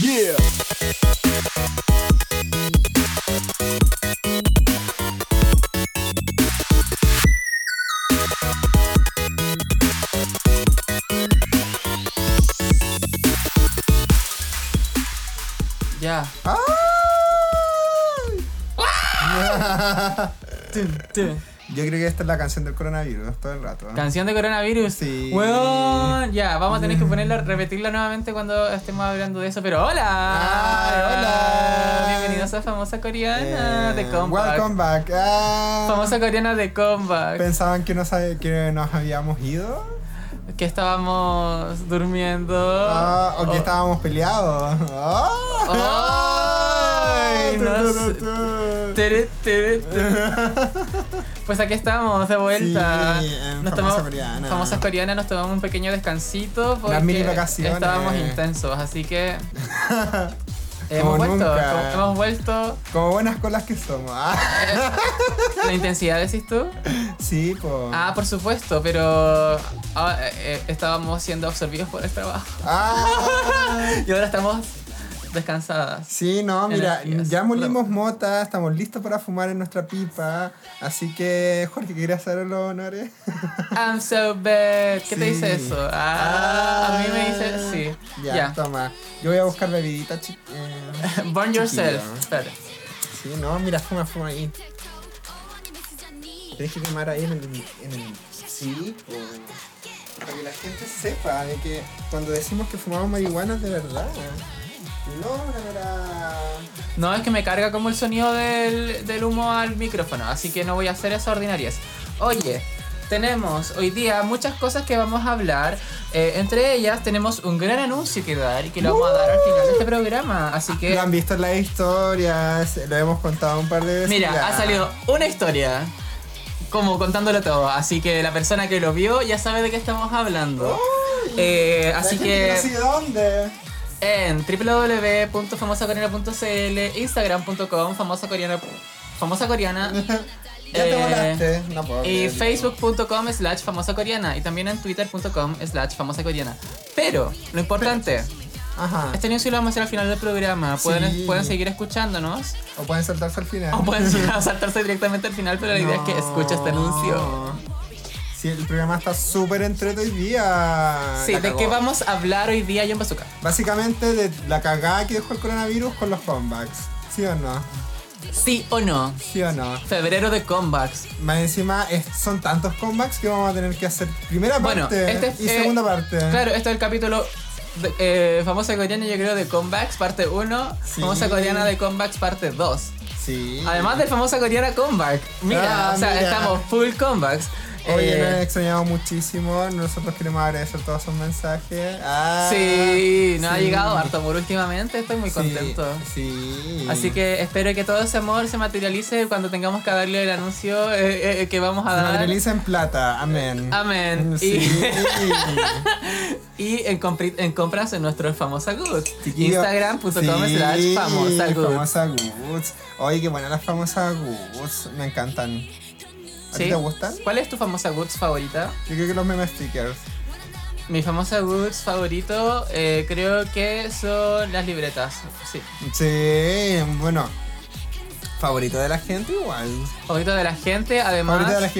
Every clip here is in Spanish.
Yeah. Ya. Tum, tum. Yo creo que esta es la canción del coronavirus todo el rato. Canción de coronavirus. Sí. Mm. Weón. Ya, vamos a tener que ponerla, repetirla nuevamente cuando estemos hablando de eso. Pero hola. Ah, hola. Bienvenidos a Famosa Coreana Eh, de Comeback. Welcome back. Ah, Ah, Famosa Coreana de Comeback. Pensaban que, no sabe- que nos habíamos ido. que estábamos durmiendo. Ah, o que Oh, estábamos peleados. Ah. Ay, Tu, no tu, tu, sé. tu. tere, tere, tere. Pues aquí estamos, de vuelta. Sí, en Famosa Coreana. Famosas Coreanas nos tomamos un pequeño descansito porque Unas mini vacaciones. estábamos intensos, así que hemos Como vuelto, nunca. como- hemos vuelto. Como buenas colas que somos. Ah, La intensidad decís tú? sí, po. Ah, por supuesto, pero ah, eh, estábamos siendo absorbidos por el trabajo Ah. y ahora estamos descansadas. Sí, no, mira, Energías. ya molimos mota, estamos listos para fumar en nuestra pipa. Así que, Jorge, ¿querías hacer los honores? I'm so bad. ¿Qué te Sí. Ah, dice eso? Ah, a mí me dice sí. Ya, Ya. toma. Yo voy a buscar bebidita. chi- eh, Burn yourself. chiquillo. Espera. Sí, no, mira, fuma, fuma ahí. Tienes que quemar ahí en el. En el sí, po. para que la gente sepa de que cuando decimos que fumamos marihuana es de verdad. No, no era. No, es que me carga como el sonido del, del humo al micrófono, así que no voy a hacer esas ordinarias. Oye, tenemos hoy día muchas cosas que vamos a hablar. eh, entre ellas tenemos un gran anuncio que dar y que lo vamos a dar al final de este programa. Así que, Lo han visto en las historias, lo hemos contado un par de veces. mira, ya. ha salido una historia. Como contándolo todo, así que la persona que lo vio ya sabe de qué estamos hablando. Oh. Eh, La así gente que... No sé dónde. en www.famosacoreana.cl, instagram.com, famosa coreana, famosa coreana Ya te eh, volaste. No puedo. y creerlo. facebook.com slash famosa coreana y también en twitter.com slash famosa coreana. Pero, lo importante, Ajá. este anuncio lo vamos a hacer al final del programa, pueden, Sí. pueden seguir escuchándonos O pueden saltarse al final. o pueden saltarse directamente al final, pero la idea es que escuches este anuncio. Sí, el programa está súper entrete hoy día. Sí, Ah, La ¿de cagó. qué vamos a hablar hoy día yo en Bazooka? Básicamente de la cagada que dejó el coronavirus con los comebacks. ¿Sí o no? ¿Sí o no? ¿Sí o no? Febrero de comebacks. Más encima es- son tantos comebacks que vamos a tener que hacer primera parte Bueno, este es, y eh, segunda parte. Claro, este es el capítulo de- eh, famosa coreana, yo creo, de comebacks, parte 1. Sí. Famosa coreana de comebacks, parte 2. Sí. Además del famosa coreana comeback. Mira, Ah, o sea, mira. estamos full comebacks. Oye, Eh, nos han extrañado muchísimo. Nosotros queremos agradecer todos sus mensajes. Ah, Sí, no ha sí. llegado harto amor últimamente, estoy muy Sí, contento. Sí. Así que espero que todo ese amor se materialice cuando tengamos que darle el anuncio eh, eh, que vamos a Se dar. materializa en plata. Amén. Mm, Amén. Sí. Y en, compri- en compras en nuestro famosa goods. Chiquillo, Instagram.com sí, slash famosa goods. famosa goods. Oye, qué buenas las famosas goods. Me encantan. ¿A ti Sí. te gustan? ¿Cuál es tu famosa goods favorita? Yo creo que los meme stickers. Mi famosa goods favorito eh, creo que son las libretas. Sí. Sí, bueno. Favorito de la gente igual. Favorito de la gente, además Favorito de de la la,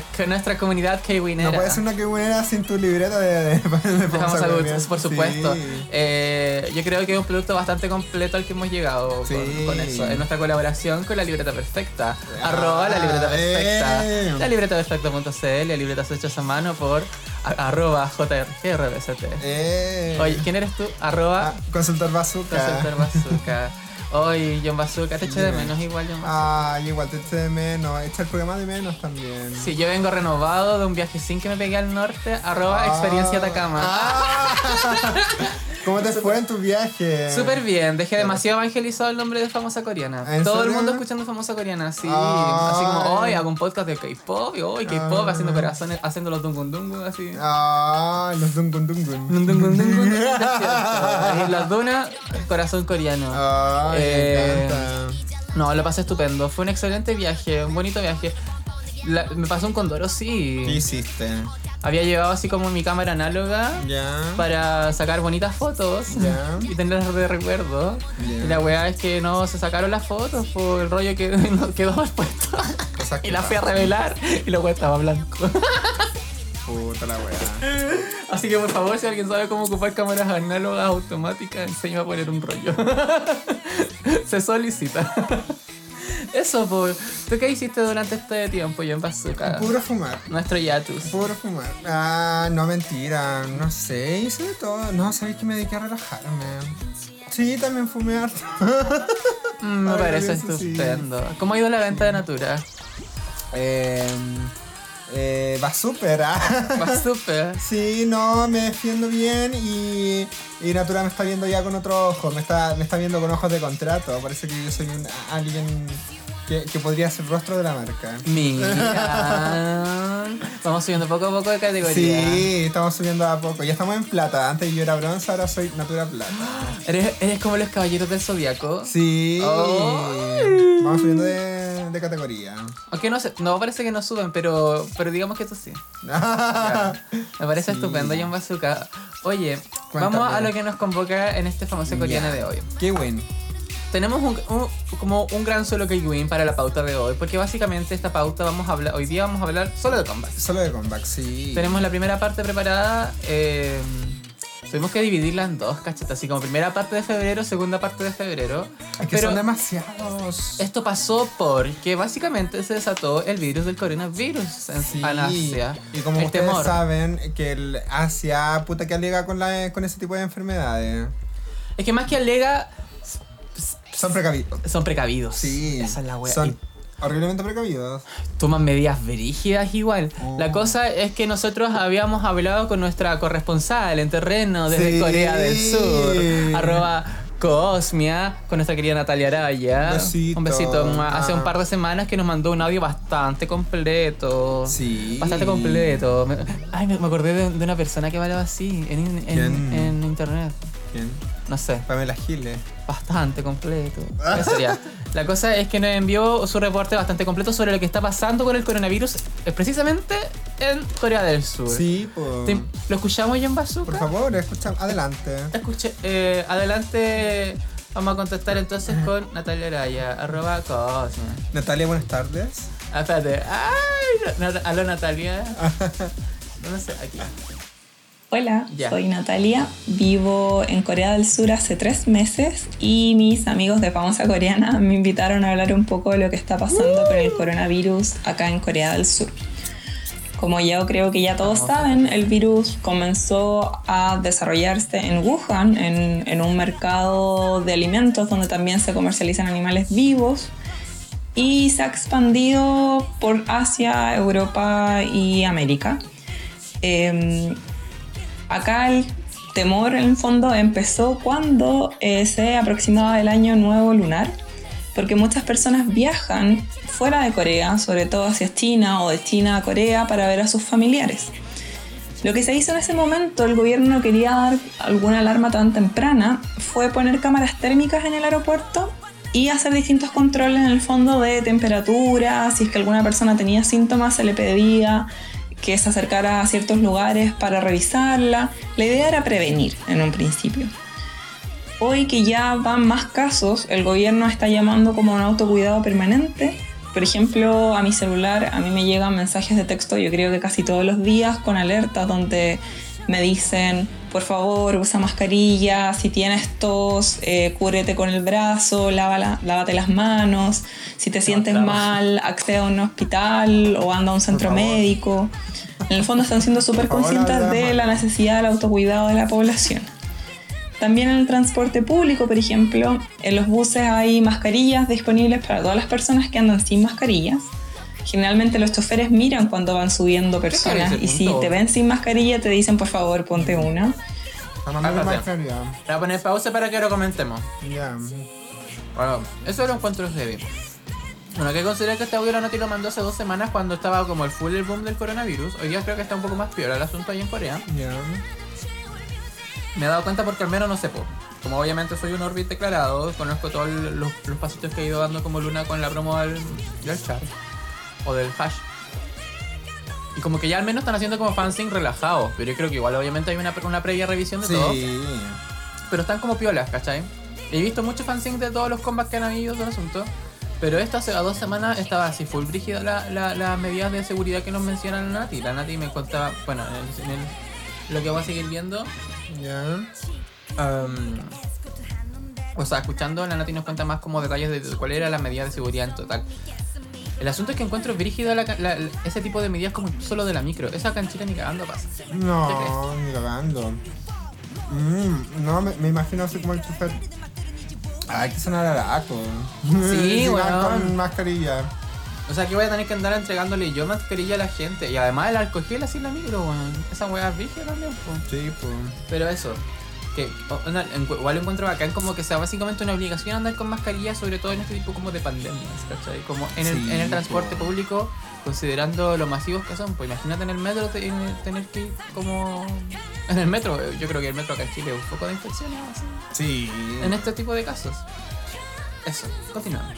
kiwinera. que nuestra comunidad K-Winera. No puedes ser una kiwinera sin tu libreta de, de, de De famosa goods, goods, por sí. supuesto. Eh, yo creo que es un producto bastante completo al que hemos llegado Sí. con, con eso. En nuestra colaboración con la libreta perfecta. Ah, arroba la libreta perfecta. eh. La libreta perfecta.cl, libretas hechas a mano por a- arroba jrgbct. Eh. Oye, ¿quién eres tú? Arroba Ah, consultor bazooka. Consultor Bazooka. Hoy, John Bazooka, te echo de Dime. menos igual, John Bazooka. Ay, Ah, igual te eché de menos. Echa el programa de menos también. Sí, yo vengo renovado de un viaje sin que me pegué al norte, arroba Ah. experiencia Atacama. Ah. ¿Cómo te fue en tu viaje? Súper bien, dejé demasiado evangelizado el nombre de famosa coreana. ¿En Todo el serio? mundo escuchando famosa coreana, sí. Ah. Así como, hoy hago un podcast de K-pop, y hoy K-pop Ah. haciendo corazones, haciendo los dungun dungun, así. Ah, los dungun dungun. Dun dun dun dun dun, es cierto. Y las dunas, corazón coreano. Ay, Eh, me encanta. No, lo pasé estupendo. Fue un excelente viaje, un bonito viaje. la- me pasó un condoro, sí. ¿Qué hiciste? Había llevado así como mi cámara análoga Ya. para sacar bonitas fotos Ya. y tenerlas de recuerdo. Ya. Y la weá es que no se sacaron las fotos por el rollo que no quedó mal puesto. Cosas Y que la fui a pasan. revelar y la weá estaba blanco. Puta la weá. Así que por favor, si alguien sabe cómo ocupar cámaras análogas automáticas, enséñame a poner un rollo. Se solicita. Eso, por. ¿Tú qué hiciste durante este tiempo, yo en Bazooka? Puro fumar. Nuestro Yatus. Puro fumar. Ah, no mentira, no sé, hice de todo. No, sabéis que me dediqué a relajarme. Sí, también fumé harto. Mm, me Ay, parece eso sí. estupendo. ¿Cómo ha ido la venta de Natura? Eh, eh, va súper, ah. Va súper. Sí, no, me defiendo bien y, y Natura me está viendo ya con otro ojo, me está, me está viendo con ojos de contrato. Parece que yo soy un, alguien que, que podría ser rostro de la marca. Mira. Vamos subiendo poco a poco de categoría. Sí, estamos subiendo a poco. Ya estamos en plata. Antes yo era bronce, ahora soy Natura Plata. ¿Eres, eres como los caballeros del zodiaco. Sí. Ay. Vamos subiendo de, de categoría. Aunque no sé, no parece que no suben, pero, pero digamos que esto sí. Me parece Sí. estupendo, John Bazooka. Oye, Cuéntame. vamos a lo que nos convoca en este famoso coreano Ya. de hoy. Qué bueno. Tenemos un, un- como un gran solo que win para la pauta de hoy, porque básicamente esta pauta vamos a hablar, hoy día vamos a hablar solo de combats. Solo de comeback, sí. Tenemos la primera parte preparada. eh, tuvimos que dividirla en dos, cachete. Así como primera parte de febrero, segunda parte de febrero. Es que son demasiados. Esto pasó porque básicamente se desató el virus del coronavirus en, Sí. en Asia. Y como El ustedes temor. saben, que el Asia puta que alega con, la, con ese tipo de enfermedades. Es que más que alega, Son precavidos. son precavidos. Sí. Esa es la wea. Son horriblemente precavidos. Y toman medidas brígidas igual. Oh. La cosa es que nosotros habíamos hablado con nuestra corresponsal en terreno desde Sí. Corea del Sur. Arroba Cosmia, con nuestra querida Natalia Araya. Un besito. Un besito. mua. Hace Ah. un par de semanas que nos mandó un audio bastante completo. Sí. Bastante completo. Me- Ay, me me acordé de, de una persona que hablaba así en, en, ¿Quién? en internet. ¿Quién? No sé. Pamela Giles. bastante completo. Eso ya. La cosa es que nos envió su reporte bastante completo sobre lo que está pasando con el coronavirus, eh, precisamente en Corea del Sur. Sí, por, Te- ¿Lo escuchamos ya en por Bazooka? favor, escucha, adelante. Escuche, eh, adelante, vamos a contestar entonces con Natalia Araya, arroba Cosme. Natalia, buenas tardes. Ah, espérate. Ay, no- no- aló Natalia. No sé, aquí. Hola, Ya. soy Natalia, vivo en Corea del Sur hace tres meses y mis amigos de Famosa Coreana me invitaron a hablar un poco de lo que está pasando con el coronavirus acá en Corea del Sur. Como yo creo que ya todos Famosa saben, el virus comenzó a desarrollarse en Wuhan, en, en un mercado de alimentos donde también se comercializan animales vivos y se ha expandido por Asia, Europa y América. Em, acá el temor en el fondo empezó cuando eh, se aproximaba el año nuevo lunar, porque muchas personas viajan fuera de Corea, sobre todo hacia China o de China a Corea para ver a sus familiares. Lo que se hizo en ese momento, el gobierno no quería dar alguna alarma tan temprana, fue poner cámaras térmicas en el aeropuerto y hacer distintos controles en el fondo de temperatura, si es que alguna persona tenía síntomas se le pedía que se acercara a ciertos lugares para revisarla. La idea era prevenir en un principio. Hoy que ya van más casos, el gobierno está llamando como a un autocuidado permanente. Por ejemplo, a mi celular a mí me llegan mensajes de texto, yo creo que casi todos los días, con alertas donde me dicen, por favor, usa mascarilla, si tienes tos, eh, cúbrete con el brazo, lávala- lávate las manos, si te sientes claro. mal, accede a un hospital o anda a un centro favor. médico. En el fondo están siendo súper Por favor, conscientes lávate las de la manos. necesidad del autocuidado de la población. También en el transporte público, por ejemplo, en los buses hay mascarillas disponibles para todas las personas que andan sin mascarillas. Generalmente los choferes miran cuando van subiendo personas ese y si punto? te ven sin mascarilla te dicen por favor ponte una. La mamá de Ándate. Macaria. Voy a poner pausa para que lo comentemos. Ya. Bueno, eso lo encuentro heavy. Bueno, que considerar que este audio la Nati lo mandó hace dos semanas cuando estaba como el full el boom del coronavirus. Hoy día creo que está un poco más peor el asunto ahí en Corea. Ya. Me he dado cuenta porque al menos no sé, po. como obviamente soy un orbit declarado, conozco todos los, los pasitos que he ido dando como Luna con la promo del, del char o del hash. Y como que ya al menos están haciendo como fanzine relajados. Pero yo creo que igual obviamente hay una, una previa revisión de todo. Sí. Pero están como piolas, ¿cachai? He visto muchos fanzines de todos los combats que han habido del asunto. Pero esta hace dos semanas estaba así, full brígida la- la- las medidas de seguridad que nos menciona la Nati. La Nati me contaba, bueno, en, el- en el- lo que voy a seguir viendo. Ya. Um, Am, o sea, escuchando, la Nati nos cuenta más como detalles de cuál era la medida de seguridad en total. El asunto es que encuentro brígido la ca- la- la- ese tipo de medidas como solo de la micro. Eso acá en Chile ni cagando pasa. No, ni cagando. Mm, no, me, me imagino así como el chofer. Ay, que sonar araco. Sí, van weón. Con mascarilla. O sea, que voy a tener que andar entregándole yo mascarilla a la gente. Y además el alcohol así en la micro, weón. Esa weá es brígida también, po. Sí, pues. Pero eso, que o- onda, encu- igual lo encuentro bacán como que sea básicamente una obligación andar con mascarilla, sobre todo en este tipo como de pandemias, ¿cachai? Como en el, Sí, en el transporte po. público, considerando lo masivos que son, pues imagínate en el metro te- en- tener que ir como... En el metro, eh, yo creo que el metro acá en Chile es un poco de infecciones, así, Sí. en este tipo de casos. Eso, continuamos.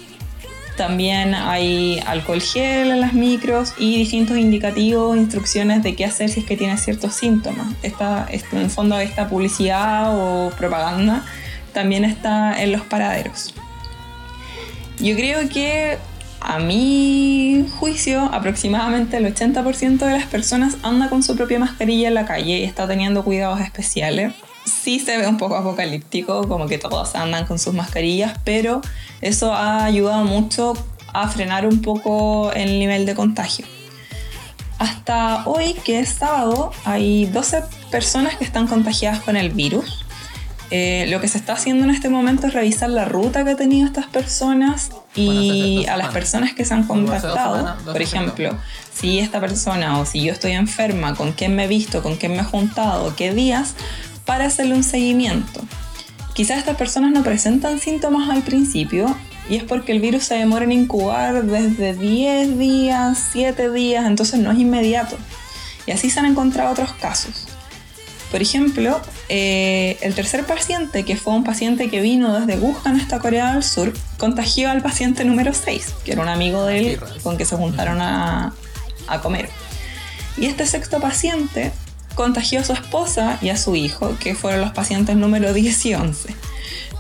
También hay alcohol gel en las micros y distintos indicativos, instrucciones de qué hacer si es que tienes ciertos síntomas. Esta, esto- en el fondo, esta publicidad o propaganda también está en los paraderos. Yo creo que, a mi juicio, aproximadamente el 80% de las personas anda con su propia mascarilla en la calle y está teniendo cuidados especiales. Sí se ve un poco apocalíptico, como que todos andan con sus mascarillas, pero eso ha ayudado mucho a frenar un poco el nivel de contagio. Hasta hoy, que es sábado, hay 12 personas que están contagiadas con el virus. Eh, lo que se está haciendo en este momento es revisar la ruta que han tenido estas personas Bueno, y hace dos a las semanas. personas que se han Bueno, hace dos contactado. semanas, dos por semanas. ejemplo, si esta persona o si yo estoy enferma, con quién me he visto, con quién me he juntado, qué días, para hacerle un seguimiento. Quizás estas personas no presentan síntomas al principio y es porque el virus se demora en incubar desde 10 días, 7 días, entonces no es inmediato. Y así se han encontrado otros casos. Por ejemplo, eh, el tercer paciente, que fue un paciente que vino desde Wuhan hasta Corea del Sur, contagió al paciente número 6, que era un amigo de Qué él raro. con que se juntaron a, a comer. Y este sexto paciente contagió a su esposa y a su hijo, que fueron los pacientes número 10 y 11.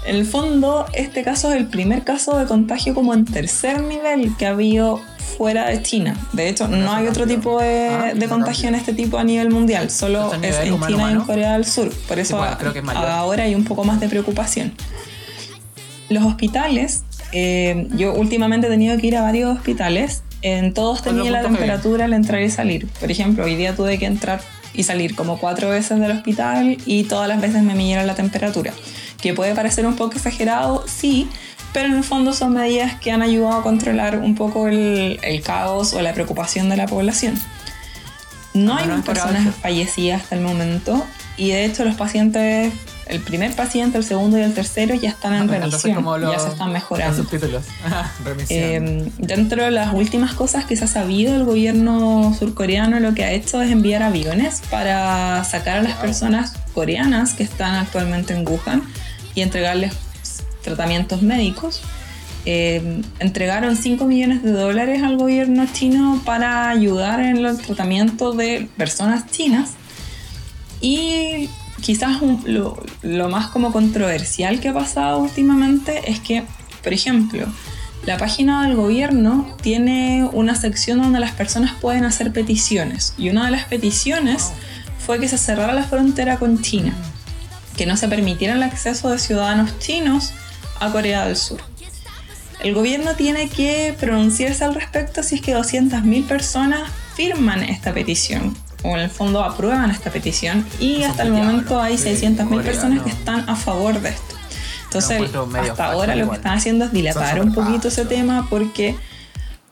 En el fondo, este caso es el primer caso de contagio como en tercer nivel que ha habido fuera de China. De hecho, no hay otro tipo de, Ah, de eso contagio cambia. en este tipo a nivel mundial, solo ¿Esto a es nivel en humano, China y en humano? Corea del Sur. Por eso bueno, a- creo que es mayor. ahora hay un poco más de preocupación. Los hospitales, eh, yo últimamente he tenido que ir a varios hospitales, en todos Otro tenía la punto heavy. temperatura temperatura al entrar y salir. Por ejemplo, hoy día tuve que entrar y salir como cuatro veces del hospital y todas las veces me midieron la temperatura. Que puede parecer un poco exagerado, sí, pero en el fondo son medidas que han ayudado a controlar un poco el, el caos o la preocupación de la población. No hay Bueno, más pero personas eso. fallecidas hasta el momento y de hecho los pacientes, el primer paciente, el segundo y el tercero ya están Ah, en Me encanta hacer remisión, como ya los- se están los mejorando. subtítulos. Remisión. em, Eh, dentro de las últimas cosas que se ha sabido, el gobierno surcoreano lo que ha hecho es enviar aviones para sacar a las personas coreanas que están actualmente en Wuhan y entregarles tratamientos médicos. Eh, entregaron 5 millones de dólares al gobierno chino para ayudar en el tratamiento de personas chinas y quizás un- lo, lo más como controversial que ha pasado últimamente es que, por ejemplo, la página del gobierno tiene una sección donde las personas pueden hacer peticiones. Y una de las peticiones fue que se cerrara la frontera con China, que no se permitiera el acceso de ciudadanos chinos a Corea del Sur. El gobierno tiene que pronunciarse al respecto si es que 200.000 personas firman esta petición o en el fondo aprueban esta petición y Eso hasta el es un momento diablo, hay sí, 600.000 personas coreano. que están a favor de esto. Entonces, Lo encuentro medio hasta facho ahora lo que igual. están haciendo es dilatar un súper poquito ese fachos. tema porque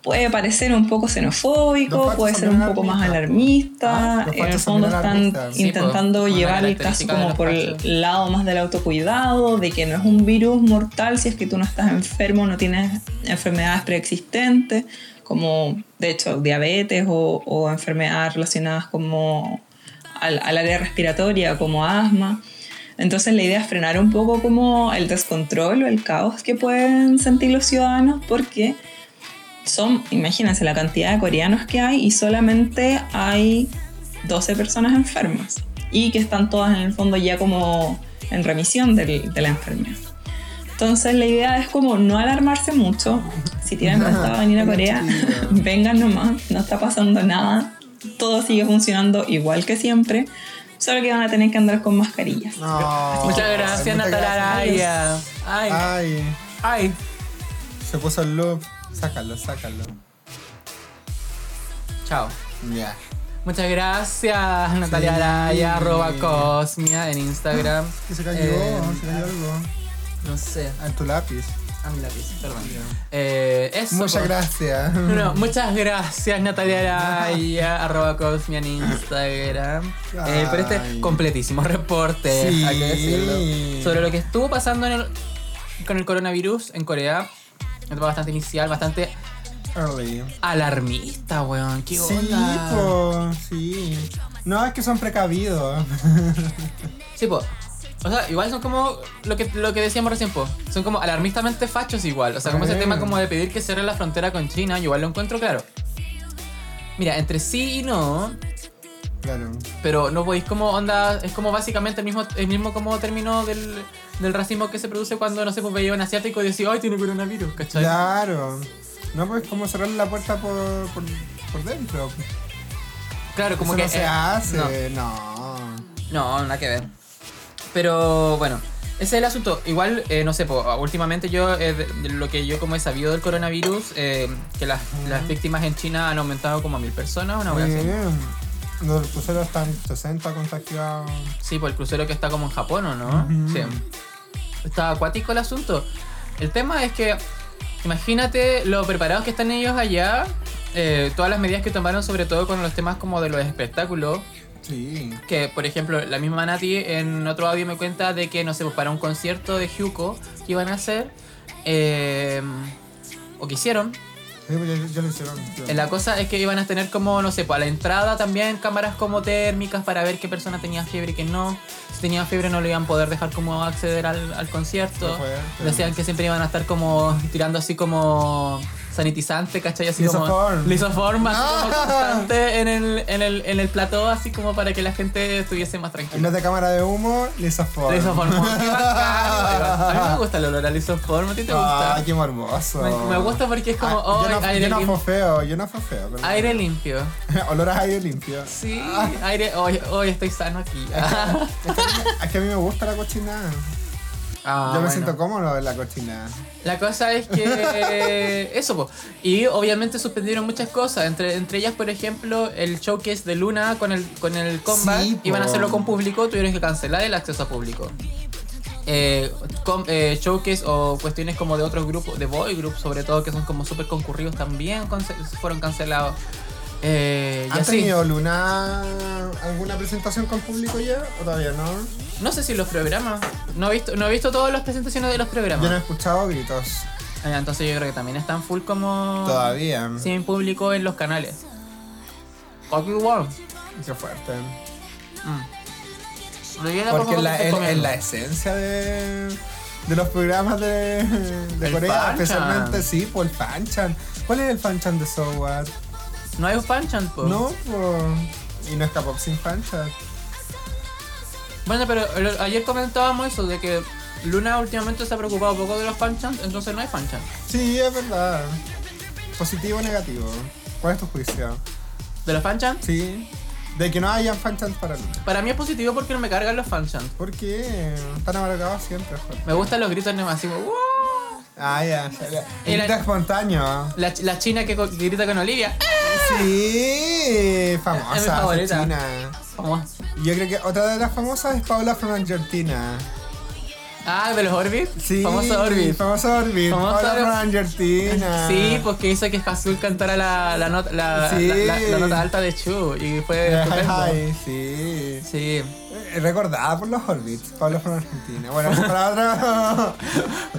puede parecer un poco Los xenofóbico, fachos puede son ser bien un poco más alarmistas. alarmista, Ah, los en el fachos son fondo bien eh, están alarmistas. Sí, intentando pues, una llevar el caso característica de como los por el fachos. lado más del autocuidado, de que no es un virus mortal si es que tú no estás enfermo, no tienes enfermedades preexistentes, como de hecho diabetes o, o enfermedades relacionadas como al, al área respiratoria, como asma. Entonces la idea es frenar un poco como el descontrol o el caos que pueden sentir los ciudadanos porque son, imagínense la cantidad de coreanos que hay y solamente hay 12 personas enfermas y que están todas en el fondo ya como en remisión del- de la enfermedad. Entonces la idea es como no alarmarse mucho. Si tienen pensado venir a Corea, vengan nomás, no está pasando nada. Todo sigue funcionando igual que siempre, solo que van a tener que andar con mascarillas. No, Muchas gracias, Oh, muchas gracias. Ah. Natalaya. Ay, Ay, ay. se puso el loop. Sácalo, sácalo. Chao. Ya. Muchas gracias, Natalia Sí. Araya, arroba Cosmia en Instagram. Ah, Que se cayó, Eh, se cayó algo. No sé, Ah, tu lápiz. a mi lápiz, perdón. Eh, eso. Muchas pues. gracias. No, muchas gracias, Natalia Araya, arroba Cosmia en Instagram. Eh, por este Ay. completísimo reporte, Sí. hay que decirlo, sobre lo que estuvo pasando en el- con el coronavirus en Corea. Un tema bastante inicial, bastante Early. alarmista, weón. ¿Qué Sí, onda? po, sí. No, es que son precavidos. Sí, po. O sea, igual son como lo que, lo que decíamos recién, po. Son como alarmistamente fachos igual. O sea, como ese Mm. tema como de pedir que cierre la frontera con China, yo igual lo encuentro claro. Mira, entre sí y no, Claro. pero no podéis como onda, es como básicamente el mismo, el mismo como término del, del racismo que se produce cuando, no sé, pues veía un asiático y decía, ay, tiene coronavirus, ¿cachai? Claro. No, pues como cerrar la puerta por, por, por dentro. Claro, como Eso que... no se eh, hace, no. No, nada que ver. Pero bueno, ese es el asunto. Igual, eh, no sé, po, últimamente yo, eh, de- de lo que yo como he sabido del coronavirus, eh, que las, las víctimas en China han aumentado como a mil personas, una wea así. Bien. Los cruceros están 60 contagiados. Sí, por el crucero que está como en Japón, ¿o no? Sí. Está acuático el asunto. El tema es que, imagínate lo preparados que están ellos allá, eh, todas las medidas que tomaron, sobre todo con los temas como de los espectáculos, Sí. que por ejemplo la misma Nati en otro audio me cuenta de que no sé pues para un concierto de Hyuko que iban a hacer eh, o que hicieron Sí, pues ya, ya lo hicieron. creo. eh, la cosa es que iban a tener como no sé pues a la entrada también cámaras como térmicas para ver qué persona tenía fiebre y qué no si tenían fiebre no le iban a poder dejar como acceder al, al concierto Qué fuerte. decían que siempre iban a estar como tirando así como sanitizante, ¿cachai? Así como Lisoform. lisoform así como Ah. constante en el, en, el, en el plató así como para que la gente estuviese más tranquila En vez de cámara de humo, lisoform. Lisoform. Qué bacán. A mí me gusta el olor a lisoform. ¿A ti te gusta? Ah, qué morboso. Me- me gusta porque es como, Ah, yo oh, no, aire yo no limpio. fofeo, yo no fofeo. pero- aire limpio. Olor a aire limpio. Sí, Ah. aire. Hoy, hoy estoy sano aquí. Ah, Es que, a mí me- es que a mí me gusta la cochinada. yo me Ah, bueno. siento cómodo en la cochinada. La cosa es que. Eso, po. Y obviamente suspendieron muchas cosas. Entre, entre ellas, por ejemplo, el showcase de Luna con el, con el comeback. Sí, po. Iban a hacerlo con público, tuvieron que cancelar el acceso a público. Eh, com- eh, showcase o cuestiones como de otros grupos, de boy groups sobre todo, que son como súper concurridos también, conce- fueron cancelados. Eh, y ¿Han así. tenido Luna alguna presentación con público ya? ¿O todavía no? No sé si los programas. No he visto, no he visto todas las presentaciones de los programas. Yo no he escuchado gritos. Eh, Entonces yo creo que también están full como. Todavía. sin público en los canales. Cocky World. Mm. Qué fuerte. Lo llena Porque como es la, que es- comiendo. es la esencia de, de los programas de, de El Corea. fanchan. Especialmente, sí, por el fanchan. ¿Cuál es el fanchan de So What? No hay un fanchan, po. No, pues. Y no es K-pop sin fanchan. Bueno, pero el- ayer comentábamos eso de que Luna últimamente se ha preocupado poco de los fanchans, entonces no hay fanchan. Sí, es verdad. Positivo o negativo. ¿Cuál es tu juicio? ¿De los fanchan? Sí. De que no hayan fanchans para Luna. Para mí es positivo porque no me cargan los fanchan. ¿Por qué? Están amargados siempre. joder. Me gustan los gritos nemasivos. ¡Wow! Ah, ya. ya. Era- Grita espontáneo. La, ch- la china que co- que grita con Olivia. ¡Ah! Sí, famosa. Es mi favorita. argentina. Vamos. Y Yo creo que otra de las famosas es Paula from Argentina. Ah, de los Orbit. Sí. Famoso Orbit. Famoso Orbit. Famoso Paula Orbit. from Argentina. Sí, pues, porque hizo que Hazul cantara la, la, not- la, Sí. la- la- la nota alta de Chu y fue Eh, estupendo. hi, hi, sí. Sí. Eh, Recordada por los Orbits, Paula from Argentina. Bueno, para otra.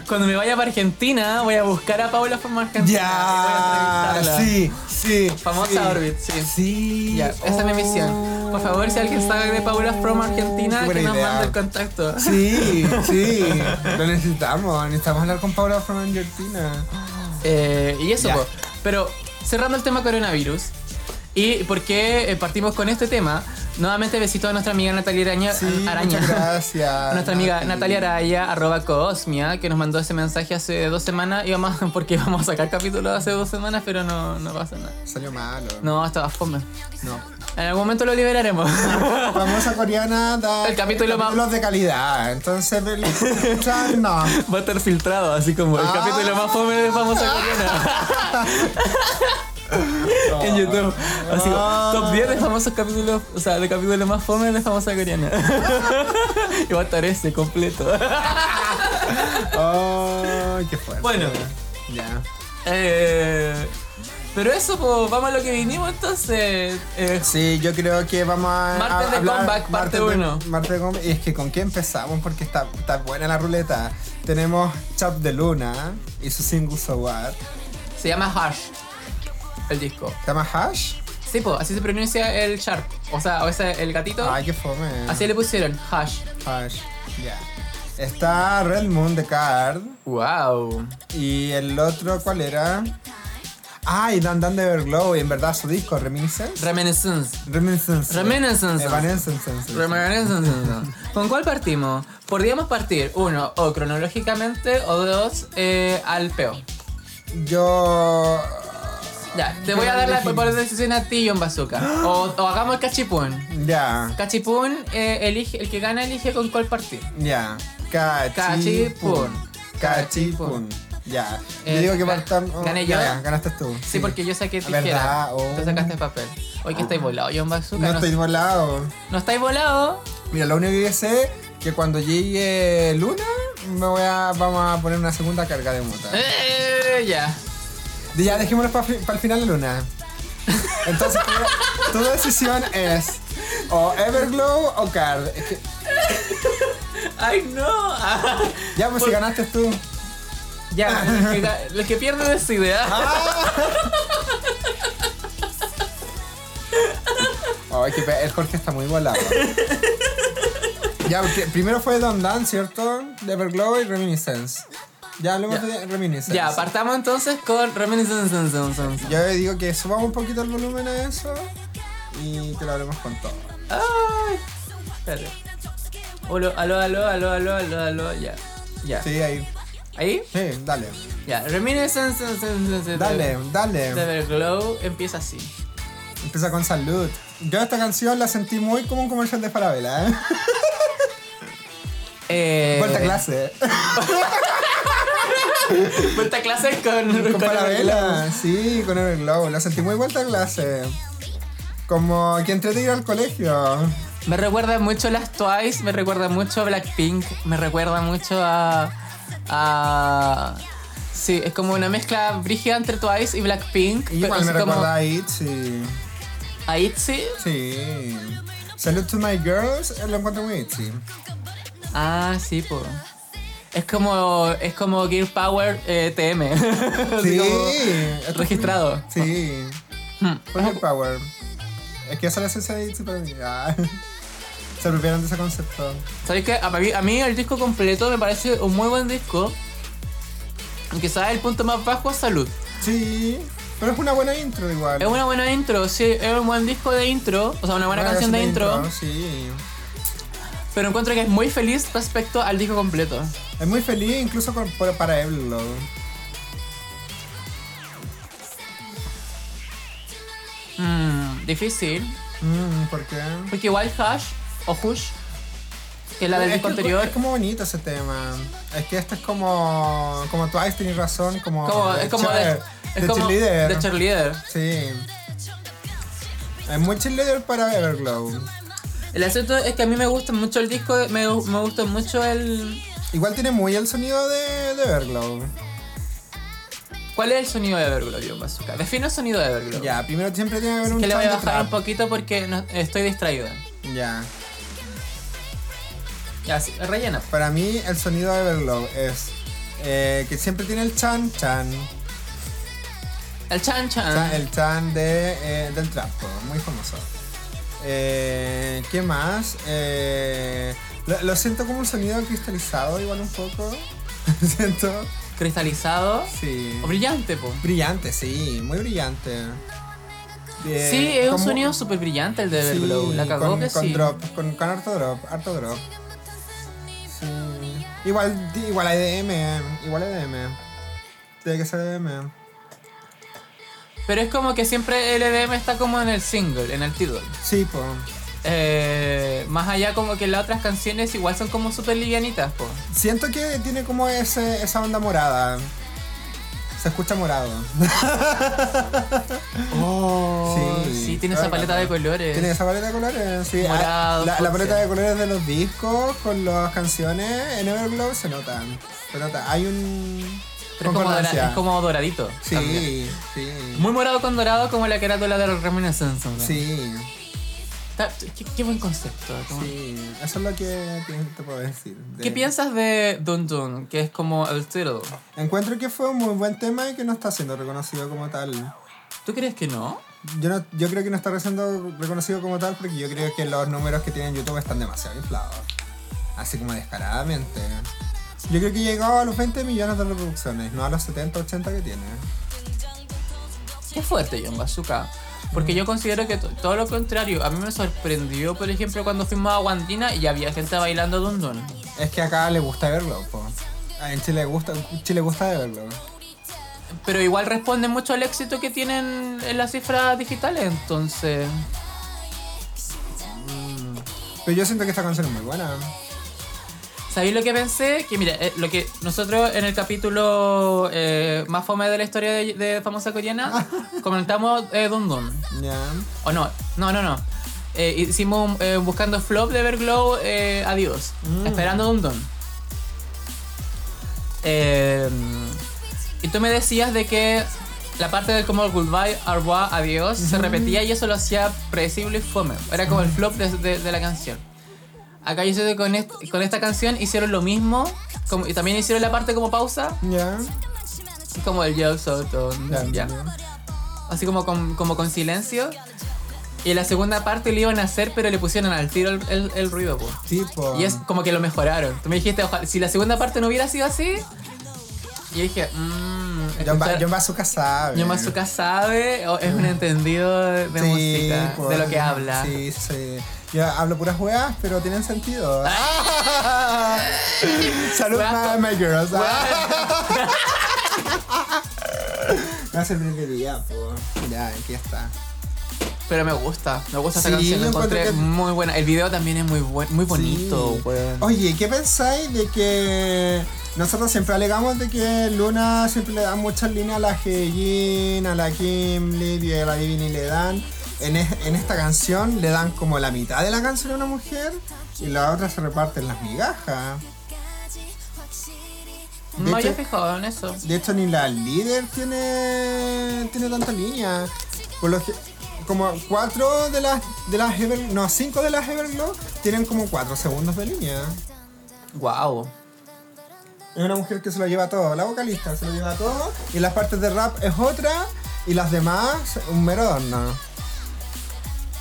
Cuando me vaya para Argentina, voy a buscar a Paula from Argentina. y voy a Ya, entrevistarla. sí, sí. Famosa sí. Orbit, sí. Sí. Ya, esa Oh. es mi misión. Por favor, si alguien sabe de Paula from Argentina, Qué que buena nos idea. mande el contacto. Sí, sí. Lo necesitamos. Necesitamos hablar con Paula from Argentina. Eh, y eso, Ya. pues. Pero cerrando el tema coronavirus, ¿y por qué eh, partimos con este tema? Nuevamente besito a nuestra amiga Natalia Araña. Sí, Araña. muchas gracias. A nuestra amiga Nati. Natalia Araya, arroba Cosmia, que nos mandó ese mensaje hace dos semanas. Y vamos, porque íbamos a sacar capítulo hace dos semanas, pero no, no pasa nada. Salió malo. No, estaba fome. No. En algún momento lo liberaremos. Famosa coreana da El capítulo más- capítulos de calidad. Entonces, el- o sea, no. Va a estar filtrado, así como el Ah. capítulo más fome de famosa coreana en YouTube. Así como, top 10 de famosos capítulos, o sea, de capítulos más fome de famosa coreana. y va a estar ese completo. Oh, qué fuerte. Bueno. Ya. Eh, pero eso, pues, vamos a lo que vinimos entonces. Eh, Sí, yo creo que vamos a. Martes a de hablar- comeback, parte martes de- uno. Martes de comeback. Y es que con qué empezamos, porque está, está buena la ruleta. Tenemos Chap de Luna y su single So What. se llama Harsh, el disco. ¿Se llama Hash? Sí, pues, así se pronuncia el Sharp. O sea, o sea, el gatito. Ay, qué fome. Así le pusieron, Hash. Hash. Ya. Está Red Moon de Card. Wow. Y el otro, ¿cuál era? Ah, y Dan Dan de Everglow, y en verdad su disco, Reminiscence. Reminiscence. Reminiscence. Reminiscence. Evanescence. Reminiscence. ¿Con cuál partimos? Podríamos partir, uno, o cronológicamente, o dos, eh, al peo. Yo. Ya, te voy a dar la por decisión a ti, John Bazooka. O, o hagamos el cachipún. Ya. Cachipún, eh, elige, el que gana elige con cuál partir. Ya. Cachipun. Cachipun. Ya. Eh, Yo digo que ga- partamos. ¿gané ya, yo? ya, ganaste tú. Sí, porque yo saqué ¿Verdad? tijera. Oh. Tú sacaste papel. Hoy que estáis volado, John Bazooka. No no- estoy volado. no estáis volado. Mira, lo único que sé es que cuando llegue Luna, me voy a, vamos a poner una segunda carga de muta. Eh, ya. Ya, dejémoslo para el final de luna. Entonces, tu, tu decisión es o Everglow o Card. Es que- Ay, no. ya, pues si ganaste tú. ya, el que, ga- el que pierde decide. ah. Ay, Oh, que pe- el Jorge está muy volado. Ya, porque primero fue Don Dan, ¿cierto? De Everglow y Reminiscence. Ya hablemos Ya. de Reminiscence. Ya, partamos entonces con Reminiscence. Yo digo que subamos un poquito el volumen a eso y que lo hablemos con todo. Ay. Espérate. Aló, aló, aló, aló, aló, aló, aló, ya. Ya. Sí, ahí. ¿Ahí? Sí, dale. Ya. Reminiscence. zun, zun, zun, zun, Dale, de dale. Everglow empieza así. Empieza con salud. Yo esta canción la sentí muy como un comercial de Falabella, ¿eh? Eh, Vuelta a clase. Vuelta a clase con, Con Everglow. Falabella. Sí, con Everglow. La sentí muy vuelta a clase. Como que entré de ir al colegio. Me recuerda mucho a las Twice, me recuerda mucho a Blackpink, me recuerda mucho a. a sí, es como una mezcla brígida entre Twice y Blackpink. Y pero Igual así me como recuerda a Itzy. a ITZY. Sí. Salud to my girls. eh, Lo encuentro muy Itzy. Ah, sí, po. Es como. Es como Gear Power eh, TM. Sí. Así como registrado. Sí. Hmm. Full power. Es que esa es la esencia de Itzy para mí. Ah. Se apropiaron de ese concepto. ¿Sabéis qué? A mí, a mí el disco completo me parece un muy buen disco. Quizás el punto más bajo es salud. Sí. Pero es una buena intro igual. Es una buena intro, sí, es un buen disco de intro, o sea, una buena canción de intro, Sí. pero encuentro que es muy feliz respecto al disco completo. Es muy feliz incluso con- por- para Everglow. Mm, difícil, Mm, ¿Por qué? porque igual Hush o Hush, que es la del es, disco que anterior, es como bonito ese tema. Es que este es como. Como Twice tenés razón, como. como- de es como de, cheer- es de como cheerleader. de cheerleader. sí. Es muy cheerleader para Everglow. El asunto es que a mí me gusta mucho el disco, me, me gusta mucho el... Igual tiene muy el sonido de, de Everglow. ¿Cuál es el sonido de Everglow, John Bazooka? Defino el sonido de Everglow. Ya, primero siempre tiene que haber un Que le voy a sound bajar un trap. poquito porque no- estoy distraído. Ya. Ya, sí, rellena. Para mí el sonido de Everglow es. eh, que siempre tiene el chan chan. El chan chan. Cha- El chan de, eh, del trap, muy famoso. Eh, ¿Qué más? Eh, lo, lo siento como un sonido cristalizado, igual un poco. siento cristalizado Sí. o brillante, po. Brillante, sí, muy brillante. Eh, Sí, es un como- sonido súper brillante el de sí, Everglow. La cagó con, que con sí. drop, con, con harto drop, harto drop. Sí. Igual, di- igual EDM, igual EDM. Tiene que ser EDM. Pero es como que siempre el EDM está como en el single, en el título. Sí, po. Eh, más allá como que las otras canciones igual son como súper livianitas, po. Siento que tiene como ese, esa onda morada. Se escucha morado. Oh, sí, Sí, tiene todo esa el paleta de rato. colores. Tiene esa paleta de colores, sí. Ah, Morado, la, la fucsia. paleta de colores de los discos con las canciones en Everglow se nota. Se nota. Hay un. Pero es como, dora- concordancia. es como doradito. Sí, también. sí. Muy morado con dorado como la carátula de los Reminiscence. ¿no? Sí, Está- qué, qué buen concepto. como- sí. Eso es lo que te, te puedo decir. de- ¿Qué piensas de Dun Dun? Que es como el título. Encuentro que fue un muy buen tema y que no está siendo reconocido como tal. ¿Tú crees que no? Yo, no, yo creo que no está siendo reconocido como tal porque yo creo que los números que tiene YouTube están demasiado inflados. Así como descaradamente. Yo creo que llegó a los 20 millones de reproducciones, no a los 70, 80 que tiene. Qué fuerte, John Bazooka. Porque yo considero que to- todo lo contrario. A mí me sorprendió, por ejemplo, cuando fuimos a Guandina y había gente bailando Dun Dun. Es que acá le gusta verlo, po. Ah, En Chile gusta, Chile gusta de verlo. Pero igual responde mucho al éxito que tienen en las cifras digitales, entonces. Pero yo siento que esta canción es muy buena. ¿Sabéis lo que pensé? Que mira, eh, lo que nosotros en el capítulo eh, más fome de la historia de, de Famosa Coreana comentamos eh, Dun Dun. Ya. O no, no, no, no. Eh, hicimos un, eh, buscando flop de Everglow, eh, adiós. Mm. Esperando Dun Dun. Eh, y tú me decías de que la parte del como goodbye, au revoir, adiós se repetía y eso lo hacía predecible y fome. Era como el flop de, de- de la canción. Acá yo sé que con, est- con esta canción hicieron lo mismo como- y también hicieron la parte como pausa, Ya. como el yo soy Dun Ya. Dun, ya así como con, como con silencio. Y la segunda parte lo iban a hacer, pero le pusieron al tiro el, el- el ruido, po. Sí, po. Y es como que lo mejoraron. Tú me dijiste, ojalá, si la segunda parte no hubiera sido así. Y yo dije, mmm. John, Ba- John Bazooka sabe. John Bazooka sabe, o es un entendido de eh. Sí, música, pues, de lo que habla. Sí, sí. Yo hablo puras weas, pero tienen sentido. Salud, Weas my, my girls. Ah. Bueno, Me hace el que día, po. Ya, aquí está. Pero me gusta, me gusta Sí, esa canción, la yo encuentro encontré que- muy buena. El video también es muy, buen, muy bonito, Sí. Oh, weón. Oye, ¿qué pensáis de que nosotros siempre alegamos de que Luna siempre le da muchas líneas a la Heijin, a la Kimberly y a la Divini le dan? En, es- en esta canción le dan como la mitad de la canción a una mujer y la otra se reparten las migajas. de No hecho- había fijado en eso. De hecho, ni la líder tiene, tiene tanta línea. Por lo que, como cuatro de las, de las Ever- no, cinco de las Everglow tienen como cuatro segundos de línea. Wow. Es una mujer que se lo lleva todo, la vocalista se lo lleva todo, y las partes de rap es otra, y las demás un mero adorno.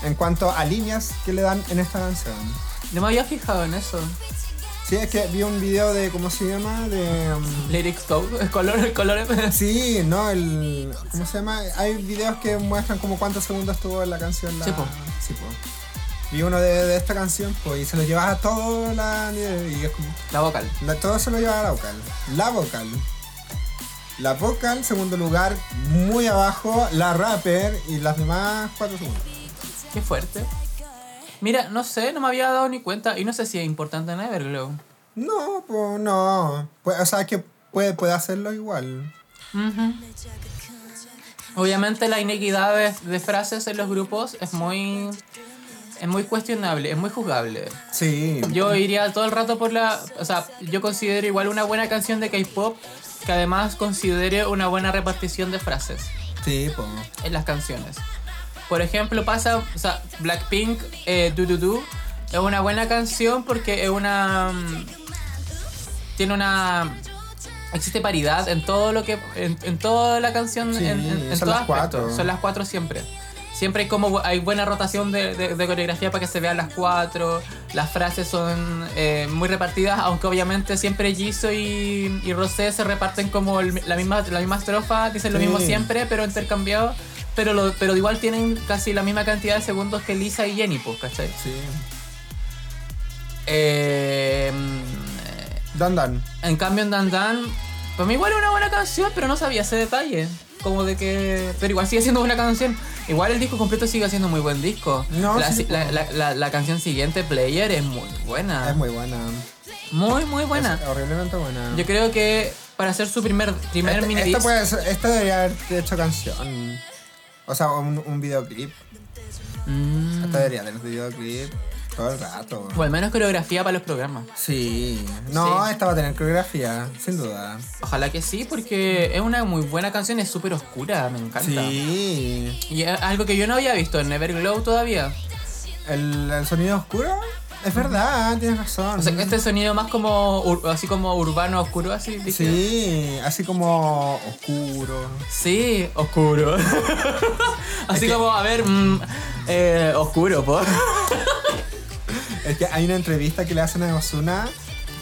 En cuanto a líneas que le dan en esta canción. No me había fijado en eso. Sí, es que vi un video de, ¿cómo se llama? De... um, Lyrics co- color, colores. Sí, no, el. ¿Cómo se llama? Hay videos que muestran como cuántos segundos tuvo la canción. La... Sí, po. Sí, po. Vi uno de, de esta canción, pues, y se lo llevas a todo la. Y es como. La vocal. la- todo se lo lleva a la vocal. La vocal. La vocal, segundo lugar, muy abajo, la rapper y las demás cuatro segundos. Qué fuerte. Mira, no sé, no me había dado ni cuenta y no sé si es importante en Everglow. No, pues no. Pues, o sea, que puede, puede hacerlo igual. Ujú. Obviamente la inequidad de, de frases en los grupos es muy es muy cuestionable, es muy juzgable. Sí. Yo iría todo el rato por la, o sea, yo considero igual una buena canción de K-pop que además considere una buena repartición de frases. Sí, pues. en las canciones. Por ejemplo, pasa, o sea, Blackpink, eh, Do Do Do, es una buena canción porque es una. mm, Tiene una. Existe paridad en todo lo que. En, en toda la canción, Sí, en, en- en son todo las cuatro. aspecto. Son las cuatro siempre. Siempre hay como hay buena rotación de, de- de coreografía para que se vean las cuatro. Las frases son eh, muy repartidas, aunque obviamente siempre Jisoo y, y Rosé se reparten como el- la, misma, la misma estrofa, dicen lo mismo Sí. siempre, pero intercambiado. Pero, lo, pero igual tienen casi la misma cantidad de segundos que Lisa y Jenny, pues, ¿cachai? Sí. Eh, Dan Dan. en cambio, en Dan Dan, para mí igual era una buena canción, pero no sabía ese detalle. Como de que. Pero igual sigue siendo buena canción. Igual el disco completo sigue siendo muy buen disco. No, la, sí, si- la, la- la- la canción siguiente, Player, es muy buena. Es muy buena. muy, muy Ah. buena. Es horriblemente buena. Yo creo que para hacer su primer, primer Este- mini esta, disc, puede ser- esta debería haber hecho canción. O sea, un, un videoclip. mm, Esta debería tener videoclip todo el rato. o al menos coreografía para los programas. Sí. No, Sí. esta va a tener coreografía, sin duda. Ojalá que sí, porque es una muy buena canción, es súper oscura, me encanta. Sí. Y es algo que yo no había visto en Everglow todavía. ¿El, el sonido oscuro? Es verdad, tienes razón. O sea, este sonido más como ur- así como urbano oscuro, así dije. Sí, así como oscuro. Sí, oscuro. así como, a ver, mm, eh, oscuro, po. Es que hay una entrevista que le hacen a Ozuna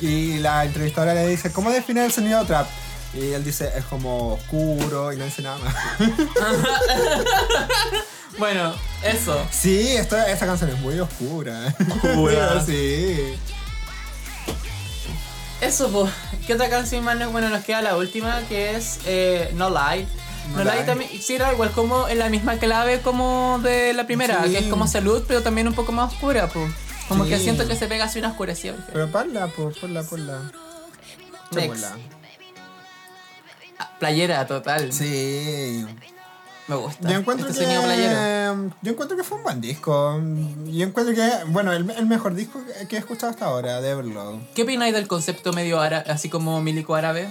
y la entrevistadora le dice, ¿cómo define el sonido trap? Y él dice, es como oscuro y no dice nada más. bueno, eso. Sí, esto, esta canción es muy oscura. Oscura. sí. Eso, po. ¿Qué otra canción más nos, bueno, nos queda la última que es eh, No Lie? No, No Lie Lie. también, sí, era igual como en la misma clave como de la primera, Sí. que es como salud, pero también un poco más oscura, po. Como que Sí. siento que se pega así una oscurecida. Pero ponla, por, ponla, ponla. Next. Ponla. Ah, Playera, total. Sí. Me gusta. Yo encuentro, Este que, sonido playero. yo encuentro que fue un buen disco. Yo encuentro que, bueno, el, el mejor disco que- que he escuchado hasta ahora, de Everlow. ¿Qué opináis del concepto medio árabe, así como milico árabe?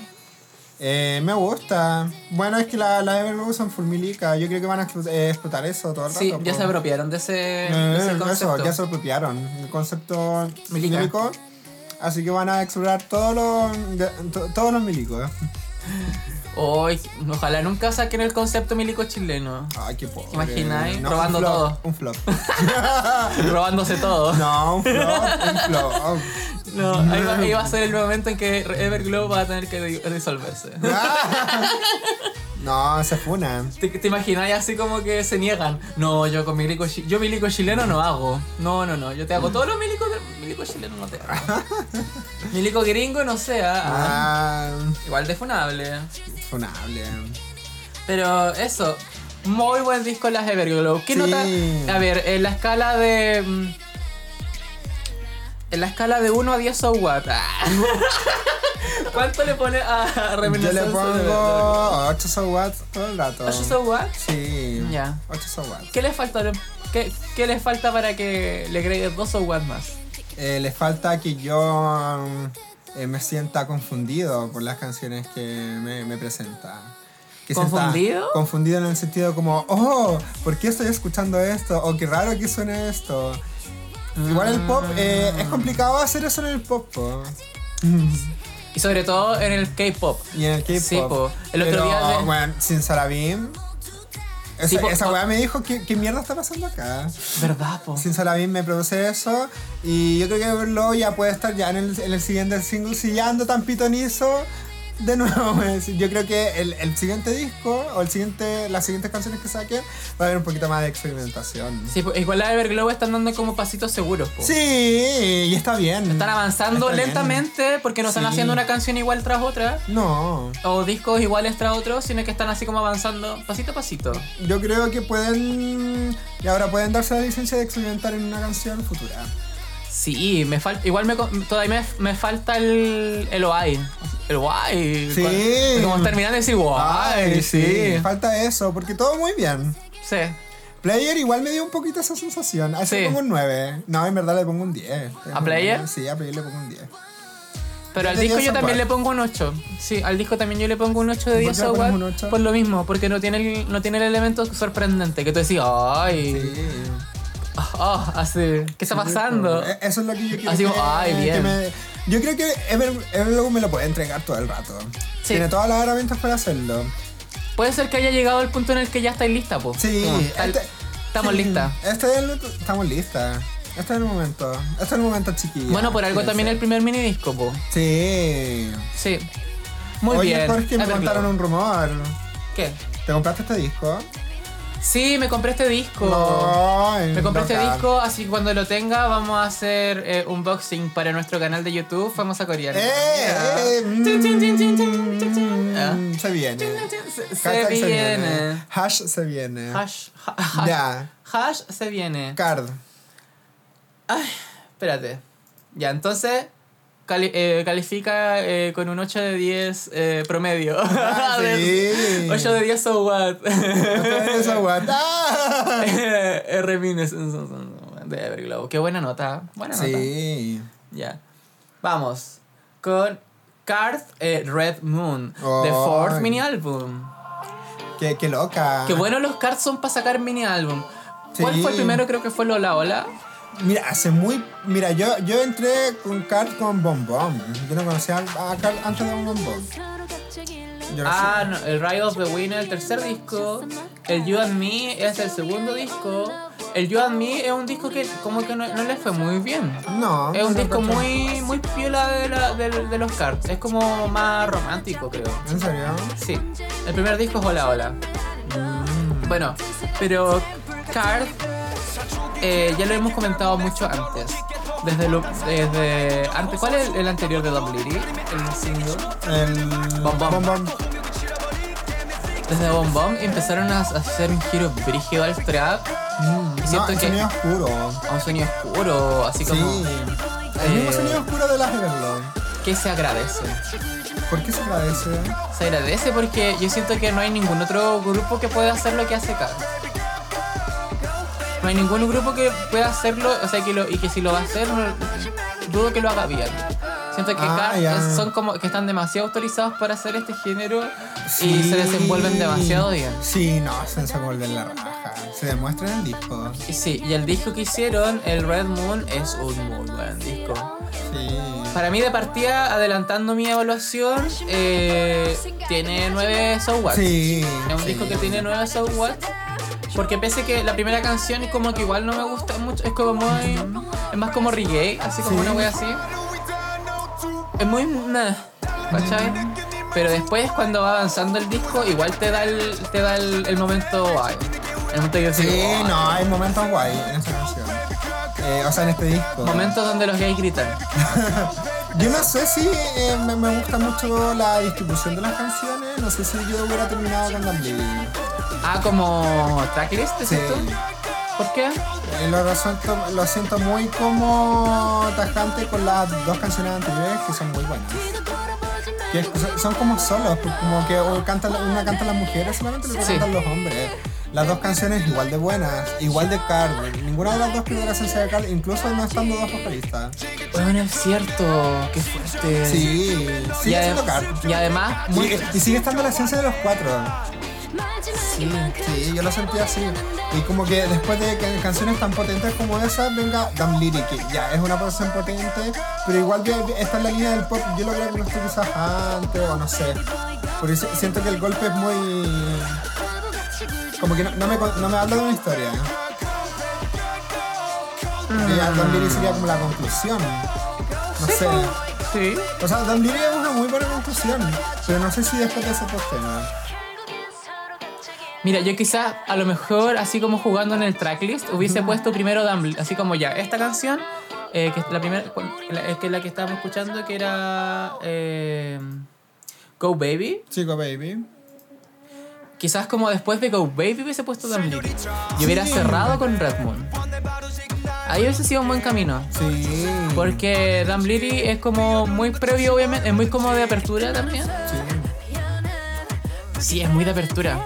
Eh, me gusta. Bueno, es que la, la Everglow son fulmilica. Yo creo que van a explo- eh, explotar eso todo el rato. Sí, ya po. se apropiaron de ese, de Eh, ese eso, concepto. ya se apropiaron. El concepto Milica. milico. Así que van a explorar todos los, de- to- todos los milicos. Hoy, ojalá nunca saquen el concepto milico chileno, Ay, qué pobre. imagináis? No, Robando un flop, todo. Un flop. robándose todo. No, un flop, un flop. No, ahí va, ahí va a ser el momento en que Everglow va a tener que di- disolverse. No, se funa. ¿Te, te imagináis así como que se niegan? No, yo con milico, chi- yo milico chileno no hago. No, no, no, yo te hago todos los milicos del- milico chileno no te hago. Milico gringo no sea. Ah, Igual de funable. funable. Pero eso, muy buen disco las Everglow. ¿Qué Sí. nota? A ver, en la escala de. mm, En la escala de 1 a 10 so what? Ah. ¿Cuánto le pone a Yo Reminiscence? le pongo 8 so what todo el rato. 8 so what? Sí. Ya. 8 so what. ¿Qué le falta? ¿Qué, qué le falta para que le crees 2 so what más? Eh, le falta que yo mm, eh, me sienta confundido por las canciones que me, me presenta. Que sienta ¿Confundido? confundido en el sentido como, oh, ¿por qué estoy escuchando esto? O qué raro que suene esto. Igual el pop, eh, es complicado hacer eso en el pop. po. Y sobre todo en el K-pop. Y en el K-pop. Sí, po. El otro Pero, día de- bueno, sin Sarabim. Esa, Sí, po- esa po- weá me dijo, ¿qué, ¿qué mierda está pasando acá? ¿Verdad, po? Sin Salamín me produce eso. Y yo creo que verlo ya puede estar ya en el, en el siguiente single. Si ya ando tan pitonizo, de nuevo. es- Yo creo que el, el siguiente disco o el siguiente, las siguientes canciones que saquen va a haber un poquito más de experimentación. Sí, po, Igual las Everglow están dando como pasitos seguros, po. Sí, y está bien. Están avanzando Está bien. lentamente porque no están Sí. haciendo una canción igual tras otra. No. o discos iguales tras otros, sino que están así como avanzando pasito a pasito. Yo creo que pueden. Y ahora pueden darse la licencia de experimentar en una canción futura. Sí, me falta, igual me, co- todavía me, me falta el, el OI. El OI. Sí. cuando- Como terminando de decir OI. sí. Falta eso, porque todo muy bien. Sí. Player igual me dio un poquito esa sensación. Así Sí. le pongo un 9. No, en verdad le pongo un 10. ¿A Player? Sí, a Player le pongo un 10. Pero Yo al tenía disco yo esa parte. también le pongo un 8. Sí, al disco también yo le pongo un 8 de ¿Por 10 qué le pones software. un 8? Por lo mismo, porque no tiene el, no tiene el elemento sorprendente que tú decís, Sí. ¡ay! ah, ah", así, ¿Qué está pasando? E- Eso es lo que yo quiero. Así como, que- ay, que bien. me- yo creo que Ever- Everlow me lo puede entregar todo el rato. Sí. Tiene todas las herramientas para hacerlo. Puede ser que haya llegado el punto en el que ya estáis lista, po. Sí, Como, tal- este- Estamos listas. Este es el, estamos listas. Este es el momento. Este es el momento, chiquillos. Bueno, por algo también el primer mini disco, po. Sí. Sí. Muy Oye, bien. Jorge, A me ver, contaron Globo. un rumor. ¿Qué? ¿Te compraste este disco? Sí, me compré este disco. No, Me compré este loca. disco, así que cuando lo tenga vamos a hacer eh, unboxing para nuestro canal de YouTube Famosa Coreana. Yeah. ¡Eh! eh, Tin, tin, tin, tin, tin, tin, tin. Ah. mm, Se viene. Se, se Hashtag viene. Hash se viene. Hash, ha- hash, Ya. hash se viene. Card. Espérate. Ya, entonces cali- eh, califica eh, con un 8 de 10 eh, promedio. Ah, sí. 8 de 10 so what. Esa guata. R minus de Everglow. Qué buena nota. ¿eh? Buena nota. Sí. Ya. Vamos con Card eh, Red Moon, The Ay. Fourth Mini Album. Qué, qué loca. Qué bueno los cards son para sacar mini álbum. Ah. Sí. ¿Cuál fue el primero? Creo que fue Lola Ola. Mira, hace muy. Mira, yo, yo entré con Card con Bombón. Yo no conocía a, a Card antes de Bombón. Yo no Ah, no, el Ride of the Winner, el tercer disco. El You and Me es el segundo disco. El You and Me es un disco que como que no, no le fue muy bien. sé. Ah, No. Es un no disco encontré. muy, muy piola de, la- de- de los cards. Es como más romántico, creo. ¿En serio? Sí. El primer disco es Hola Hola. Bueno, pero Card eh, ya lo hemos comentado mucho antes. Desde, lo- desde antes, ¿cuál es el, el anterior de Double Liri? El single. El. Bombón. Bombón. Desde Bomb Bomb empezaron a hacer un giro brígido al trap. Y Mm, No, siento el que sonido oscuro. a un sonido oscuro, así Sí. como El mismo eh, sonido oscuro de las Everlong. que se agradece. ¿Por qué se agradece? Se agradece porque yo siento que no hay ningún otro grupo que pueda hacer lo que hace Card. No hay ningún grupo que pueda hacerlo, o sea, que lo, y que si lo va a hacer, no- dudo que lo haga bien. Siento que Ah, Card ya. es- son como que están demasiado autorizados para hacer este género y Sí. se desenvuelven demasiado bien. Sí, no, se desenvuelven la raja. Se demuestra en el disco. Y sí, y el disco que hicieron, el Red Moon, es un muy buen disco. Sí. Para mí, de partida, adelantando mi evaluación, eh, tiene 9 so what. Sí. Es un disco que tiene 9 so what. Porque pese que la primera canción es como que igual no me gusta mucho, es como muy. Es más como reggae, así como Sí. una wea así. Es muy. meh, ¿cachai? Pero después, cuando va avanzando el disco, igual te da el, te da el, el momento. guay. el momento que yo Sí, digo, "Oh, no, hay momentos guay en esta canción. Eh, o sea, en este disco. Momentos donde los gays gritan. Yo no sé si eh, me, me gusta mucho la distribución de las canciones. No sé si yo hubiera terminado con Dumbledore. Ah, como tracklist, ¿es Sí. esto? ¿Por qué? Eh, lo, siento, lo siento muy como tajante con las dos canciones anteriores que son muy buenas. Que son- son como solos, pues, como que o canta la- una canta las mujeres, solamente lo Sí. cantan los hombres. Las dos canciones igual de buenas, igual de Carl. Ninguna de las dos tiene la esencia de Carl, incluso no estando dos vocalistas. Bueno, es cierto. Qué fuerte. Sí, Y, sigue ade- siendo Carl. y además, muy- Y, y sigue estando la esencia de los cuatro. Sí, Sí, yo lo sentí así. Y como que después de que canciones tan potentes como esa, venga Damn Lyric, que ya es una canción potente, pero igual que está en la línea del pop, yo lo creo que no estoy quizás antes o no sé. Por eso siento que el golpe es muy... Como que no, no me, con- no me habla de una historia. Y ya Damn Lyric sería como la conclusión. No sé. sí. O sea, Damn Lyric es una muy buena conclusión, pero no sé si después de esos dos temas. Mira, yo quizás a lo mejor, así como jugando en el tracklist, hubiese puesto primero Dumbledore, así como ya, esta canción, eh, que es la primera, cual- la- es que es la que estábamos escuchando, que era eh, Go Baby. Chico Baby. Quizás como después de Go Baby hubiese puesto Dumbledore. Y hubiera cerrado con Red Moon. Ahí hubiese sido un buen camino. Sí. Porque Dumbledore es como muy previo, obviamente, es muy como de apertura también. Sí. Sí, es muy de apertura.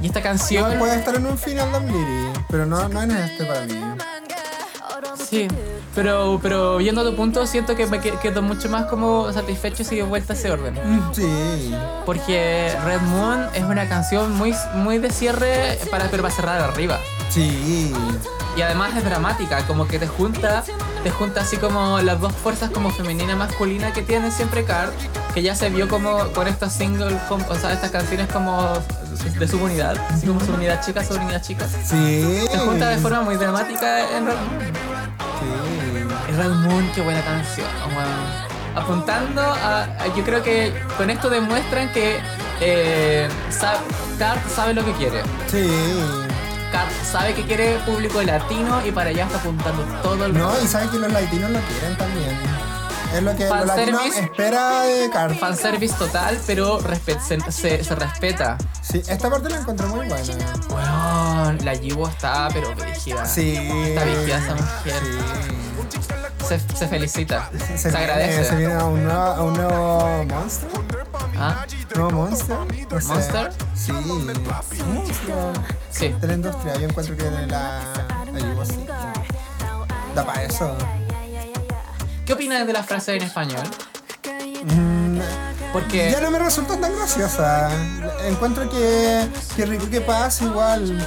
Y esta Igual canción, puede estar en un final de Amiri, pero no, no en este para mí. sí. Pero, pero yendo a tu punto, siento que me que- quedo mucho más como satisfecho si de vuelta a ese orden. Mm, Sí, Porque Red Moon es una canción muy, muy de cierre, para, pero para cerrar arriba. sí. Y además es dramática, como que te junta te junta así como las dos fuerzas como femenina y masculina que tiene siempre Card, que ya se vio como con estos singles, como- o sea, estas canciones como de subunidad, así como subunidad chica, subunidad chica. Sí. Se junta de forma muy dramática en Red Moon. Sí. Y Red Moon, qué buena canción, weón. Apuntando a, a- Yo creo que con esto demuestran que eh, sa- Card sabe lo que quiere. Sí. Kat sabe que quiere público latino y para allá está apuntando todo el No, y sabe que los latinos lo quieren también. Es lo que los latinos Fanservice. espera de Card. Fanservice total, pero respet- se, se- se respeta. Sí, esta parte la encontré muy buena. Weón, la Yibo está, pero brígida. Sí. Está vigía esa mujer. Sí. Se, se felicita. Se, viene- agradece. Se viene a un nuevo, a un nuevo monstruo. ¿Ah? ¿Nuevo monstruo? No sé. ¿Monster? Sí. Monstruo. Sí. De la industria. Yo encuentro que la. La Yugo sí. Da para eso. ¿Qué opinas de las frases en español? Mm, Porque. Ya no me resulta tan graciosa. Encuentro que, que rico que pasa igual.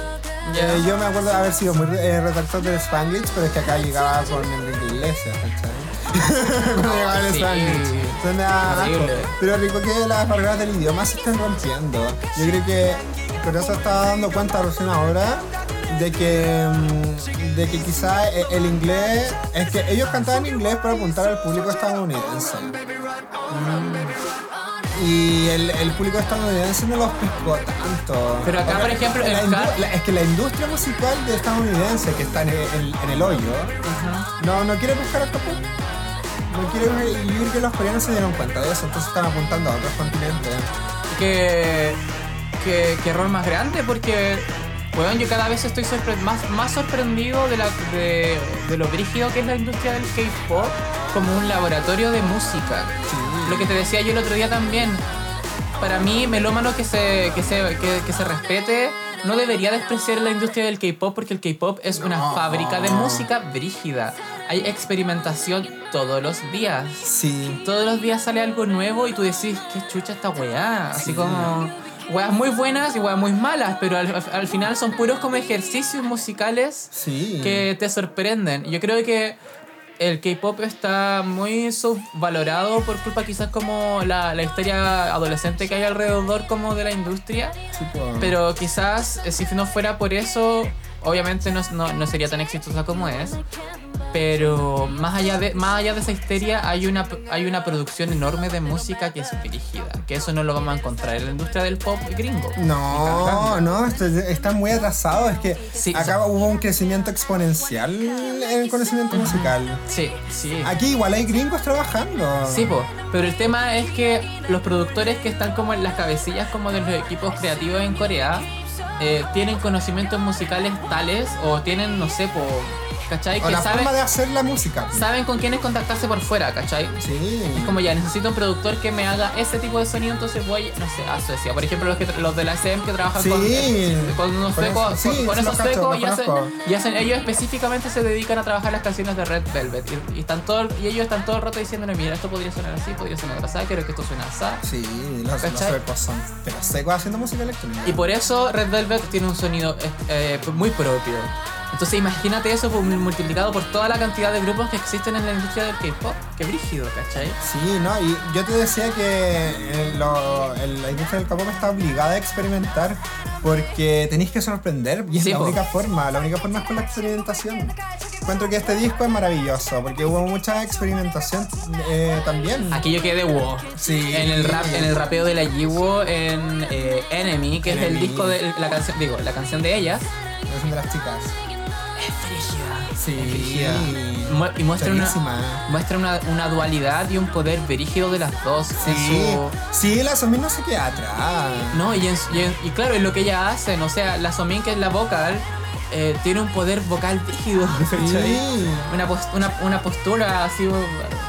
Ya. Eh, yo me acuerdo de haber sido muy eh, retractor del Spanglish, pero es que acá llegaba con Enrique Iglesias, ¿cachai? Cuando llegaba el Sí. Spanglish. Entonces me da asco. Horrible. Pero rico que las barreras del idioma se están rompiendo. Yo creo que por eso estaba dando cuenta recién ahora de que mm, de que quizá e- el inglés es que ellos cantaban inglés para apuntar al público estadounidense y el, el público estadounidense no los pescó tanto. Pero acá, Porque por ejemplo, la el indu- car- la- es que la industria musical de estadounidense que está en el, en- en el hoyo, Ajá. no, no quiere pescar a Japón. No quiere y yo creo que los coreanos se dieron cuenta de eso, entonces están apuntando a otros continentes. que, que, que error más grande porque weón, yo cada vez estoy sorpre- más, más sorprendido de, la, de, de lo brígido que es la industria del K-pop como un laboratorio de música. Sí. Lo que te decía yo el otro día también. Para mí, melómano que se, que se, que, que se respete no debería despreciar la industria del K-pop porque el K-pop es una No. fábrica de música brígida. Hay experimentación todos los días Sí. todos los días sale algo nuevo y tú decís, qué chucha esta weá. Así como, weas muy buenas y weas muy malas, pero al, al final son puros como ejercicios musicales Sí. que te sorprenden. Yo creo que el K-pop está muy subvalorado por culpa quizás como la, la historia adolescente que hay alrededor como de la industria. Sí, pues. po. Pero quizás eh, si no fuera por eso, obviamente no, no- no sería tan exitosa como es. Pero más allá de, más allá de esa histeria, hay una, hay una producción enorme de música que es dirigida. Que eso no lo vamos a encontrar en la industria del pop gringo. Ni No, cagando. no, esto- está muy atrasado. Es que Sí, acá hubo un crecimiento exponencial en el conocimiento musical. Sí, sí. Aquí igual hay gringos trabajando. Sí, po. pero el tema es que los productores que están como en las cabecillas como de los equipos creativos en Corea eh, tienen conocimientos musicales tales o tienen, no sé, po, ¿cachai? o que la saben- forma de hacer la música. saben con quiénes contactarse por fuera, ¿cachai? Sí. Es como ya, necesito un productor que me haga ese tipo de sonido, entonces voy, no sé, a Suecia. Por ejemplo, los, que, tra- los de la SM que trabajan Sí. con, con unos Con suecos, eso- sí, con, con sí esos los cacho, suecos, los y hacen, conozco. y hacen- ellos específicamente se dedican a trabajar las canciones de Red Velvet. Y, y están todo, y ellos están todo el rato diciéndole, mira, esto podría sonar así, podría sonar así, creo que esto suena así. Sí, los, los ¿Cachai? suecos pues, son. Pero suecos haciendo música electrónica. Y por eso Red Velvet tiene un sonido eh, eh, muy propio. Entonces imagínate eso por- multiplicado por toda la cantidad de grupos que existen en la industria del K-pop. Qué brígido, ¿cachai? Sí, ¿no? Y yo te decía que eh, lo- el- la industria del K-pop está obligada a experimentar porque tenéis que sorprender y es Sí, la po. única forma. La única forma es con la experimentación. Encuentro que este disco es maravilloso porque hubo mucha experimentación eh, también. Aquí yo quedé wow. Sí. En el rap, en el rapeo de la Yiwo en eh, Enemy, que es el Enemy. disco de la canción, digo, la canción de ellas. Es una de las chicas. Sí. Mu- Y muestra una, Buenísima. muestra una, una dualidad y un poder brígido de las dos. Sí, en su- sí, la Somi no se queda atrás. No, y, en- y en- y claro, es lo que ellas hacen. O sea, la Somin, que es la vocal, eh, tiene un poder vocal brígido. ¿cachai? Sí. Una, post- una, una postura así uh,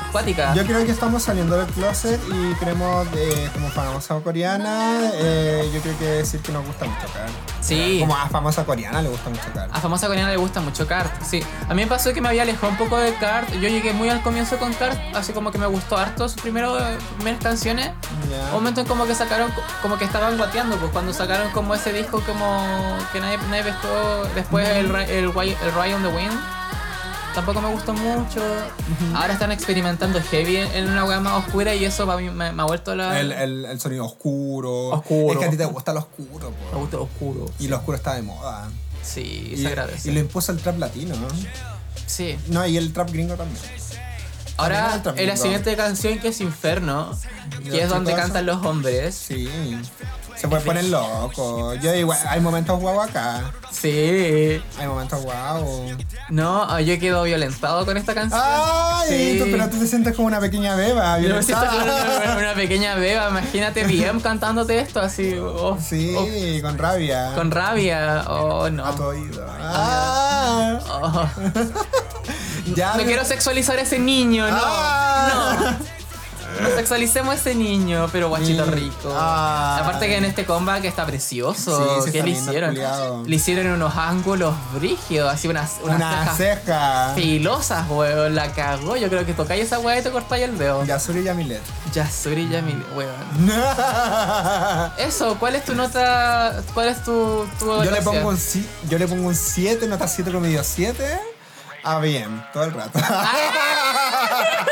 acuática. Yo creo que estamos saliendo del closet y creemos de, como famosa coreana, eh, yo creo que decir que nos gusta mucho Car. sí. Como a famosa coreana le gusta mucho Car. A famosa coreana le gusta mucho Cart, sí. A mí me pasó que me había alejado un poco de Cart. Yo llegué muy al comienzo con Cart, así como que me gustó harto sus primero- primeras canciones. Ya. Un momento en como que sacaron, como que estaban guateando, pues cuando sacaron como ese disco como que nadie, nadie pescó, después el, Ri- el, Wi- el Ride on the Wind. tampoco me gustó mucho. Ahora están experimentando heavy en, en una weá más oscura y eso para mí me, me ha vuelto la. El, el- el sonido oscuro. Oscuro. Es que a ti te gusta lo oscuro, po. Me gusta lo oscuro. Y lo oscuro está de moda. Sí, Y, se agradece. y lo impuso el trap latino, ¿no? Sí. No, y el trap gringo también. También Ahora, otra, en la bro. siguiente canción que es Inferno, Yo que es estoy donde todo cantan los hombres. Sí. Se puede poner loco. Yo digo, hay momentos guau acá. Sí. Hay momentos guau. No, ah, yo quedo violentado con esta canción. ¡Ay! Sí. tú- pero tú te sientes como una pequeña beba. Ah. Yo me siento violentada. como una, una pequeña beba, imagínate bien cantándote esto así. oh, Sí, oh, con rabia. con rabia. Oh, no. a tu oído. Ah, Oh. ya. No quiero sexualizar a ese niño, no. Ah. No. No sexualicemos a ese niño, pero guachito Mm. rico. Ah. Aparte que en este comeback está precioso. Sí, sí, ¿Qué está lindo le el hicieron? culiao. Le hicieron unos ángulos brígidos, así unas, unas Una cejas ceja. filosas, weón. La cagó. Yo creo que tocáis esa weá y te cortáis el dedo. Yasuri Yamilet. Yasuri Yamil, weón. Eso, ¿cuál es tu nota? ¿Cuál es tu, tu Yo le evaluación? pongo un si- yo le pongo un 7, nota 7 con medio 7. Ah, bien, todo el rato. Ah,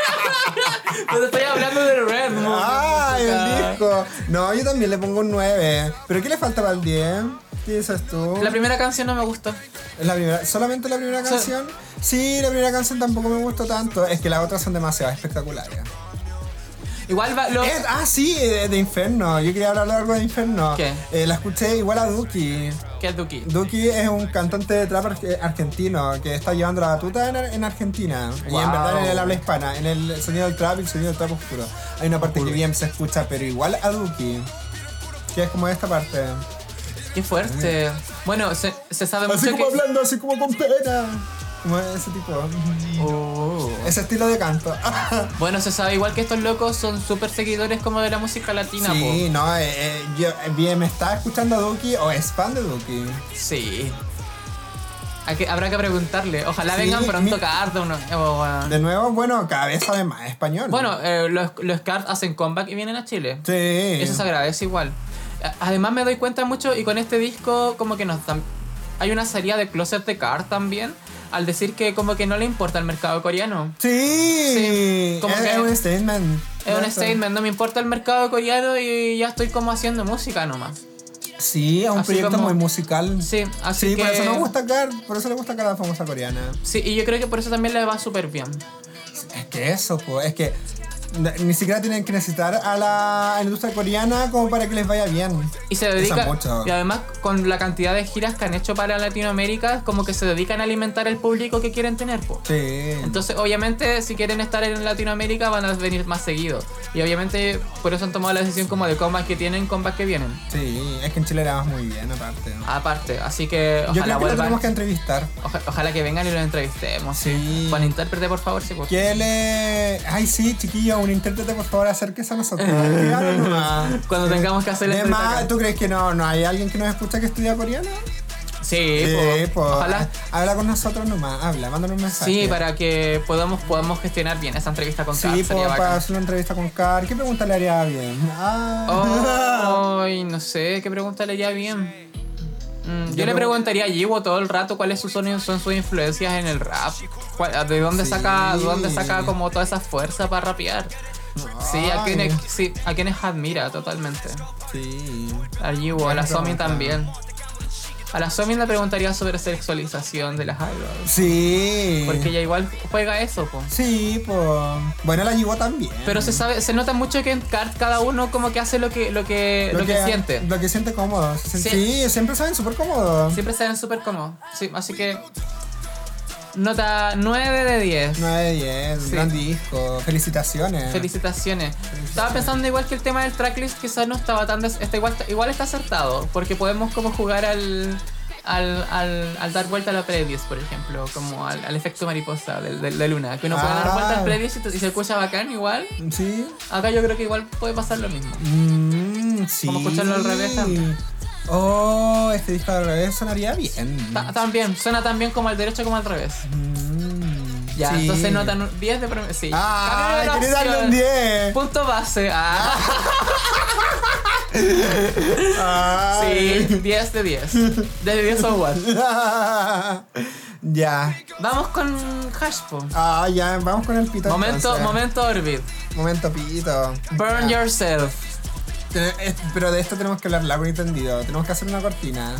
Pero te estoy hablando de Red Moon. ¡Ay, música. el disco! No, yo también le pongo un 9. ¿Pero qué le falta para el 10? ¿Qué dices tú? La primera canción no me gustó. ¿Es la primera- ¿Solamente la primera Sol- canción? Sí, la primera canción tampoco me gustó tanto. Es que las otras son demasiado espectaculares. Igual va, lo- Eh, ah, sí, de, de Inferno. Yo quería hablar algo de Inferno. ¿Qué? Eh, la escuché igual a Duki. que el Duki. Duki es un cantante de trap ar- argentino que está llevando la batuta en, en Argentina. Y Wow. en verdad en el habla hispana, en el sonido del trap y el sonido del trap oscuro. Hay una parte que bien se escucha, pero igual a Duki. Que es como esta parte. Qué fuerte. Bueno, se, se sabe Así mucho como que... hablando, así como con pena. Como ese tipo. Oh. Ese estilo de canto. Bueno, se sabe igual que estos locos son súper seguidores como de la música latina, Sí, no, eh, eh, yo, eh, bien, me está escuchando Duki o es fan de Duki. po. Sí. Hay que- habrá que preguntarle. Ojalá Sí, vengan pronto mi- Card. uno- oh, bueno. De nuevo, bueno, cada vez sabe más español. Bueno, eh, los, los Card hacen comeback y vienen a Chile. sí. Eso se agradece igual. A- Además me doy cuenta mucho y con este disco como que nos dan... Hay una salida de Closet de Card también al decir que como que no le importa el mercado coreano. Sí. Sí, como es, que- es un statement. Es un Eso. statement, no me importa el mercado coreano y ya estoy como haciendo música nomás. Sí, es un Así proyecto como- muy musical. Sí, así Sí, por que- eso nos gusta Car, por eso le gusta Car a la famosa coreana. Sí, y yo creo que por eso también le va súper bien. Es que eso, po, es que n- ni siquiera tienen que necesitar a la industria coreana como para que les vaya bien. Y se Eso dedica... mucho. Y además con la cantidad de giras que han hecho para Latinoamérica, es como que se dedican a alimentar el público que quieren tener. po. Sí. Entonces, obviamente, si quieren estar en Latinoamérica, van a venir más seguido. Y obviamente, por eso han tomado la decisión como de combats que tienen, combats que vienen. Sí, es que en Chile le vamos muy bien aparte. Aparte, así que Yo ojalá creo que lo vuelvan. tenemos que entrevistar. Oja- ojalá que vengan y los entrevistemos. Sí. Juan, intérprete, por favor, sí, por- Que le... Ay, sí, chiquillo, un intérprete, por favor, acérquese a nosotros. Claro, nomás. Cuando tengamos que hacer la De entrevista más, acá. ¿tú crees que no, no hay alguien que nos escucha que estudia coreano? Sí, Sí, po. pues. Ojalá. Habla con nosotros nomás, habla, mándanos un mensaje. Sí, para que podamos, podamos gestionar bien esa entrevista con Ah, Sí, Kat, pues, sería para bacán. hacer una entrevista con Car. ¿Qué pregunta le haría bien? Ah. Ay, no sé, ¿qué pregunta le haría bien? Mm, yo, Yo le pregun- preguntaría a Jiwo todo el rato cuáles sus sonidos son sus influencias en el rap. ¿Cuál- ¿De dónde Sí. saca de dónde saca como toda esa fuerza para rapear? Sí, a Ay. quienes, sí, a quienes admira totalmente. Sí. A Jiwo, a la Buena Somin pregunta. también. A la Somin le preguntaría sobre sexualización de las idols. Sí. Porque ella igual juega eso, po. Sí, pues. Bueno, la llevó también. Pero se sabe, se nota mucho que en Card cada uno como que hace lo que, lo que, lo que siente. Lo que siente cómodo. Se Sí. siente- Sí, siempre saben súper cómodo. Siempre se ven súper cómodos. Sí, así que. Nota 9 de 10. 9 de 10, Sí. gran disco. Felicitaciones. Felicitaciones. Estaba pensando igual que el tema del tracklist, quizás no estaba tan. des- Está igual, igual está acertado, porque podemos como jugar al. Al, al, al dar vuelta a la playlist, por ejemplo, como al, al efecto mariposa del- del- de, Luna, que uno puede dar Ah. vuelta al playlist y, te- y se escucha bacán igual. Sí. Acá yo creo que igual puede pasar lo mismo. Mmm, sí. Como escucharlo al revés también. Oh, este disco al revés sonaría bien. Ta- también, suena tan bien como al derecho como al revés. Mm, Ya, sí. entonces notan un- 10 de promedio. Sí. Ah, Cámbiame la quería darle un opción. 10. Punto base. Ah. Sí, Ah, Ay. 10 de 10. De 10 o what. ya. Vamos con Hashpo. Ah, ya, vamos con el pito. Momento, entonces. momento Orbit. Momento pito. Burn Ya. yourself. Te- eh, Pero de esto tenemos que hablar largo y tendido. Tenemos que hacer una cortina.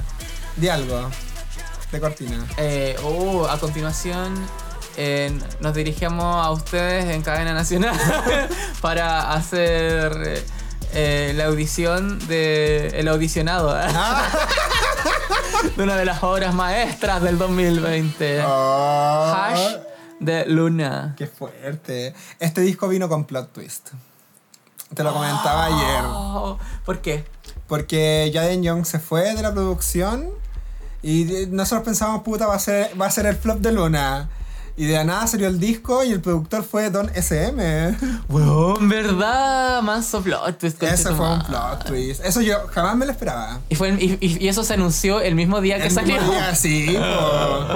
De algo. De cortina. Eh, uh, a continuación eh, nos dirigimos a ustedes en cadena nacional para hacer eh, eh, la audición de el audicionado Ah. ¿eh? de una de las obras maestras del 2020. Oh, Hash de Luna. Qué fuerte. Este disco vino con plot twist. Te lo comentaba ayer. Oh, ¿Por qué? Porque Jaden Young se fue de la producción y de- nosotros pensábamos, puta, va a ser, va a ser el flop de Luna. Y de la nada salió el disco y el productor fue Don SM. Weón, verdad, manso plot twist. Ese fue un conchetumare. plot twist. Eso yo jamás me lo esperaba. Y, fue el- y, y- y eso se anunció el mismo día que El mismo salió. día, sí, po.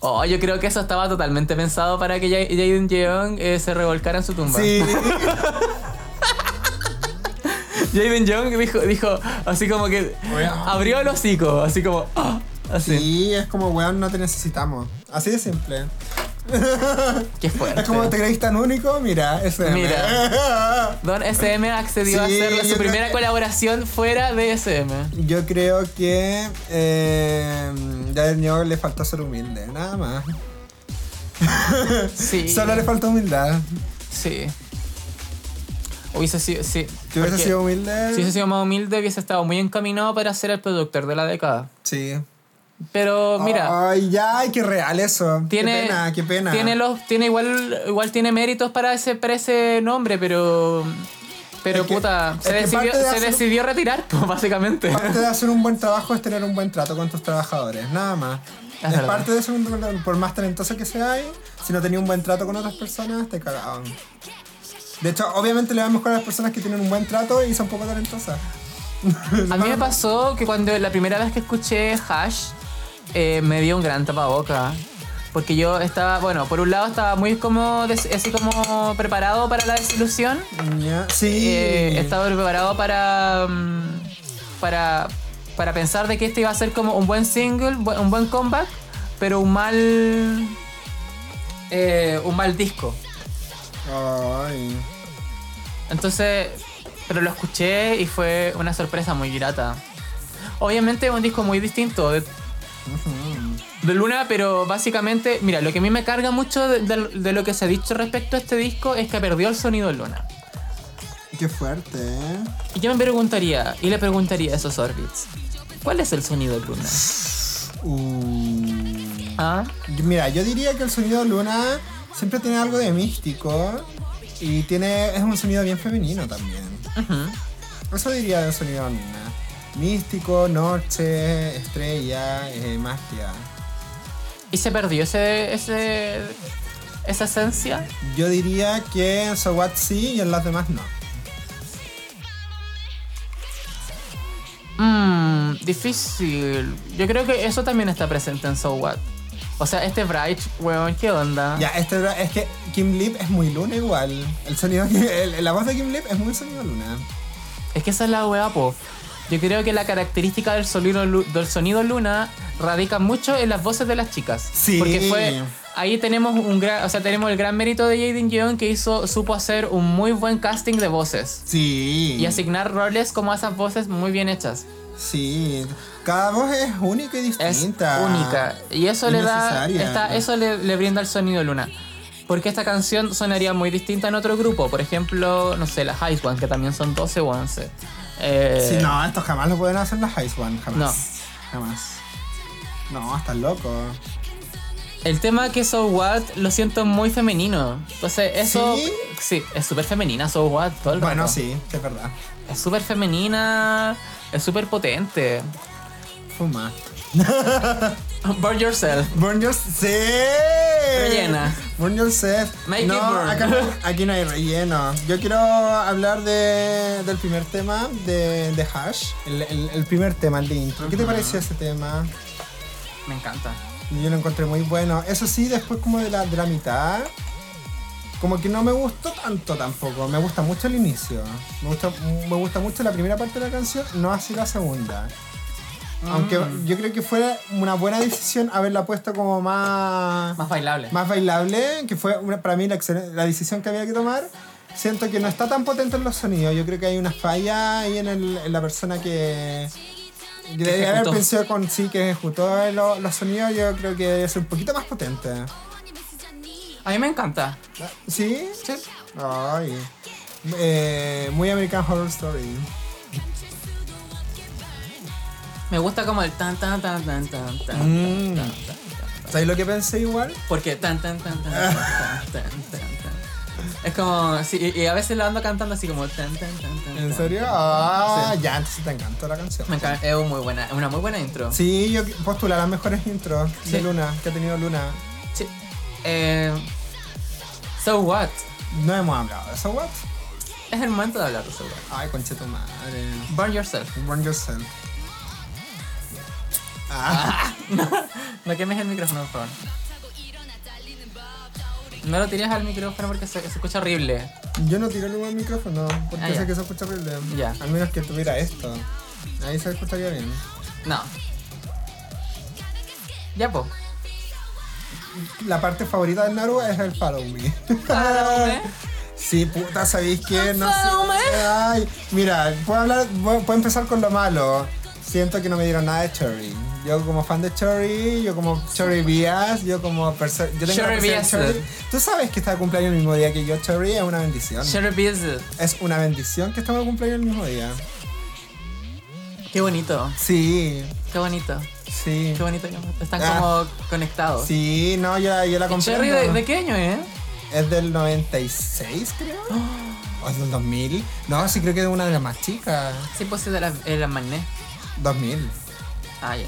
Oh, yo creo que eso estaba totalmente pensado para que Ja- Jaden Young eh, se revolcara en su tumba. Sí. Jaden Young dijo, dijo así como que Weón. abrió el hocico, así como. ah, así. Sí, es como, weón, no te necesitamos. Así de simple. Qué fuerte. Es como, ¿te creís tan único? Mira, ese. Mira. Don SM accedió a Sí, hacer yo su primera creo que- colaboración fuera de SM. Yo creo que eh, Jaden Young le faltó ser humilde, nada más. Sí. Solo le faltó humildad. Sí. Hubiese sido. Sí. Si hubiese porque sido humilde. si hubiese sido más humilde, hubiese estado muy encaminado para ser el productor de la década. Sí. Pero mira. Ay, ya, ay, qué real eso. Tiene, Ah, qué pena, qué pena. Tiene los, tiene igual, igual tiene méritos para ese, para ese nombre, pero. Pero Es que- puta, es se, que decidió, parte de se hacer- decidió retirar, pues, básicamente. Parte de hacer un buen trabajo es tener un buen trato con tus trabajadores, nada más. Es Es, verdad. parte de eso, por más talentoso que seas, si no tenías un buen trato con otras personas, te cagaban. De hecho, obviamente le va mejor a las personas que tienen un buen trato y son poco talentosas. A mí me pasó que cuando la primera vez que escuché Hash, eh, me dio un gran tapaboca. Porque yo estaba, bueno, por un lado estaba muy como, des- así como preparado para la desilusión. Ya, Sí. Eh, estaba preparado para, mm, para para pensar de que este iba a ser como un buen single, bu- un buen comeback, pero un mal eh, un mal disco. Ay. Entonces, pero lo escuché y fue una sorpresa muy grata. Obviamente es un disco muy distinto de, de Luna, pero básicamente, mira, lo que a mí me carga mucho de, de- de lo que se ha dicho respecto a este disco es que perdió el sonido de Luna. Qué fuerte, ¿eh? Y yo me preguntaría, y le preguntaría a esos Orbits, ¿cuál es el sonido de Luna? Uh. ¿Ah? Yo- Mira, yo diría que el sonido de Luna siempre tiene algo de místico y tiene es un sonido bien femenino también. Eso diría del sonido de Luna. Místico, noche, estrella, eh, magia. ¿Y se perdió ese, ese, esa esencia? Yo diría que en So What sí y en las demás no. Mmm, difícil. Yo creo que eso también está presente en So What. O sea, este Bright, weón, ¿qué onda? Ya, este era- es que Kim Lip es muy Luna igual. El sonido, que- el- la voz de Kim Lip es muy sonido Luna. Es que esa es la weá, po. Yo creo que la característica del sonido, lu- del sonido Luna radica mucho en las voces de las chicas. Sí. Porque fue. Ahí tenemos un gran. O sea, tenemos el gran mérito de Jaden Young que hizo, supo hacer un muy buen casting de voces. Sí. Y asignar roles como a esas voces muy bien hechas. Sí. Cada voz es única y Es distinta. única. Y eso le da. Innecesaria. está- eso le, le brinda el sonido Luna. Porque esta canción sonaría muy distinta en otro grupo. Por ejemplo, no sé, las Ice One, que también son 12 o 11. Eh, Sí, no, esto jamás lo pueden hacer las Ice One, jamás. No. Jamás. No, estás loco. El tema que So What lo siento muy femenino. Entonces, eso. ¿Sí? Sí, es súper femenina So What todo el Bueno, rato. sí, es verdad. Es súper femenina, es súper potente. Fuma. Burn yourself. Burn yourself. Rellena. Burn yourself. Make no, it burn. Acá, no- aquí no hay relleno. Yo quiero hablar de, del primer tema de, de Hash. El, el- el primer tema, el de intro. ¿Qué te pareció ese tema? Me encanta. Yo lo encontré muy bueno. Eso sí, después como de la, de la mitad, como que no me gustó tanto tampoco. Me gusta mucho el inicio. Me gusta, me gusta mucho la primera parte de la canción, no así la segunda. Aunque Mm. yo creo que fue una buena decisión haberla puesto como más, Más bailable. más bailable, que fue una- para mí la, excelen- la decisión que había que tomar. Siento que no está tan potente en los sonidos. Yo creo que hay una falla ahí en, el- en la persona que. que Debería haber Ejecutó. pensado con sí que ejecutó lo- los sonidos. Yo creo que es un poquito más potente. A mí me encanta. ¿Sí? Sí. Ay. Eh, muy American Horror Story. Me gusta como el tan tan tan tan tan tan. Mm. ¿Sabes lo que pensé igual? Porque tan tan tan tan tan tan tan, tan. Es como. sí, y- y a veces lo ando cantando así como tan tan tan tan. ¿En tan. serio? Ah, ya, entonces te encantó la canción. Me encanta. Es un muy buena, es una muy buena intro. Sí, yo postular las mejores intros de Sí. Luna, que ha tenido Luna. Sí. Eh, so what? No hemos hablado de eso, what? Es el momento de hablar de so what. Ay, conche tu madre. Burn yourself. Burn yourself. Ah, No quemes el micrófono, por favor. No lo tires al micrófono porque se, se escucha horrible. yo no tiré el buen micrófono, porque Ah, sé ya. que se escucha horrible. Ya. Al menos que tuviera esto. Ahí se escucharía bien. No. Ya, po. La parte favorita del Naru es el Follow Me. Follow Ah. me. Sí, puta, ¿sabéis qué? No Follow me. sé. Ay, mira, puedo, hablar, voy- puedo empezar con lo malo. Siento que no me dieron nada de Cherry. Yo como fan de Cherry, yo como Cherry Bias, yo como persona... Yo tengo una Cherry persona de Bias. Cherry. Tú sabes que está de cumpleaños el mismo día que yo, Cherry, es una bendición. Share business. Es una bendición que estamos de cumpleaños el mismo día. Qué bonito. Sí, Qué bonito. sí. Qué bonito. que Están Ah. como conectados. Sí, no, yo, la- yo la ¿Y compré. Cherry de, de qué año, eh? Es del 96, creo. ¿O es del 2000? No, sí creo que es una de las más chicas. Sí, pues es de la, eh, la Magné. 2000. Ah, ya.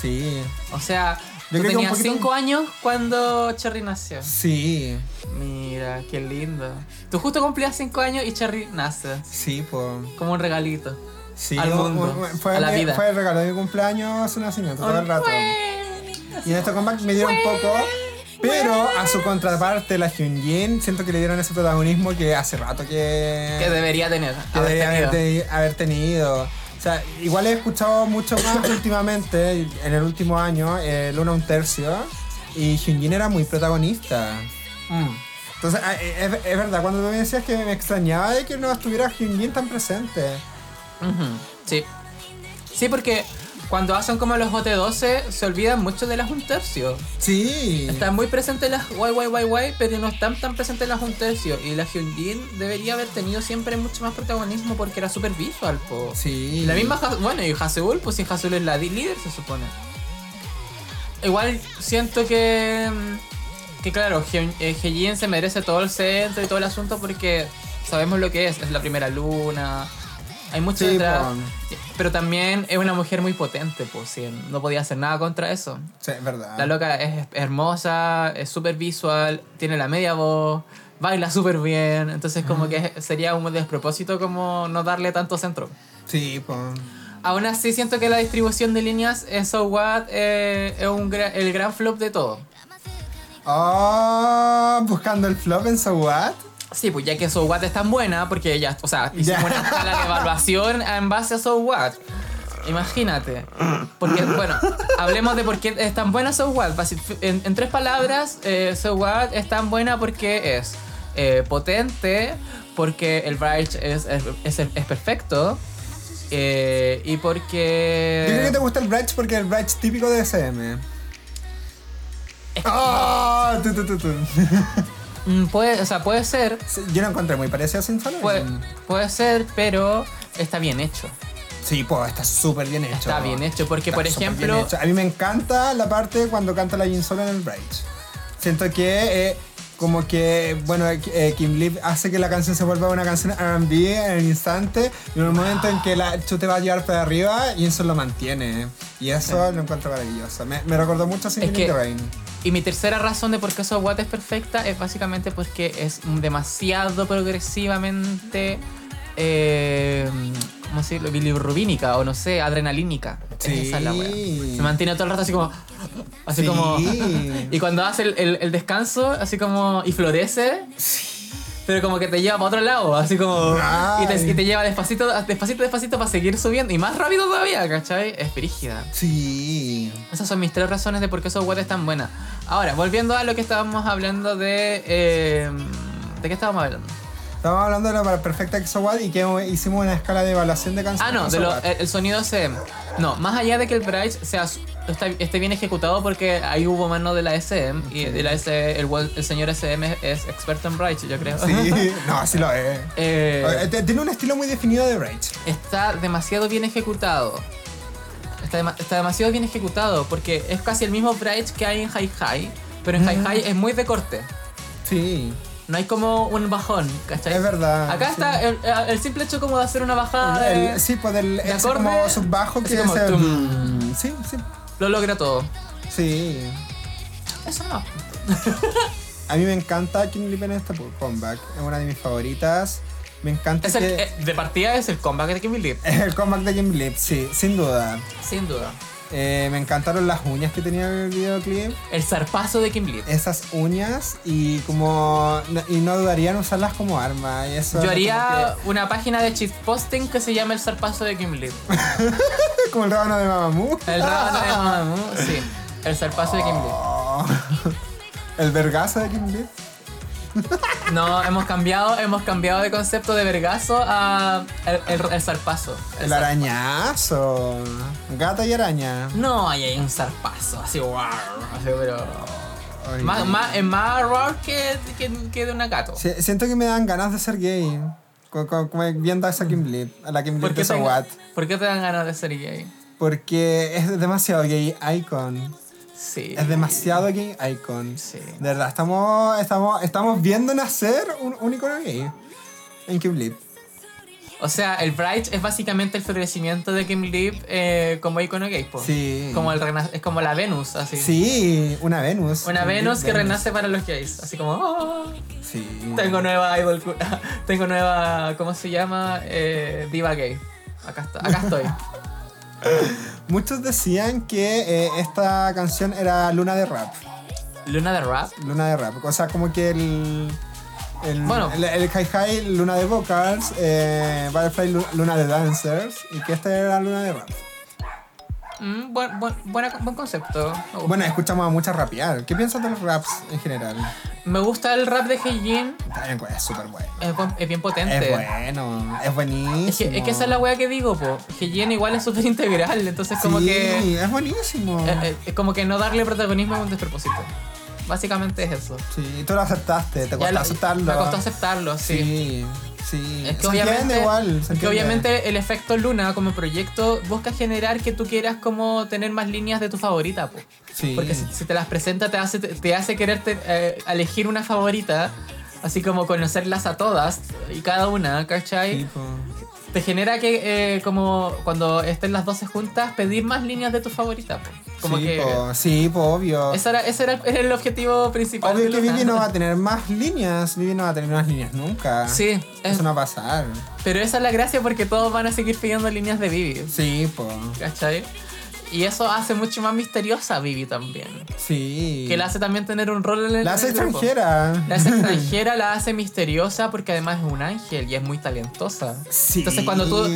Sí. O sea, Yo creo que yo un tenía poquito- 5 años cuando Cherry nació. Sí. Mira, qué lindo. Tú justo cumplías 5 años y Cherry nace. Sí, pues. Como un regalito. Sí, Al un- mundo, un- fue, a la mi- vida. fue el regalo de mi cumpleaños, su nacimiento, todo el rato. Y en este comeback me dieron poco, pero a su contraparte, la Hyunjin, siento que le dieron ese protagonismo que hace rato que, Que debería tener. Eh, que haber debería haber, tenido. teni- haber tenido. O sea, igual he escuchado mucho más últimamente, en el último año, eh, Luna un tercio, y Hyunjin era muy protagonista. Mm. Entonces, ah, eh, es, es verdad, cuando tú me decías que me extrañaba de que no estuviera Hyunjin tan presente. Mm. Ujú, Sí. Sí, porque cuando hacen como los OT12 se olvidan mucho de las un tercio. Sí. Están muy presentes las YYYY, pero no están tan presentes las un tercio. Y la Hyunjin debería haber tenido siempre mucho más protagonismo porque era súper visual, po. Sí. Y la misma Ha- bueno, y Haseul, pues sin Haseul es la di- líder, se supone. Igual siento que. mm, Que claro, Hyun- eh, Hyejin se merece todo el centro y todo el asunto porque sabemos lo que es. Es la primera luna. Hay mucho Sí, detrás. pon. Pero también es una mujer muy potente, pues sí, no podía hacer nada contra eso. Sí, es verdad. La loca es hermosa, es súper visual, tiene la media voz, baila súper bien. Entonces, como que es- sería un despropósito como no darle tanto centro. Sí, pues. Aún así siento que la distribución de líneas en So What eh, es un gra- el gran flop de todo. Oh, buscando el flop en So What. Sí, pues ya que So What es tan buena, porque ya, o sea, hicimos Ya. una escala de evaluación en base a So What. Imagínate. Porque, bueno, hablemos de por qué es tan buena So What. Basi- En, en tres palabras, eh, So What es tan buena porque es eh, potente, porque el Bright es, es, es- es perfecto, eh, y porque... Yo creo que te gusta el Bratch porque el Bratch típico de SM. Oh, tu, tu, tu, tu. Mm, puede, o sea, puede ser, Sí, Yo lo encontré muy parecido a Sin mm, Solo. Puede, puede ser, pero está bien hecho. Sí, pues está súper bien hecho. Está bien hecho, porque, Está por súper ejemplo- bien hecho. A mí me encanta la parte cuando canta la Jin Solo en el Bridge. Siento que. eh, como que, bueno, eh, Kim Lip hace que la canción se vuelva una canción RB en el instante y en el momento en que la chute va a llevar para arriba, Jin Solo lo mantiene. Y eso lo encuentro maravilloso. Me, me recordó mucho a Singing que- in the Rain. Y mi tercera razón de por qué So What es perfecta es básicamente porque es demasiado progresivamente eh, ¿cómo se dice? bilirrubínica o no sé, adrenalínica. Sí. Es esa la wea. Se mantiene todo el rato así como. Así Sí. como. Y cuando hace el, el- el descanso, así como. y florece. Pero como que te lleva para otro lado, así como. Y te, Ay. y te lleva despacito, despacito, despacito para seguir subiendo. Y más rápido todavía, ¿cachai? Es brígida. Sí. Esas son mis tres razones de por qué esos es tan buena. Ahora, volviendo a lo que estábamos hablando de. eh, ¿De qué estábamos hablando? Estábamos hablando de la perfecta Exowad y que hicimos una escala de evaluación de Ah, canciones. no, de lo- Exowad. el, el sonido SM. No, más allá de que el Price sea, su- está- esté bien ejecutado porque ahí hubo mano de la SM y de la SM, el, wel- el señor SM es, es experto en Bright, yo creo. Sí, no, así lo es. Eh, Eh, te- Tiene un estilo muy definido de Rage. está demasiado bien ejecutado. Está, dema- está demasiado bien ejecutado porque es casi el mismo Bright que hay en High High, pero en High Mm. High es muy de corte. Sí. No hay como un bajón, ¿cachai? Es verdad, Acá sí. está el, el simple hecho como de hacer una bajada. El- de- sí, pues del de ese acorde, como subbajo así que como es el- tum. Sí, sí. Lo logra todo. Sí. Eso no. A mí me encanta King Lip en este comeback. Es una de mis favoritas. Me encanta Es el, que- eh, de partida es el comeback de Kimmy Lee, el comeback de Kim Lip, sí, sin duda. sin duda. Eh, me encantaron las uñas que tenía el videoclip. El zarpazo de Kim Lee. Esas uñas y como... Y no dudarían usarlas como arma. Y eso Yo es haría como, una página de cheat posting que se llama El zarpazo de Kim Lee. que- como el rábano de Mamamoo. El rábano de Ah. Mamamoo, sí. El zarpazo de Kim Lee. Oh. El vergazo de Kim Lip. No, hemos cambiado, hemos cambiado de concepto de vergazo a el, el- el zarpazo. El El zar- arañazo. Gata y araña. No, ahí hay un zarpazo, así wow. Así, pero. Ay, Más, no. más, es más raro que, que, que de una gato. Si- Siento que me dan ganas de ser gay. Co- co- Como viendo a esa Kim Lip, a la Kim Lip de te, Sawat. por qué te dan ganas de ser gay? Porque es demasiado gay icon. Sí. Es demasiado gay icon. Sí. De verdad, estamos, estamos, estamos viendo nacer un, un icono gay en Kim Lip. O sea, el Bright es básicamente el florecimiento de Kim Lip eh, como icono gay, po. Sí. Como el rena- es como la Venus, así. Sí, una Venus. Una Kim Lip Venus que renace para los gays. Así como, "Oh, Sí. tengo nueva idol, cu- tengo nueva, ¿cómo se llama? Eh, diva gay. Acá, está- acá estoy. Muchos decían que eh, esta canción era Luna de Rap. Luna de Rap. Luna de rap. O sea, como que el. El, Bueno. el, el Hi Hi, Luna de Vocals, eh, Butterfly, Lu- Luna de Dancers, y que esta era Luna de Rap. Mm, buen, buen- buena- buen concepto. Me gusta. Bueno, escuchamos a muchas rapear. ¿Qué piensas de los raps en general? Me gusta el rap de Heijin. También pues, es súper bueno. Es, bu- es bien potente. Es bueno, es Es buenísimo. que, es que esa es la wea que digo, po. Que Jen igual es súper integral, entonces como Sí, que... eh, es buenísimo. eh, es como que no darle protagonismo es un despropósito. Básicamente es eso. Sí, tú lo aceptaste, te Ya costó lo- aceptarlo. Me costó aceptarlo, sí. Sí, sí. Es que Se obviamente, entiende igual. se es que entiende. obviamente el efecto Luna como proyecto busca generar que tú quieras como tener más líneas de tu favorita, po. Sí. Porque si, si te las presenta te hace, te hace quererte eh, elegir una favorita, así como conocerlas a todas y cada una, ¿cachai? Sí, po. Te genera que, eh, como cuando estén las 12 juntas, pedir más líneas de tu favorita. po. Como sí, que. po, sí, po, obvio. Ese era, ese era el- era el objetivo principal. Obvio de que Luna. Vivi no va a tener más líneas. Vivi no va a tener más líneas nunca. Sí, es- Eso no va a pasar. pero esa es la gracia porque todos van a seguir pidiendo líneas de Vivi. Sí, po. ¿Cachai? Y eso hace mucho más misteriosa a Vivi también. Sí. Que la hace también tener un rol en el. La hace en el grupo. extranjera. La hace extranjera, la hace misteriosa porque además es un ángel y es muy talentosa. Sí. Entonces cuando tú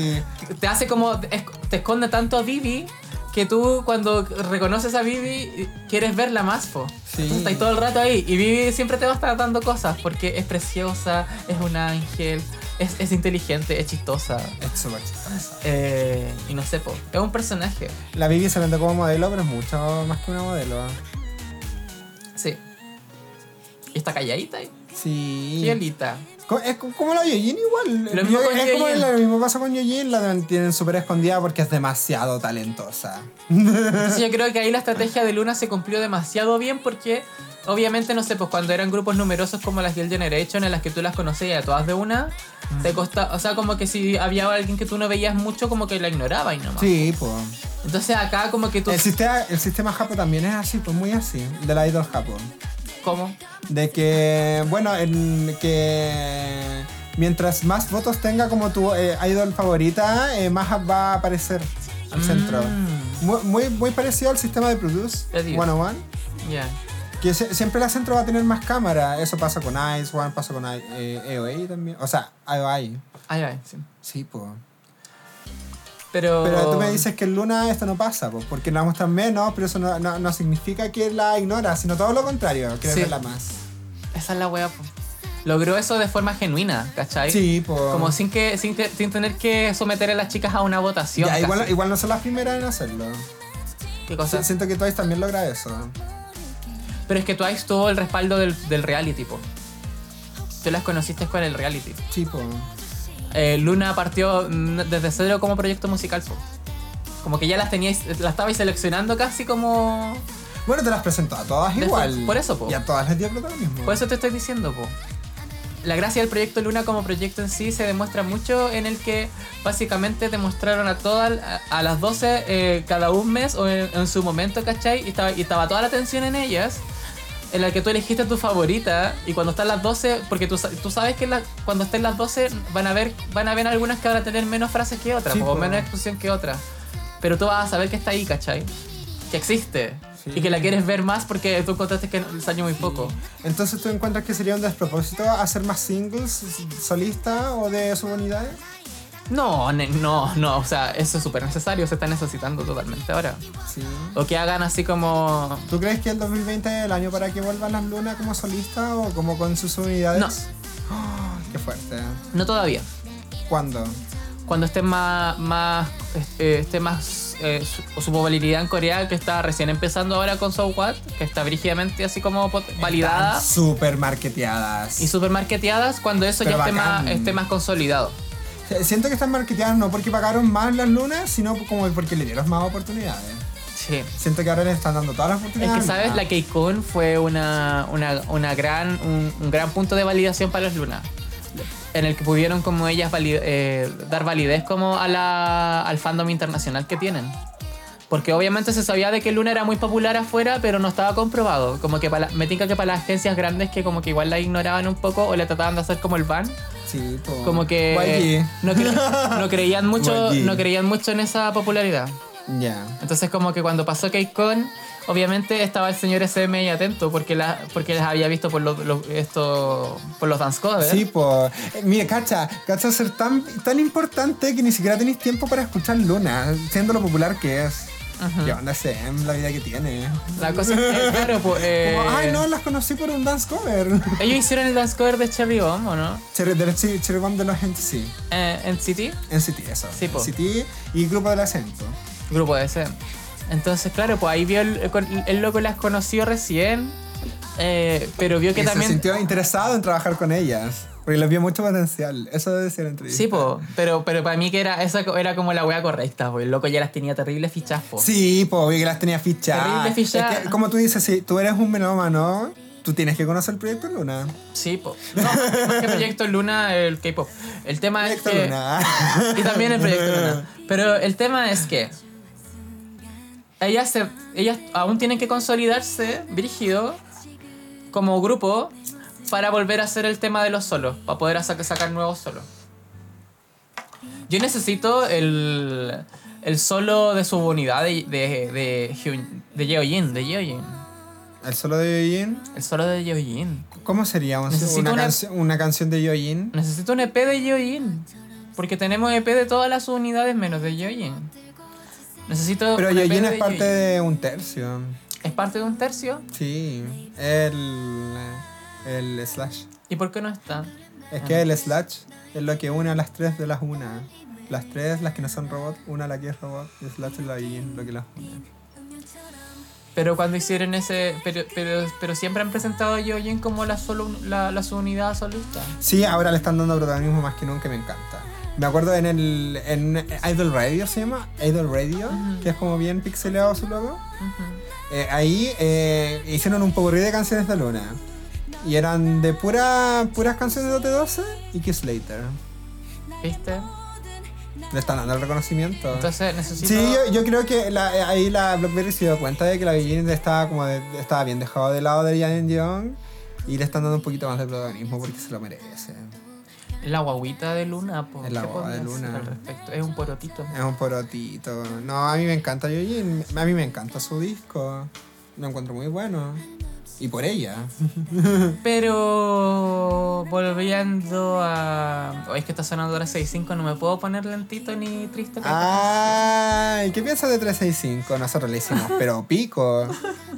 te hace como es- te esconde tanto a Vivi que tú cuando reconoces a Vivi quieres verla más, po. Sí. Entonces, estás todo el rato ahí y Vivi siempre te va a estar dando cosas porque es preciosa, es un ángel, es, es inteligente, es chistosa. Es súper chistosa. eh, y no sé, po. Es un personaje. La Vivi se vende como modelo, pero es mucho más que una modelo. Sí. Y está calladita y Sí. fielita. Co- Es co- como la Yoyin igual. Lo mismo Yo- con es como Yoyin. lo mismo pasa con Yoyin, la mantienen súper escondida porque es demasiado talentosa. Ah. Entonces yo creo que ahí la estrategia de Luna se cumplió demasiado bien porque obviamente no sé, pues cuando eran grupos numerosos como las Girl Generation en las que tú las conocías a todas de una, Mm. te costa, o sea, como que si había alguien que tú no veías mucho como que la ignoraba y nomás. Sí, po. Entonces acá como que tú El sistema, el sistema japo también es así, pues muy así, de la idol japo. ¿Cómo? De que, bueno, en, que mientras más votos tenga como tu eh, idol favorita, eh, más va a aparecer Mm. al centro. Muy, muy, muy parecido al sistema de Produce Te digo. 101, Ya. que se- siempre la centro va a tener más cámara. Eso pasa con Ice One, pasa con I- eh, EOA también. O sea, IOI. Ay, ay, sí. Sí, po. Pero. Pero tú me dices que en Luna esto no pasa, po, porque la muestran menos, pero eso no, no- no significa que la ignora, sino todo lo contrario, quieres Sí. verla más. Esa es la wea, po. Logró eso de forma genuina, ¿cachai? Sí, po. Como sin, que, sin, te- sin tener que someter a las chicas a una votación. Ya, igual, casi. igual no son las primeras en hacerlo. ¿Qué cosa? Si- Siento que Twice también logra eso. Pero es que Twice tuvo el respaldo del, del reality, po. Tú las conociste con el reality. Sí, po. Eh, Luna partió mm, desde cero como proyecto musical, po. Como que ya las teníais, las estabais seleccionando casi como. Bueno, te las presento a todas De- igual. por eso, po. Y a todas les dio protagonismo. Por eso te estoy diciendo, po. La gracia del proyecto Luna como proyecto en sí se demuestra mucho en el que básicamente demostraron a todas, a, a las 12 eh, cada un mes o en, en su momento, ¿cachai? Y estaba, y estaba toda la atención en ellas, en la que tú elegiste a tu favorita y cuando están las 12, porque tú, sa- tú sabes que la- cuando estén las 12 van a ver van a ver algunas que van a tener menos frases que otras, Sí, o po. menos exposición que otras, pero tú vas a saber que está ahí, ¿cachai? Que existe Sí. y que la quieres ver más porque tú contaste que salió muy poco. Entonces tú encuentras que sería un despropósito hacer más singles solista o de subunidades. No, ne- no, no, o sea, eso es súper necesario, se está necesitando totalmente ahora. Sí. O que hagan así como... ¿Tú crees que el 2020 es el año para que vuelvan las lunas como solista o como con sus subunidades? No. Oh, qué fuerte. No todavía. ¿Cuándo? Cuando esté más, más, eh, esté más, eh, su, su popularidad en Corea, que está recién empezando ahora con So What, que está brígidamente así como pot- validada Están Súper marketeadas. y súper marketeadas, cuando eso Pero ya esté bacán. más, esté más consolidado. Eh, Siento que están marketeadas no porque pagaron más las lunas, sino como porque le dieron más oportunidades. Sí. Siento que ahora les están dando todas las Es oportunidades. que, ¿sabes? Ah. La K-Con fue una, una, una gran, un, un gran punto de validación para las lunas. En el que pudieron como ellas vali- eh, dar validez como a la, al fandom internacional que tienen. Porque obviamente se sabía de que Luna era muy popular afuera, pero no estaba comprobado. Como que para, la- me tinca que para las agencias grandes que como que igual la ignoraban un poco o la trataban de hacer como el ban, Sí, po. como que Guay. eh, no, cre- no creían mucho, Guay. no creían mucho en esa popularidad. Ya. Entonces como que cuando pasó K-Con, obviamente estaba el señor SM ahí atento porque, la, porque las había visto por los, los- esto, por los dance covers. Sí, po. Eh, mira, cacha, cacha ser tan, tan importante que ni siquiera tenéis tiempo para escuchar Luna, siendo lo popular que es. Ajá. ¿Qué onda Sam? La vida que tiene. La cosa es que, claro, pues, eh, Como, Ay, no, las conocí por un dance cover. ellos hicieron el dance cover de Cherry Bomb, ¿o no? Cherry de, Cherry- Cherry Bomb de los NCT. Eh, en City, NCT, eso. Sí, po. NCT y Grupo del Acento. grupo de SM. Entonces, claro, pues ahí vio el, con- el loco las conoció recién, eh, pero vio que Y también... se sintió interesado en trabajar con ellas, porque les vio mucho potencial. Eso debe ser entrevista. Sí, po, pero, pero para mí que era, esa co- era como la wea correcta, pues el loco ya las tenía terribles fichas, po. Sí, po, vi que las tenía fichadas. Terrible fichada. Es que, como tú dices, si tú eres un melómano, tú tienes que conocer el proyecto Luna. Sí, po. No, más que Proyecto Luna, el K-pop. El tema Proyecto es que. Luna. Y también el Proyecto Luna. Pero el tema es que. Ellas, se, ellas aún tienen que consolidarse, Brígido, como grupo, para volver a hacer el tema de los solos, para poder saca- sacar nuevos solos. Yo necesito el, el solo de subunidad de, de, de, Hyun- de Yeojin, de Yeojin. El solo de Yoyin. El solo de Yeojin. ¿Cómo sería un- Necesito una, una- cancio- una canción de Yoyin? Necesito un EP de Yoyin. Porque tenemos EP de todas las unidades menos de Yoyin. Necesito. Pero un EP Yoyin de es parte Yoyin. de un tercio. Es parte de un tercio. Sí. El. El slash. ¿Y por qué no está? Es Ah. que el slash es lo que une a las tres de las una. Las tres, las que no son robot, una la que es robot, y slash es la Yoyin, lo que las une. Pero cuando hicieron ese. Pero, pero, pero siempre han presentado a Yoyin como la, solo, la, la subunidad solista. Sí, ahora le están dando protagonismo más que nunca, me encanta. Me acuerdo en el en Idol Radio se llama, Idol Radio, que es como bien pixelado su logo. Eh, ahí eh, hicieron un popurrí de canciones de Luna. Y eran de pura, puras canciones de T12 y Kiss Later. ¿Viste? Le están dando el reconocimiento. Entonces necesito. Sí, yo, yo creo que la- eh, ahí la Blackberry se dio cuenta de que la Beijing estaba como de- estaba bien dejado de lado de Jan Young y le están dando un poquito más de protagonismo porque se lo merece. La guaguita de Luna, pues. Es la ¿qué guagua de podría hacer Luna. Al respecto? Es un porotito. Es un porotito. No, a mí me encanta Yojin. A mí me encanta su disco. Lo encuentro muy bueno. Y por ella. Pero volviendo a. Oh, es que está sonando ahora 6.5, no me puedo poner lentito ni triste. porque- Ah, Ay, ¿qué piensas de 365? Nosotros le hicimos, pero pico.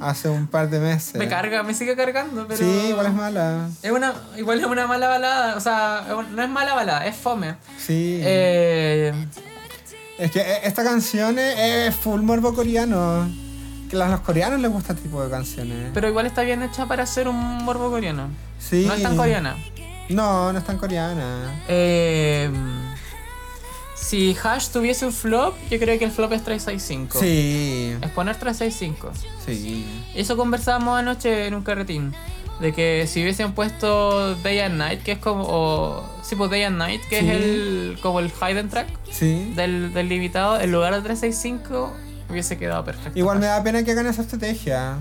Hace un par de meses. Me carga, me sigue cargando, pero. Este, Sí, igual es mala. Es una, igual es una mala balada, o sea, es un- no es mala balada, es fome. Sí. Eh, Es que eh, esta canción es, es full morbo coreano. Que a los coreanos les gusta este tipo de canciones. pero igual está bien hecha para ser un morbo coreano. Sí. No es tan coreana. No, no es tan coreana. Eh, si Hash tuviese un flop, yo creo que el flop es 365. Sí, Es poner 365. sí. Eso conversábamos anoche en un carretín. De que si hubiesen puesto Day and Night, que es como. O, sí, pues Day and Night, que Sí. es el, como el hidden track Sí. del, del limitado, en lugar de 365, hubiese quedado perfecto. Igual me da pena que hagan esa estrategia.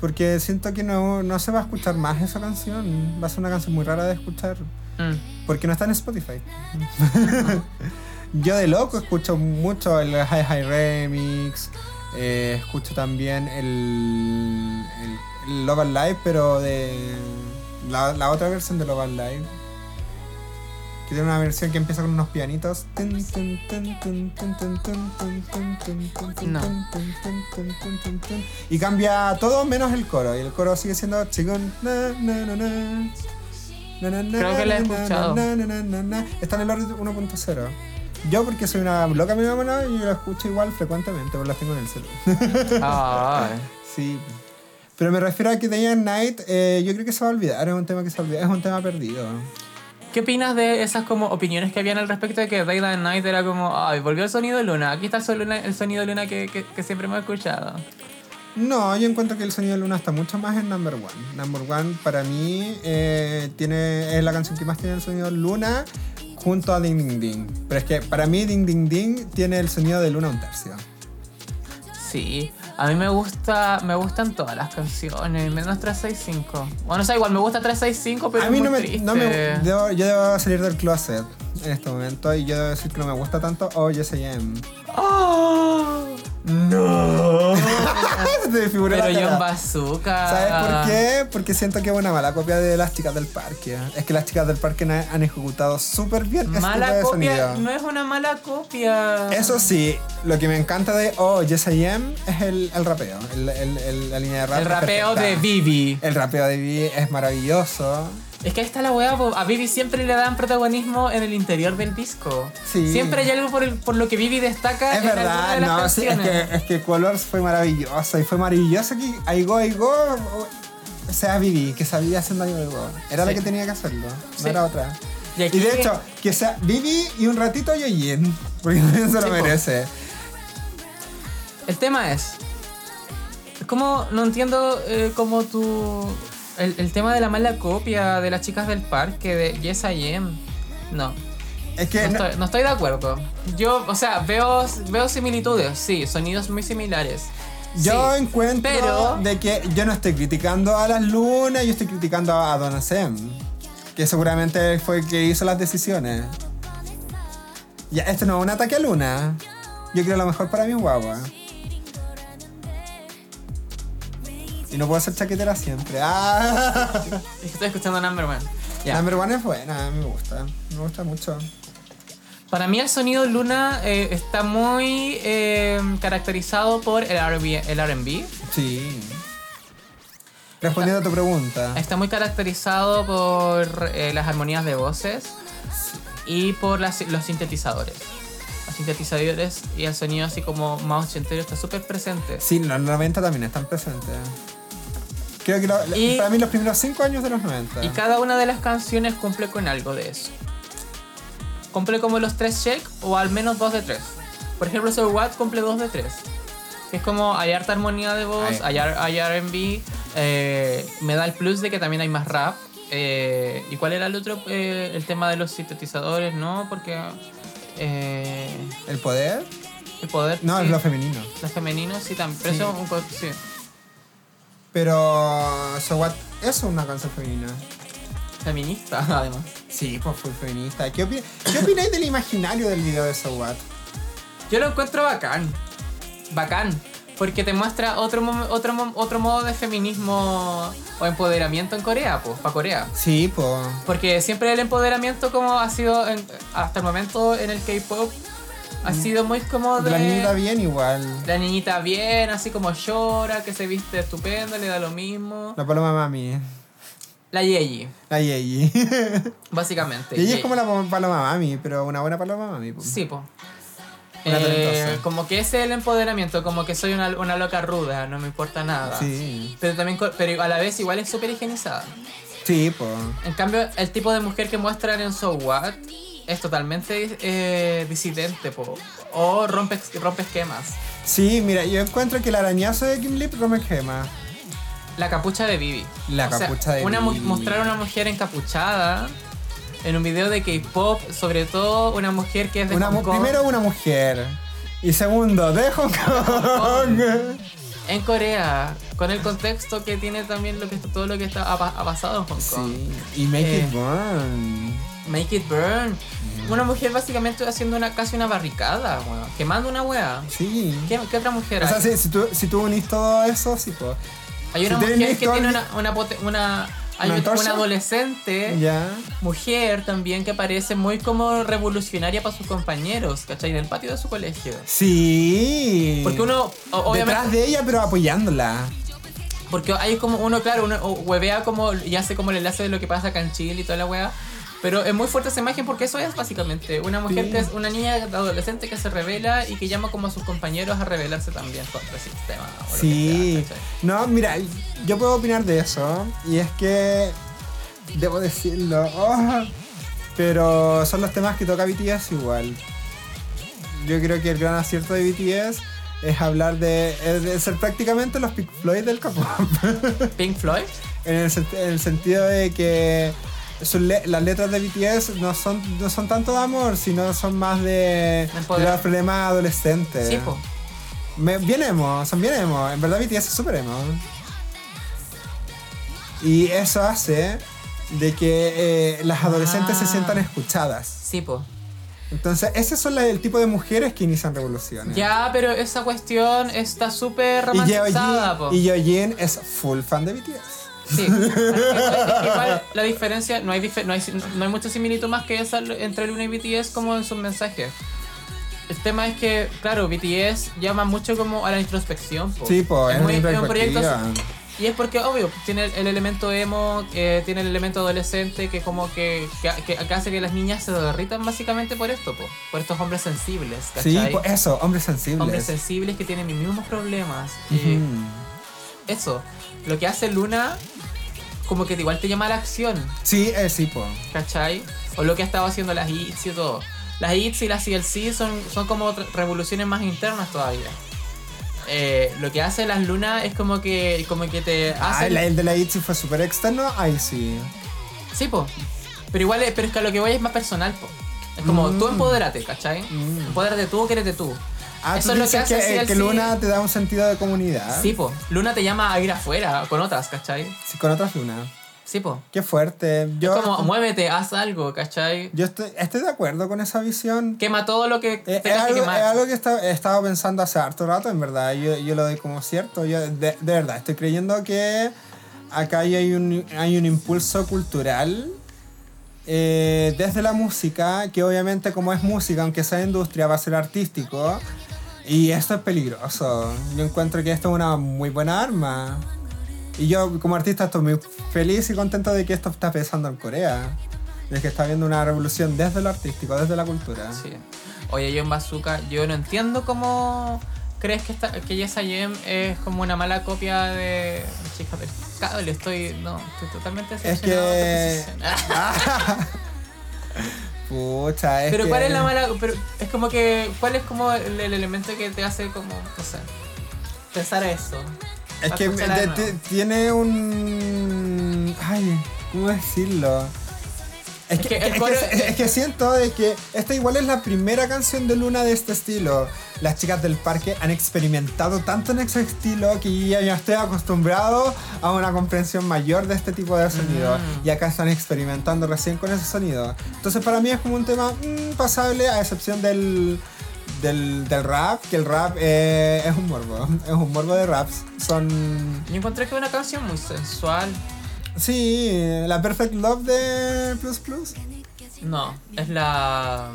Porque siento que no, no se va a escuchar más esa canción. Va a ser una canción muy rara de escuchar. Mm. Porque no está en Spotify. Yo de loco escucho mucho el Hi Hi Remix. eh, escucho también el, el, el Love and Live, pero de la, la otra versión de Love and Live. Que tiene una versión que empieza con unos pianitos. No. Y cambia todo menos el coro. Y el coro sigue siendo chingón. Na, na, na, na. Na, na, na, Creo que la he na, na, escuchado. na, na, na, na, na. Está en el orden 1.0. Yo porque soy una loca mi mamá y yo la escucho igual frecuentemente, porque las tengo en el celular. Ay. Sí. Pero me refiero a que Day and Night, eh, yo creo que se va a olvidar, es un tema que se va a olvidar, es un tema perdido. ¿Qué opinas de esas como opiniones que habían al respecto de que Day and Night era como, ay, volvió el sonido de Luna, aquí está el sonido de Luna, el sonido de Luna que, que- que siempre hemos escuchado? No, yo encuentro que el sonido de Luna está mucho más en Number One. Number One para mí eh, tiene, es la canción que más tiene el sonido de Luna junto a Ding Ding Ding. Pero es que para mí Ding Ding Ding tiene el sonido de Luna un tercio. Sí, a mí me gusta, me gustan todas las canciones, menos 365. Bueno, o sea, igual me gusta 365, pero a mí es no muy me, triste. no me debo- yo debo salir del closet en este momento y yo debo decir que no me gusta tanto oh yes I am ¡Ah! ¡No! Ah, Se te desfiguró pero la cara. John Bazooka. ¿Sabes por qué? Porque siento que es una mala copia de las chicas del parque. Es que las chicas del parque na- han ejecutado súper bien este tipo Mala de copia, sonido. no es una mala copia. Eso sí, lo que me encanta de Oh Yes I Am es el, el rapeo, el- el- el- la línea de rap. El es rapeo perfecta. de Vivi. El rapeo de Vivi es maravilloso. Es que ahí está la weá, po. a Vivi siempre le dan protagonismo en el interior del disco. Sí. Siempre hay algo por, el- por lo que Vivi destaca. Es en alguna verdad, de las no, sí, es canciones. que, es que Colors fue maravilloso y fue maravilloso que Aigo Aigo o sea Vivi, que sabía haciendo Aigo Aigo. Era la Sí. que tenía que hacerlo, no Sí. era otra. Y Y, aquí- de hecho, que sea Vivi y un ratito Yoyin, porque se Sí, po. lo merece. El tema es. ¿Cómo no entiendo eh, cómo tú. El, el tema de la mala copia de las chicas del parque, de Yes I Am. No, Es no que no- estoy, no estoy de acuerdo. Yo, o sea, veo, veo similitudes, sí, sonidos muy similares. yo Sí, encuentro pero- de que yo no estoy criticando a las lunas, yo estoy criticando a, a Donna Sem, que seguramente fue el que hizo las decisiones. Ya, esto no es un ataque a Luna. Yo quiero lo mejor para mi guagua. Y no puedo ser chaquetera siempre. Ah. Estoy escuchando Number One. Ya. Number One es buena, me gusta. Me gusta mucho. Para mí el sonido Luna eh, está muy eh, caracterizado por el R&B. El R&B. Sí. Respondiendo a tu pregunta. Está muy caracterizado por eh, las armonías de voces y por las- los sintetizadores. Los sintetizadores y el sonido así como más ochentero está súper presente. Sí, los 90 también están presentes. Creo que lo- Y- para mí los primeros 5 años de los 90. Y cada una de las canciones cumple con algo de eso. Cumple como los tres check o al menos dos de tres. Por ejemplo, So What cumple dos de tres. Es como hay harta armonía de voz, Ay. hay, ar- hay RB, eh, me da el plus de que también hay más rap. eh, ¿Y cuál era el otro? Eh, el tema de los sintetizadores, ¿no? Porque eh, ¿El poder? el poder... No, sí, es lo femenino. Los femeninos, sí, también. Pero Sí. eso es un... co- Sí. Pero So What es una canción femenina. Feminista, además. Sí, pues fue feminista. ¿Qué, opi- ¿Qué opináis del imaginario del video de So What? Yo lo encuentro bacán. Bacán. Porque te muestra otro, mom- otro, mom- otro modo de feminismo o empoderamiento en Corea, pues, para Corea. Sí, pues. Porque siempre el empoderamiento como ha sido en- hasta el momento en el K-pop ha sido muy como de Mm. La niña bien igual. la niñita bien, así como llora, que se viste estupenda, le da lo mismo. La paloma mami. La Yeji, La Yeji. básicamente. Yeji es Yeji. como la paloma mami, pero una buena paloma mami. po. Sí, po. Una Eh, talentosa. como que ese es el empoderamiento, como que soy una, una loca ruda, no me importa nada. Sí. Pero también co- pero a la vez igual es súper higienizada. Sí, pues. En cambio, el tipo de mujer que muestran en So What es totalmente eh, disidente, po. O rompe, rompe esquemas. Sí, mira, yo encuentro que el arañazo de Kim Lip come gema. La capucha de Bibi. La capucha de una mu- Bibi. Mostrar a una mujer encapuchada en un video de K-pop, sobre todo una mujer que es de Una Hong mu- Kong. primero una mujer. Y segundo, de Hong Kong. en Corea, con el contexto que tiene también lo que todo lo que está, ha, pa- ha pasado en Hong Kong. Sí. Y Make Eh. It Burn. Make it burn. Mm. Una mujer básicamente haciendo una, casi una barricada, weón. Quemando una wea. Sí. ¿Qué, qué otra mujer O sea, hay? si, si tú, si tú unís todo eso, sí, pues. Hay una si tenés mujer que listo tiene alguien- una, una, pote- una, hay ¿Una un- una antorcha? adolescente, Ya. mujer también, que parece muy como revolucionaria para sus compañeros, ¿cachai? En el patio de su colegio. Sí. Porque uno, o- Detrás obviamente, de ella, pero apoyándola. porque hay como uno, claro, uno o- huevea como y hace como el enlace de lo que pasa acá en Chile y toda la wea. Pero es muy fuerte esa imagen porque eso es básicamente una mujer Sí. que es una niña adolescente que se revela y que llama como a sus compañeros a rebelarse también contra el sistema. o lo que Sí. sea, ¿cachai? No, mira, yo puedo opinar de eso. Y es que. Debo decirlo. oh, pero son los temas que toca BTS igual. Yo creo que el gran acierto de BTS es hablar de. es de ser prácticamente los Pink Floyd del K-pop. Pink Floyd. en, el, sen- en el sentido de que. sus le- las letras de BTS no son, no son tanto de amor, sino son más de, De de empoderar. los problemas adolescentes. Sí, po. Me, bien emo, son bien emo. En verdad BTS es súper emo. Y eso hace de que eh, las adolescentes se Ah. sientan escuchadas. Sí, po. Entonces, ese son la- el tipo de mujeres que inician revoluciones. Ya, pero esa cuestión está súper Y romantizada, po. Yeojin, y Yeojin es full fan de BTS. Sí. Igual la diferencia, no hay, dife- no, hay, no hay mucha similitud más que esa entre Luna y BTS como en sus mensajes. El tema es que, claro, BTS llama mucho como a la introspección. po. Sí, pues, es, muy- muy un proyecto introspectiva. Y es porque, obvio, tiene el elemento emo, eh, tiene el elemento adolescente que como que, que, que hace que las niñas se derritan básicamente por esto, po, por estos hombres sensibles, ¿cachai? Sí, pues eso, hombres sensibles. hombres sensibles que tienen mis mismos problemas. Ujú. que- eso, lo que hace Luna, como que igual te llama a la acción, Sí, eh, sí, pues. ¿cachai? O lo que ha estado haciendo las ITZY y todo. Las ITZY y las CLC son, son como otra- revoluciones más internas todavía. Eh, lo que hace las lunas es como que como que te Ah, hace el, el de la ITZY fue súper externo, ahí sí. sí po pero igual es- pero es que a lo que voy es más personal po es como Mm. tú empodérate ¿cachai? Mm. empodérate tú quérete tú Ah, Eso tú es lo que dices hace que, eh, CLC. que Luna te da un sentido de comunidad. sí po Luna te llama a ir afuera con otras ¿cachai? Sí, con otras lunas. sí po Qué fuerte. Yo, es como muévete haz algo ¿cachai? yo estoy, estoy de acuerdo con esa visión. Quema todo lo que Eh, Es, tengas que algo, quemar. es algo que esta- he estado pensando hace harto rato, en verdad. Yo, yo lo doy como cierto. Yo, de, de verdad, estoy creyendo que acá hay hay un, hay un impulso cultural eh, desde la música, que obviamente como es música, aunque sea industria, va a ser artístico. Y esto es peligroso. Yo encuentro que esto es una muy buena arma. Y yo como artista estoy muy feliz y contento de que esto está pensando en Corea. De que está habiendo una revolución desde lo artístico, desde la cultura. Sí. Oye, John Bazooka, yo no entiendo cómo crees que, esta, que Yes I Am es como una mala copia de Chicas del Cable. Estoy, no, estoy totalmente Es decepcionado de que. tu posición. Pucha, es Pero cuál que- es la mala, pero es como que, ¿cuál es como el, el elemento que te hace como, no sé, pensar eso? Es que Escúchala de de- nuevo. ti- tiene un. Ay, ¿cómo decirlo? Es que, que el es que- coro- es que- es que siento de que esta igual es la primera canción de Luna de este estilo. Las chicas del parque han experimentado tanto en ese estilo que ya, ya estoy acostumbrado a una comprensión mayor de este tipo de sonido. Y acá están experimentando recién con ese sonido. Entonces para mí es como un tema mm, pasable a excepción del, del, del rap, que el rap eh, es un morbo. Es un morbo de raps. Son... Yo encontré que es una canción muy sensual. Sí, la Perfect Love de Plus Plus. No, es la.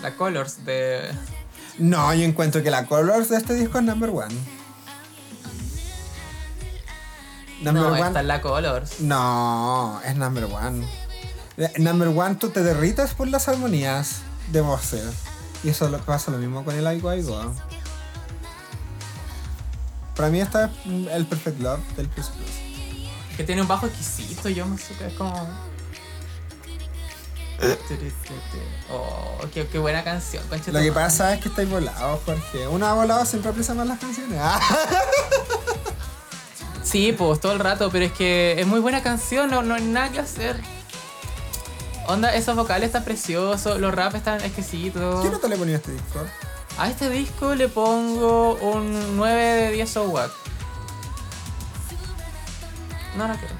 La Colors de. No, yo encuentro que la Colors de este disco es number one. Number no, one. esta es la Colors. No, es number one. Eh, Number one, tú te derritas por las armonías de voces. Y eso lo, pasa lo mismo con el I Go, I Go. Para mí esta es mm, el perfect love del Plus Plus. Que tiene un bajo exquisito, yo me supe, es como. Oh, qué, qué buena canción, concha Lo tu que madre. pasa es que estáis volados, Jorge. Uno ha volado siempre aprecia más las canciones. Ah, Sí, pues todo el rato, pero es que es muy buena canción, no, no hay nada que hacer. Onda, esos vocales están preciosos, los rap están exquisitos. ¿Qué nota le ponía a este disco? A este disco le pongo un 9 de 10 OWAC. No, no quiero.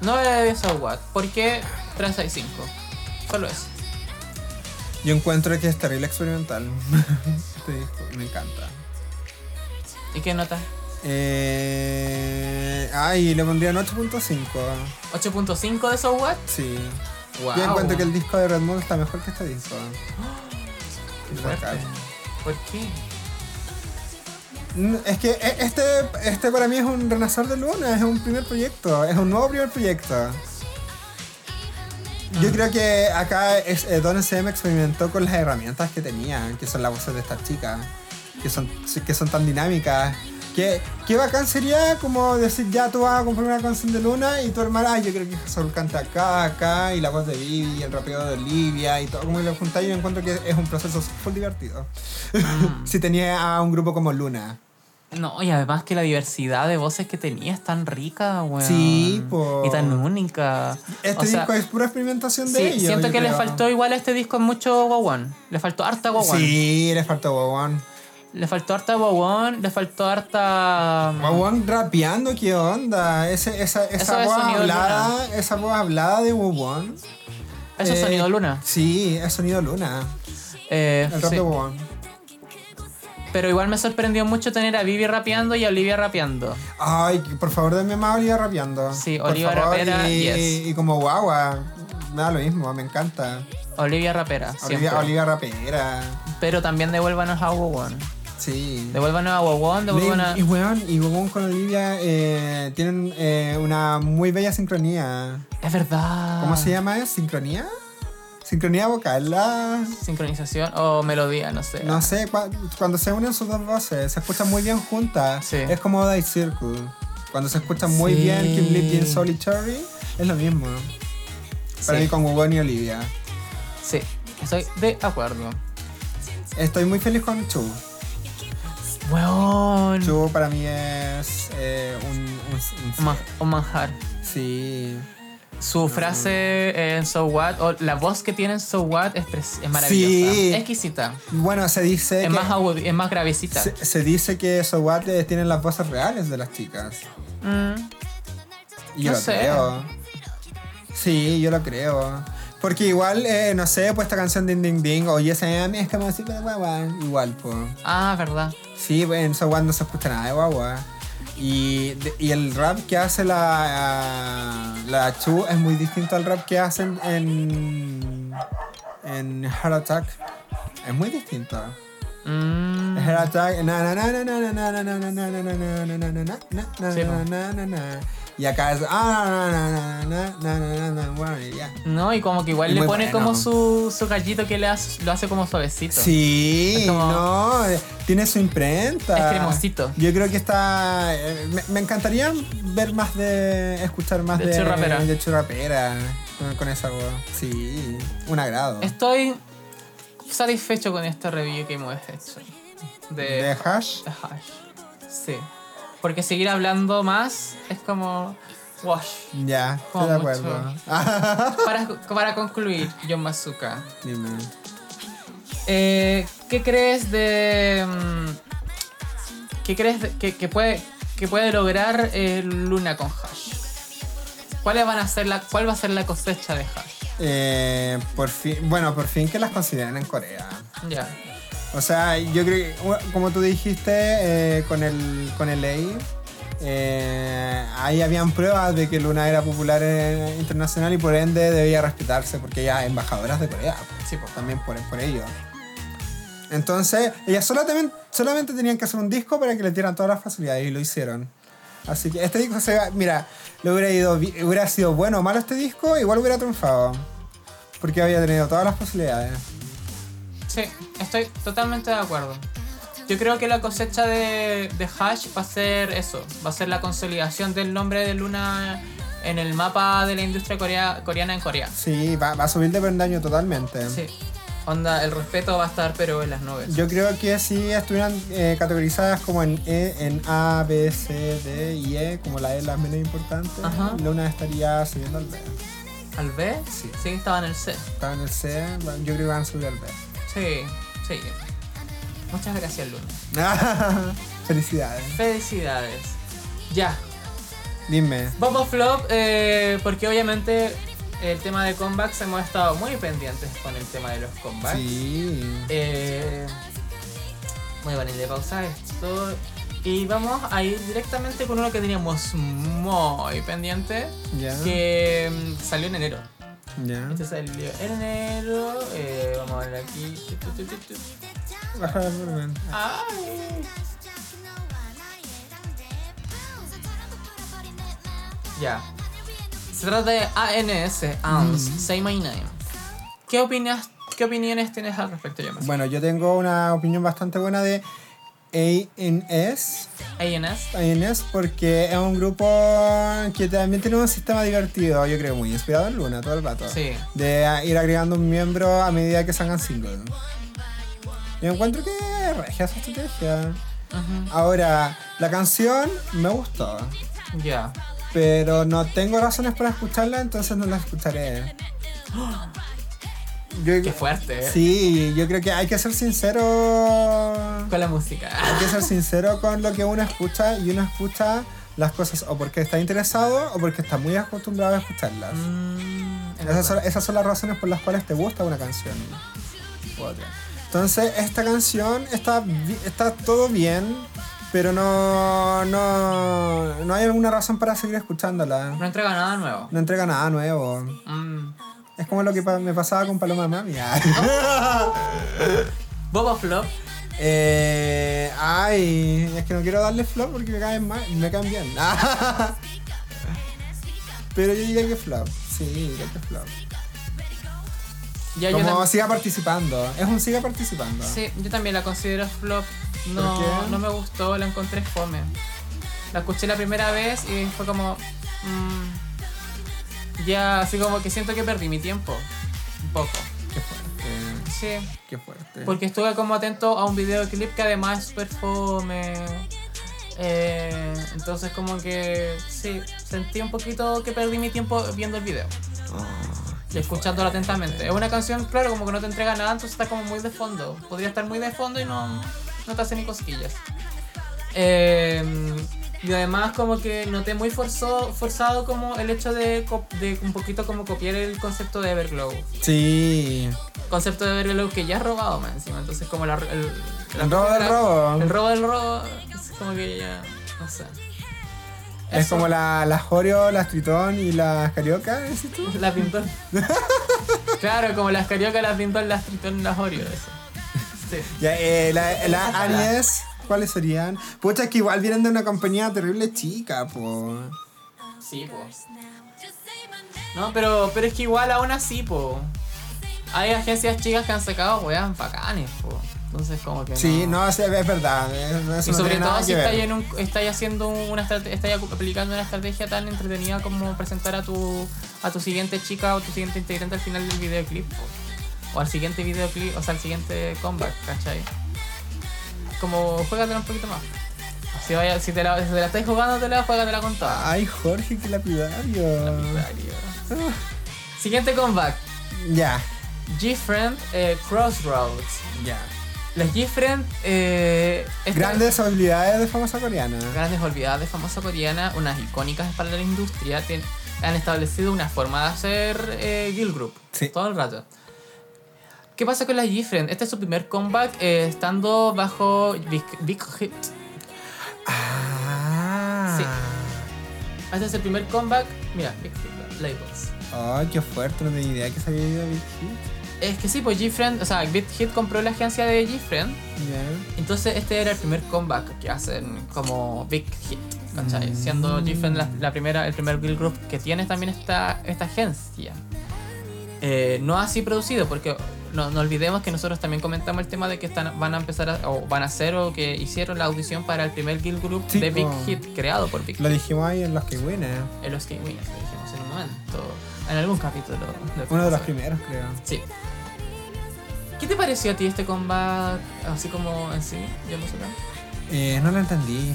9 de 10 OWAC. ¿Por qué 35? Solo eso. Yo encuentro que es terrible experimental. Este disco, me encanta. ¿Y qué nota? Eh, ay, le pondría un 8.5. 8.5 de SOWAT. Sí. Wow. Yo encuentro que el disco de Red Moon está mejor que este disco. El Fuerte. vocal. ¿Por qué? Mm, Es que e- este, este para mí es un renacer de luna, es un primer proyecto, es un nuevo primer proyecto. Yo creo que acá es, eh, Don SM experimentó con las herramientas que tenía, que son las voces de estas chicas, que son, que son tan dinámicas. Que, qué bacán sería como decir, ya tú vas a comprar una canción de Luna y tu hermana, "Ay, yo creo que Sol canta acá, acá, y la voz de Vivi, y el rapeo de Olivia, y todo como lo juntáis, yo encuentro que es un proceso súper divertido. si tenía a un grupo como Luna. No, y además que la diversidad de voces que tenía es tan rica, weón. Sí, po. Y tan única. Este O sea, disco es pura experimentación de sí, ellos. siento yo que le creo. faltó igual a este disco mucho guaguán. Le faltó harta guaguán. Sí, le faltó Wawon. Le faltó harta guaguán, le faltó harta... mm, Wawon rapeando, ¿qué onda? Ese, esa Eso esa es voz sonido hablada, esa voz hablada de Wawon. Eso es Eh, sonido luna. Sí, es sonido luna. Eh, El rap sí. de Wawon. Pero igual me sorprendió mucho tener a Vivi rapeando y a Olivia rapeando. Ay, por favor, denme más Oliva rapeando. Sí, Por Oliva favor, rapera, y, yes. y como guagua. Me da lo mismo, me encanta. Olivia rapera, siempre. Oliva, Oliva rapera. Pero también devuélvanos a Wawon. Sí. Devuélvanos a Wawon, devuélvanos Y weón, y Wawon con Olivia eh, tienen eh, una muy bella sincronía. a... Es verdad. ¿Cómo se llama? eso? ¿Sincronía? ¿Sincronía vocal? la- Sincronización o melodía, no sé. No sé, cua- cuando se unen sus dos voces, se escuchan muy bien juntas. Sí. Es como Day Circle. Cuando se escuchan muy Sí. bien Kim Lip y en Solitary, es lo mismo. Para Sí. mí con Wugón y Olivia. Sí, estoy de acuerdo. Estoy muy feliz con Chu. Mm. Weón. Chu para mí es eh, un, un- un- Un, man- un manjar. Sí. Su frase en So What, o la voz que tiene en So What es, preci- es maravillosa. Sí. Exquisita. Bueno, se dice que... Es más, agu- es más gravecita. se, se dice que So What eh, tienen las voces reales de las chicas. Mm, Y Yo No lo sé. creo. Sí, yo lo creo. Porque igual, eh, no sé, pues esta canción Ding Ding Ding o Yes I Am es como así de guagua. Igual, pues. Ah, verdad. Sí, pues, en So What no se escucha nada de guagua. Y, de- y el rap que hace la, la Chu es muy distinto al rap que hacen en, en Heart Attack. Es muy distinto. Mm, Heart Attack, na, na, na, na, na, na, na, na, na, na, na, na, na, na, na, na, na, Sí, po. na, na, na, na. Y acá es. ah, na, na, na, na, na, na, na, na, bueno, y ya. no, y como que igual Y le muy pone bueno. como su, su gallito que le hace, lo hace como suavecito. Sí, Es como- no, eh, tiene su imprenta. Es cremosito. Yo creo que está. eh, Me, me encantaría ver más de. Escuchar más De de. Churrapera. De Churrapera, Con, con esa voz. Sí, un agrado. Estoy satisfecho con esta review que hemos hecho. De, De Hash. de Hash. Sí. Porque seguir hablando más es como. Wash. Ya, estoy de Como acuerdo. Ah, mucho. Para, para concluir, John Mazuka, Dime. eh, ¿qué crees de. mm, ¿Qué crees de- que, que puede, que puede lograr eh, Luna con Hash? ¿Cuáles van a ser la, ¿Cuál va a ser la cosecha de Hash? Eh, por fin, bueno, por fin que las consideren en Corea. Ya. O sea, yo creo que, bueno, como tú dijiste, eh, con el con el ley, eh, ahí habían pruebas de que Luna era popular eh, internacional y por ende debía respetarse porque ella es embajadora de Corea. pues, Sí, po. También por, por ello. Entonces, ellas solamente, solamente tenían que hacer un disco para que le dieran todas las facilidades y lo hicieron. Así que este disco se va, mira, le hubiera ido, bi- hubiera sido bueno o malo este disco, igual hubiera triunfado. Porque había tenido todas las posibilidades. Sí, estoy totalmente de acuerdo. Yo creo que la cosecha de, de Hash va a ser eso, va a ser la consolidación del nombre de Luna en el mapa de la industria corea- coreana en Corea. Sí, va, va a subir de peldaño totalmente. Sí. Onda, el respeto va a estar pero en las nubes. Yo creo que si estuvieran eh, categorizadas como en E, en A, B, C, D y E, como la E es la menos importante, Ajá. Luna estaría subiendo al B. ¿Al B? Sí. Sí, estaba en el C. Estaba en el C, bueno, yo creo que van a subir al Sí, sí. Muchas gracias, Luna. B. Felicidades. Felicidades. Ya. Dime. Bobo Flop, eh, porque obviamente el tema de comebacks hemos estado muy pendientes con el tema de los comebacks. Sí. Eh, muy bueno, y le pausa esto. Y vamos a ir directamente con uno que teníamos muy pendiente, Ya. que mm, salió en enero. Ya. Este salió en enero. eh, vamos a ver aquí. Tu, tu, tu, tu, tu. Baja el volumen. Ay. Ya. Se trata de ANS, ANS, Mm. Say My Name. ¿Qué opinas? ¿Qué opiniones tienes al respecto, Yamas? Bueno, yo tengo una opinión bastante buena de ANS. ANS. ANS porque es un grupo que también tiene un sistema divertido, yo creo, muy inspirado en Luna todo el rato. Sí. de a- ir agregando un miembro a medida que salgan singles. Yo encuentro que regia esa estrategia. Ujú. Ahora, la canción me gustó, Ya. pero no tengo razones para escucharla, entonces no la escucharé. Yo- Qué fuerte. eh. sí, yo creo que hay que ser sincero. Con la música. Hay que ser sincero con lo que uno escucha y uno escucha las cosas o porque está interesado o porque está muy acostumbrado a escucharlas. Mm, es Esas son, verdad. esas son las razones por las cuales te gusta una canción u otra. Entonces, esta canción está, bi- está todo bien, pero no, no, no hay alguna razón para seguir escuchándola. No entrega nada nuevo. No entrega nada nuevo. Mm. Es como lo que pa- me pasaba con Paloma Mami. Ay. Bobo Flop. Eh, ay, es que no quiero darle flop porque me caen, mal, me caen bien. Pero yo diría que flop. Sí, diría que flop. Ya yo Como tam- siga participando. Es un siga participando. Sí, yo también la considero flop. ¿Por No, qué? no me gustó, la encontré fome. La escuché la primera vez y fue como. mm, ya, así como que siento que perdí mi tiempo. Un poco. Qué fuerte. Sí. Qué fuerte. Porque estuve como atento a un videoclip que además es súper fome. Eh, entonces como que sí, sentí un poquito que perdí mi tiempo viendo el video y escuchándolo atentamente. Es una canción, claro, como que no te entrega nada, entonces está como muy de fondo. Podría estar muy de fondo y no, no te hace ni cosquillas. Eh, y además como que noté muy forzo- forzado como el hecho de, co- de un poquito como copiar el concepto de Everglow Sí. concepto de verlo que ya has robado más encima. Entonces, como la, el, la- El robo del la- robo. El robo del robo. Es como que ya. No sé. Es Eso. como la- las Oreo, las Tritón y las Carioca, decís tú. La pintó. claro, como las cariocas las pintó las tritón las Oreo. Eso. Sí. Ya, eh, la- las Aries, ¿cuáles serían? Pucha, es que igual vienen de una compañía terrible chica, po. Sí, po. No, pero, pero es que igual aún así, po. Hay agencias chicas que han sacado weas bacanes, po. Entonces, como que. Sí, no, sí, es verdad. eh, Eso Y no sobre tiene nada todo si que ver. estáis, en un, estáis haciendo una estrate- estáis aplicando una estrategia tan entretenida como presentar a tu, a tu siguiente chica o tu siguiente integrante al final del videoclip. po. O al siguiente videoclip, o sea, al siguiente comeback, ¿cachai? Como juégatela un poquito más. No sé. Si, vaya- si te la, si te la estáis jugando, te la juegatela con toda. Ay, Jorge, qué lapidario. Dario. Siguiente comeback. Ya, G-Friend eh, Crossroads. ya. Las G-Friend... Eh, esta- Grandes habilidades de famosa coreana. grandes olvidadas de famosa coreana, unas icónicas para la industria, tien- han establecido una forma de hacer eh, Girl Group Sí. todo el rato. ¿Qué pasa con las G-Friend? Este es su primer comeback eh, estando bajo Big, Big Hit. Ah. Este es el primer comeback. Mira, Big Hit Labels. Ay, qué fuerte, no tenía idea que se había ido a Big Hit. Es que sí, pues G-Friend, o sea, Big Hit compró la agencia de G-Friend. Ya. Entonces este era el primer comeback que hacen como Big Hit, ¿cachai? Mm. Siendo Giffen la, la primera, el primer Bill Group que tiene también esta, esta agencia. Eh, no así producido, porque no, no olvidemos que nosotros también comentamos el tema de que están, van a empezar a- o van a hacer o que hicieron la audición para el primer Guild Group Sí, de Big po. Hit creado por Big Lo Hit. dijimos ahí en los que buena. En los que Winners, lo dijimos en un momento, en algún capítulo. Uno de los Fuerza. primeros, creo. Sí. ¿Qué te pareció a ti este comeback así como en sí, ya emocional? Eh, no lo entendí.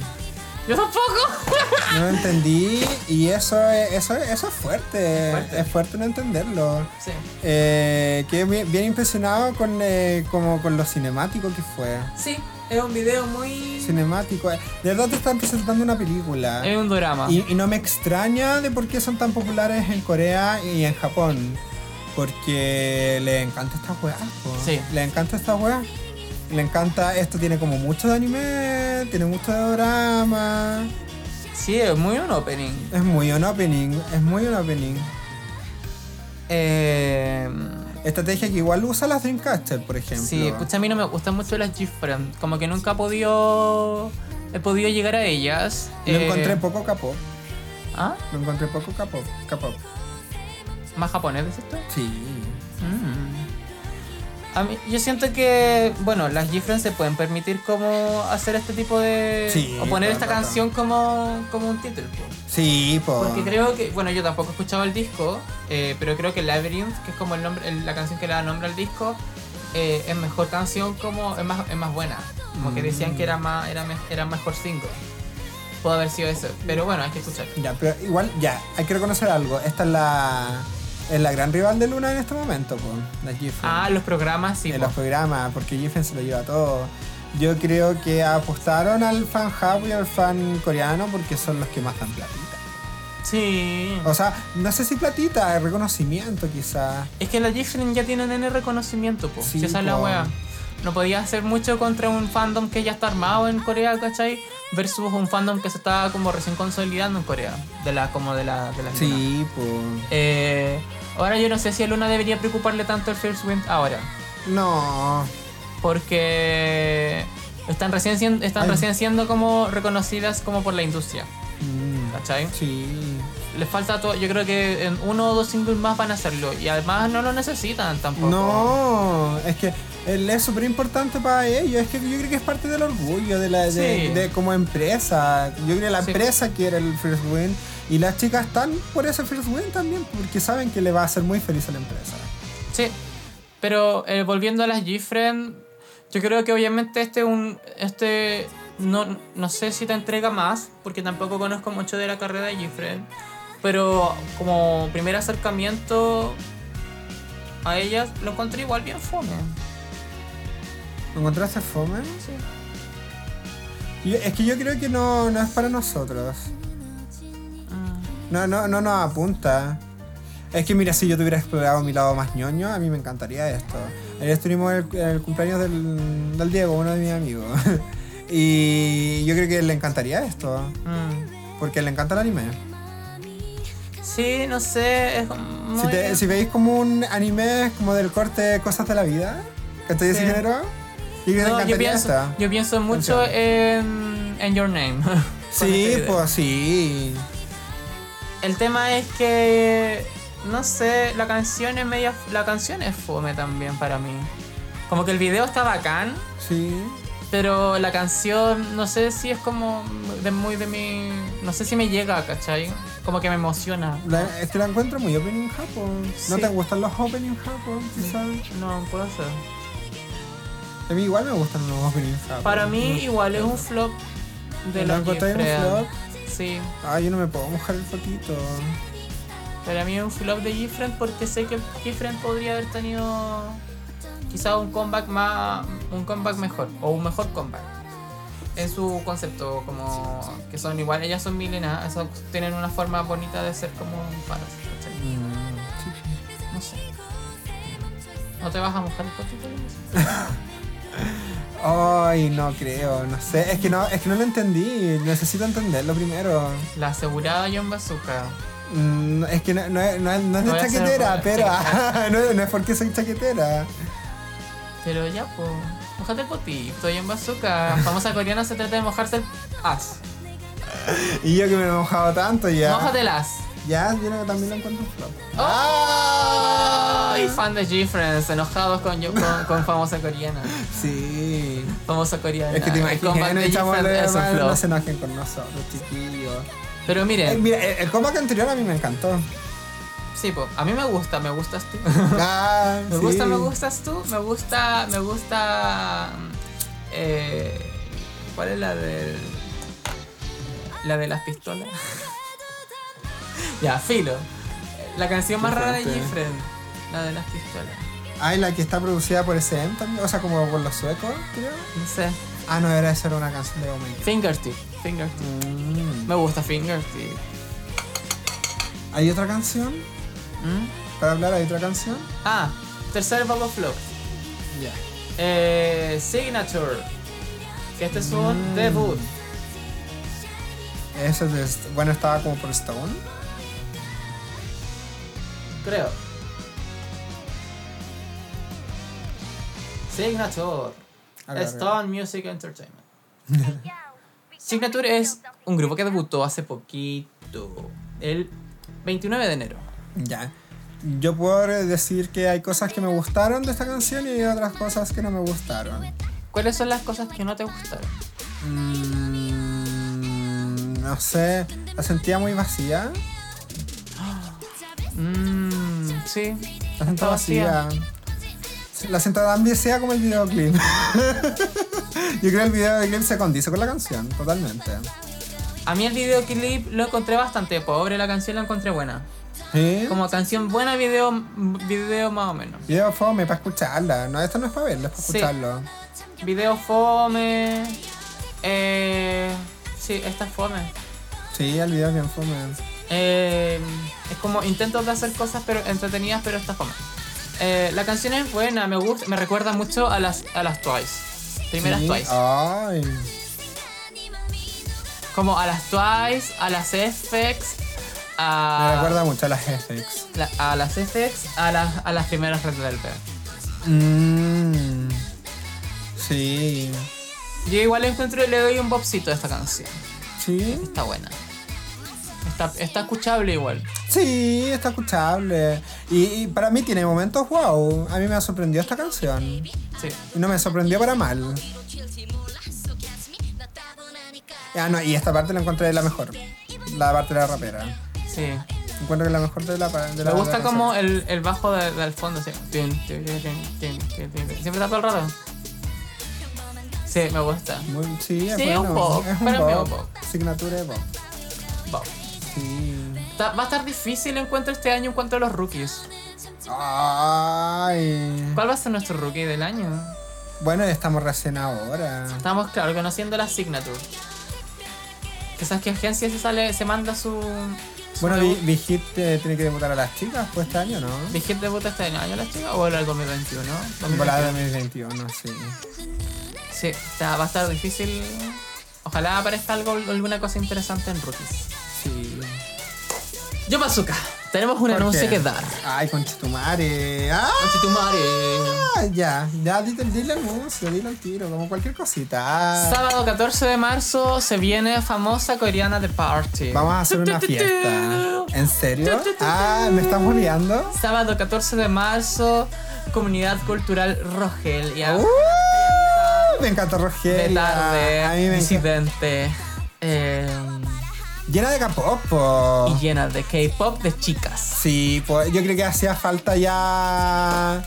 Yo tampoco. No lo entendí y eso es, eso, es- eso es fuerte. Fuerte. Es fuerte no entenderlo. Sí. Eh, quedé bien, bien impresionado con, eh, como con lo cinemático que fue. Sí, es un video muy. Cinemático. eh. De verdad te están presentando una película. Es un drama. Y, y no me extraña de por qué son tan populares en Corea y en Japón. Porque le encanta esta weá. po. Sí. Le encanta esta weá. Le encanta, esto tiene como mucho de anime, tiene mucho de drama. Sí, es muy un opening. Es muy un opening, es muy un opening. Eh, Estrategia que igual usa las Dreamcatcher, por ejemplo. sí, escucha, a mí no me gustan mucho las G-Friend. Como que nunca he podido. He podido llegar a ellas. Lo Eh, encontré poco capo. ¿Ah? Lo encontré poco capo. Capo. ¿Más japonés es esto? Sí. Mm. A mí, yo siento que, bueno, las G-Friend se pueden permitir como hacer este tipo de... Sí, o poner todo esta el rato. canción como, como un título. pues. po. Sí, po. Porque creo que, bueno, yo tampoco he escuchado el disco, eh, pero creo que Labyrinth, que es como el nombre, el- la canción que le da nombre al disco, eh, es mejor canción, como es más, es más buena. Como que decían que era Mm. más era, me- era mejor single. Pudo haber sido eso, pero bueno, hay que escuchar. Ya, pero igual, ya, hay que reconocer algo. Esta es la, es la gran rival de Luna en este momento, po, la Giffen. Ah, los programas, sí. en po. los programas, porque Giffen se lo lleva todo. Yo creo que apostaron al fan hub y al fan coreano porque son los que más dan platita. Sí. O sea, no sé si platita, reconocimiento quizás. Es que las G-Friend ya tienen N reconocimiento, po. Sí, si esa es la po. wea. No podía hacer mucho contra un fandom que ya está armado en Corea, ¿cachai? Versus un fandom que se está como recién consolidando en Corea. De la, como de la, de las lunas. Sí, pues. Eh, ahora yo no sé si a Luna debería preocuparle tanto el First Wind ahora. No. Porque están recién, sien- están Ay. recién siendo como reconocidas como por la industria. Mm, ¿Cachai? Sí. Les falta todo. Yo creo que en uno o dos singles más van a hacerlo. Y además no lo necesitan tampoco. No, es que él es súper importante para ellos. Es que yo creo que es parte del orgullo de la de, Sí. de como empresa. Yo creo que la Sí. empresa quiere el First Win y las chicas están por ese First Win también porque saben que le va a hacer muy feliz a la empresa. Sí, pero eh, volviendo a las G-Friend, yo creo que obviamente este un este no, no sé si te entrega más, porque tampoco conozco mucho de la carrera de G-Friend, pero como primer acercamiento a ellas lo encontré igual bien fome. ¿Lo ¿Encontraste fome? Sí. Yo- es que yo creo que no, no es para nosotros. Mm, No, no, no nos apunta. Es que mira, si yo tuviera explorado mi lado más ñoño, a mí me encantaría esto. Ayer estuvimos en el, en el cumpleaños del, del Diego, uno de mis amigos. y yo creo que le encantaría esto. mm. Porque le encanta el anime. Sí, no sé, es muy... Si, te- si veis como un anime como del corte Cosas de la Vida, que estoy de ese Sí. género, yo creo que le No, yo, encantaría pienso, esto. yo pienso mucho en, en Your Name. con este Sí, esta idea. pues sí. El tema es que no sé, la canción es media la canción es fome también para mí. Como que el video está bacán, Sí. pero la canción no sé si es como de muy de mi no sé si me llega, ¿cachai? Como que me emociona. La- es que la encuentro muy opening Japón. ¿No Sí. te gustan los opening Japón, quizás? No puedo ser. A mí igual me gustan los opening Japón. Para mí igual es un flop. de ¿No los encontráis un Jeffrey. flop? Sí, Ay, yo no me puedo mojar el fotito. para mí es un flop de Gifren porque sé que Gifren podría haber tenido quizá un comeback más un comeback mejor o un mejor comeback. En su concepto como que son igual, ellas son milenas, eso- tienen una forma bonita de ser como paras. ¿cachai? No sé. ¿No te vas a mojar el potito? Ay, no creo, no sé. Es que no, es que no lo entendí. Necesito entenderlo primero. La asegurada John Bazooka. Mm, es que no, no es, no es- no es de Voy a hacer- chaquetera, pero sí. no, es- no es porque soy chaquetera. Pero ya, pues. Mojate el potito, John Bazooka. Famosa coreana se trata de mojarse el as. Y yo que me he mojado tanto ya. Mójate el as. Ya, yo no- también lo encuentro un flop. Ay, fan de G-Friends, enojados con, yo- con, con famosa coreana. Sí. Famosa coreana. Es que te El comeback imaginas, no de echamos G-Friends es un flop. no se enojen con nosotros, chiquillos. Pero Eh, miren, mira, el, el comeback anterior a mí me encantó. sí, po, a mí me gusta, me gustas tú. Ah, Me sí. gusta, me gustas tú, me gusta, me gusta. eh, ¿Cuál es la del. La de las pistolas? ya, filo. La canción más Qué rara de fuerte. Gifren, la de las pistolas. Ay, la que está producida por SM también, o sea, como por los suecos, creo. No sé. Ah, no, era eso, era una canción de Omega. Fingertip, Fingertip. Mm. Me gusta Fingertip. ¿Hay otra canción? ¿Mm? ¿Para hablar hay otra canción? Ah, tercer Bubble Flop. Ya. Eh, Signature. Que este es un Mm. debut. Eso es, bueno, estaba como por Stone. Creo. Signature. A ver, a ver. Stone Music Entertainment. Signature es un grupo que debutó hace poquito. El 29 de enero. Ya. Yo puedo decir que hay cosas que me gustaron de esta canción y hay otras cosas que no me gustaron. ¿Cuáles son las cosas que no te gustaron? Mm, no sé, la sentía muy vacía. Mm, Mmm, sí. La sentía Está vacía. vacía. La sentía tan vacía como el videoclip. Yo creo que el videoclip se condice con la canción, totalmente. A mí el videoclip lo encontré bastante pobre, la canción la encontré buena. ¿Sí? Como canción buena, video, video más o menos. Video fome para escucharla. No, esto no es para verlo, es para Sí. escucharlo. Video fome. Eh, sí, esta es fome. Sí, el video es bien fome. Eh, es como intentos de hacer cosas pero entretenidas, pero esta fome. Eh, la canción es buena, me gusta, me recuerda mucho a las, a las Twice. Primeras Sí. ah. Twice. Ay. Como a las Twice, a las FX, Me a, recuerda mucho a las FX. la- a las FX, a las, a las primeras Red Velvet. Mmm. Sí. Yo igual encuentro y le doy un bobcito a esta canción. Sí. Está buena. Está, está escuchable igual. Sí, está escuchable. Y, y para mí tiene momentos wow. A mí me sorprendió esta canción. Y Sí. no me sorprendió para mal. Ah, no, y esta parte la encontré la mejor. La parte de la rapera. Sí. Encuentro que la mejor de la. De Me la de gusta la como canción. el, el bajo de- del fondo, así. Tin, tin, tin, tin, tin, tin. Siempre está todo el rato. Sí, me gusta. Muy- sí, es Sí, bueno. un pop. Es Para mí es un un pop. pop. Signatura de pop. Wow. Sí. Está- Va a estar difícil el encuentro este año en cuanto a los rookies. Ay. ¿Cuál va a ser nuestro rookie del año? Bueno, ya estamos recién ahora. Estamos, claro, conociendo la signature. Quizás que agencia se sale, se manda su. su Bueno, debut. Big Hit eh, tiene que debutar a las chicas pues este año, ¿no? Big Hit debuta este año la chica o era el 2021? Temporada 2021, sí. Sí, está- va a estar difícil. Ojalá aparezca algo, alguna cosa interesante en rookies. Sí. Yo Bazooka, tenemos un ¿Por anuncio qué? que dar. Ay, conchetumare. Ah, Conchetumare. ya. Ya, dile, dile el anuncio, dile el tiro, como cualquier cosita. Ah, Sábado 14 de marzo se viene famosa coreana de party. Vamos a hacer una Tu, tu, tu, fiesta. tu. ¿En serio? Ah, ¿me estás boleando? Sábado 14 de marzo, comunidad cultural Rogel. Ya. Uh, me encanta Rogelia. de tarde, A mí me encanta. disidente. eh, Llena de K-pop. po. y llena de K-pop de chicas. Sí, pues yo creo que hacía falta ya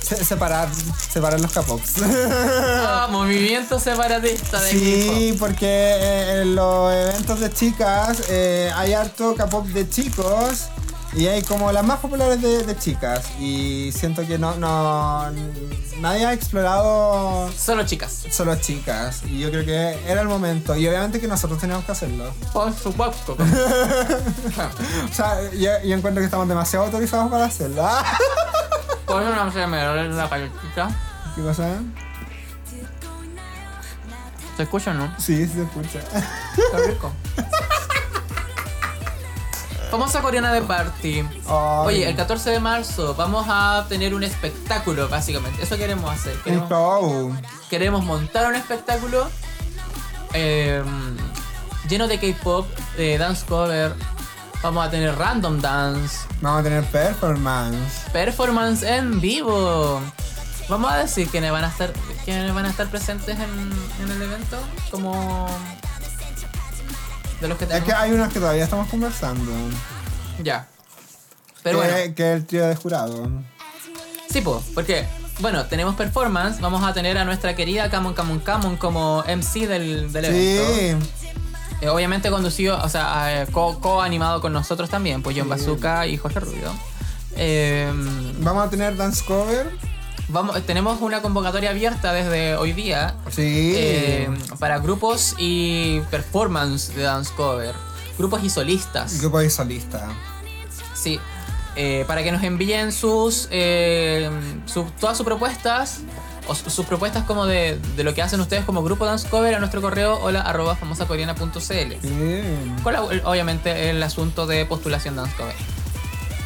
Se- separar, separar los K-pops. Ah, movimiento separatista de K-pop. Sí, porque eh, en los eventos de chicas eh, hay harto K-pop de chicos y hay como las más populares de, de chicas. Y siento que no, no nadie ha explorado Solo chicas. solo chicas. Y yo creo que era el momento. Y obviamente que nosotros teníamos que hacerlo. Por supuesto. O sea, yo, yo encuentro que estamos demasiado autorizados para hacerlo. Con una menor en la galletita. ¿Qué cosa? ¿Se escucha o no? Sí, sí se escucha. Está rico. Vamos a Coreana de Party. Ay. Oye, el 14 de marzo vamos a tener un espectáculo, básicamente. Eso queremos hacer. Un Queremos, show. queremos montar un espectáculo eh, lleno de K-pop, de dance cover. Vamos a tener random dance, Vamos a tener performance. performance en vivo. Vamos a decir quiénes van a estar, quiénes van a estar presentes en, en el evento, como de los que Es tenemos. que hay unos que todavía estamos conversando. Ya. Pero que, bueno, que el trío de jurado. sí, po, porque, bueno, tenemos performance, vamos a tener a nuestra querida Camon Camon Camon como MC del, del evento. Sí. Eh, obviamente conducido, o sea, eh, co- co-animado con nosotros también, pues John Bazooka y Jorge Rubio. Eh, Vamos a tener dance cover. vamos, tenemos una convocatoria abierta desde hoy día Sí. eh, para grupos y performance de dance cover, grupos y solistas. Grupo de solista. Sí. Eh, para que nos envíen sus, eh, sus- todas sus propuestas o su- sus propuestas como de, de lo que hacen ustedes como grupo dance cover a nuestro correo hola arroba famosacoreana.cl Sí. con la- obviamente el asunto de postulación dance cover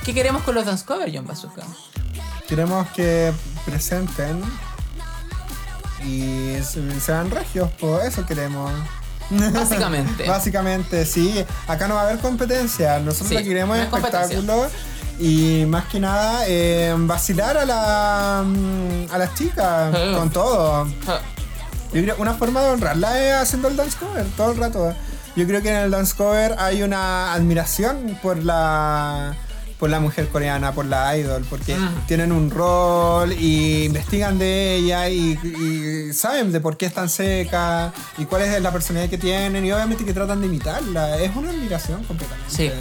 ¿qué queremos con los dance cover John Bazooka? Queremos que presenten y se- sean regios, por eso queremos. básicamente Básicamente, sí. Acá no va a haber competencia. Nosotros Sí, lo que queremos no es es competencia. espectáculo y más que nada eh, vacilar a, la, mm, a las chicas Sí. con todo. Ja. Yo creo una forma de honrarla es haciendo el dance cover todo el rato. Yo creo que en el dance cover hay una admiración por la por la mujer coreana, por la idol, porque Mm. tienen un rol y investigan de ella y, y saben de por qué es tan seca y cuál es la personalidad que tienen y obviamente que tratan de imitarla. Es una admiración completamente. Sí.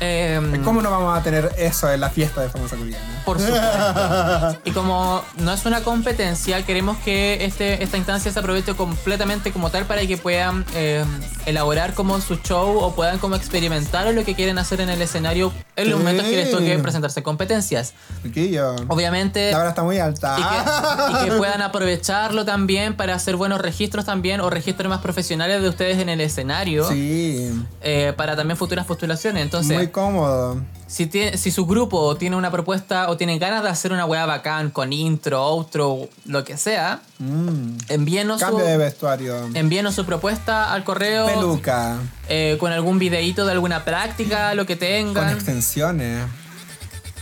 Em, ¿Cómo no vamos a tener eso en la fiesta de famosa coreana? Por supuesto. Y como no es una competencia, queremos que este, esta instancia se aproveche completamente como tal para que puedan eh, elaborar como su show o puedan como experimentar lo que quieren hacer en el escenario en los Sí. momentos que les toque presentarse competencias. Chiquillo. Obviamente... La vara está muy alta. Y que, y que puedan aprovecharlo también para hacer buenos registros también o registros más profesionales de ustedes en el escenario Sí. eh, para también futuras postulaciones. Entonces, Muy cómodo. si, tiene- si su grupo tiene una propuesta o tienen ganas de hacer una weá bacán con intro, outro, lo que sea, Mm. envíenos su, Cambio de vestuario. envíenos su propuesta al correo Peluca. eh, con algún videíto de alguna práctica, lo que Con tengan. extensiones.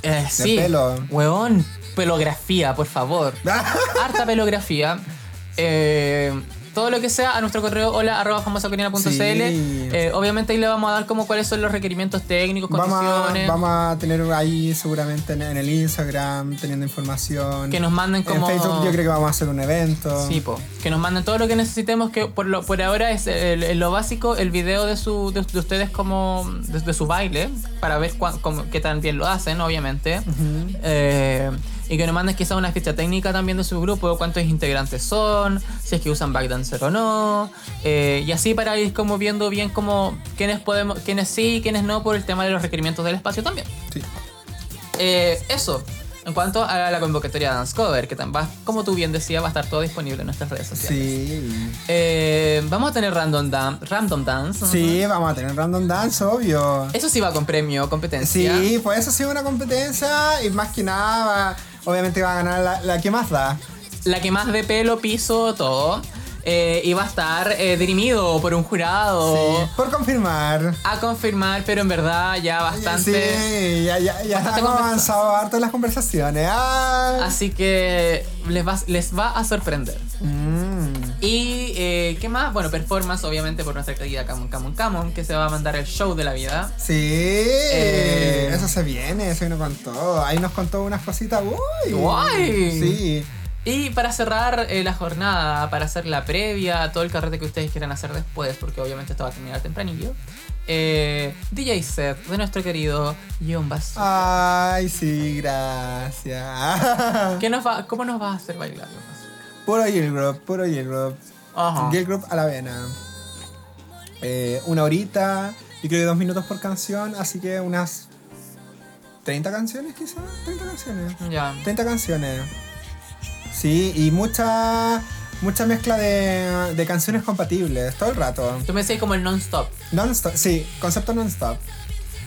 Eh, sí, pelo. weón, pelografía, por favor. Ah, Harta pelografía. Eh, todo lo que sea a nuestro correo hola arroba famosacoreana.cl. Sí. Eh, obviamente ahí le vamos a dar como cuáles son los requerimientos técnicos, Vamos a, condiciones. vamos a tener ahí seguramente en, en el Instagram, teniendo información. Que nos manden como- En Facebook yo creo que vamos a hacer un evento. Sí, po. que nos manden todo lo que necesitemos, que por, lo, por ahora es el- el- lo básico, el video de, su, de, de ustedes como, de, de su baile, para ver cuán- cómo- qué tan bien lo hacen, obviamente. Eh, y que nos manden quizá una ficha técnica también de su grupo, cuántos integrantes son, si es que usan backdancer o no. eh, y así para ir como viendo bien como quiénes, podemos, quiénes sí y quiénes no por el tema de los requerimientos del espacio también. Sí. Eh, eso. En cuanto a la convocatoria de Dance Cover, que tam- va- como tú bien decías, va a estar todo disponible en nuestras redes sociales. Sí. Eh, vamos a tener Random, dan- random Dance. Sí, vamos a tener random dance, obvio. Eso sí va con premio, competencia. Sí, pues eso ha sido una competencia y más que nada, va- obviamente va a ganar la, la que más da. La que más de pelo, piso, todo. eh, iba a estar eh, dirimido por un jurado Sí, por confirmar. a confirmar, pero en verdad ya bastante. Sí, ya, ya, ya bastante hemos conversa- avanzado harto en las conversaciones. Ah. Así que les va, les va a sorprender. Mm. Y eh, qué más? Bueno, performance, obviamente, por nuestra querida Camon Camon Camon, que se va a mandar el show de la vida. Sí, Eh. eso se viene, eso ahí nos contó. Ahí nos contó unas cositas. Uy. Guay. Sí. Y para cerrar eh, la jornada, para hacer la previa, todo el carrete que ustedes quieran hacer después, porque obviamente esto va a terminar tempranillo, eh, DJ set de nuestro querido John Bass. Ay, sí, gracias. ¿Qué nos va, ¿Cómo nos va a hacer bailar, Guión Bazooka? Puro Girl Group, puro Girl Group. Ajá. Girl Group a la vena. Eh, una horita, yo creo que dos minutos por canción, así que unas 30 canciones quizás, 30 canciones. Ya. 30 canciones. Sí, y mucha mucha mezcla de, de canciones compatibles, todo el rato. Tú me decías como el non-stop. Non-stop, sí, concepto non-stop.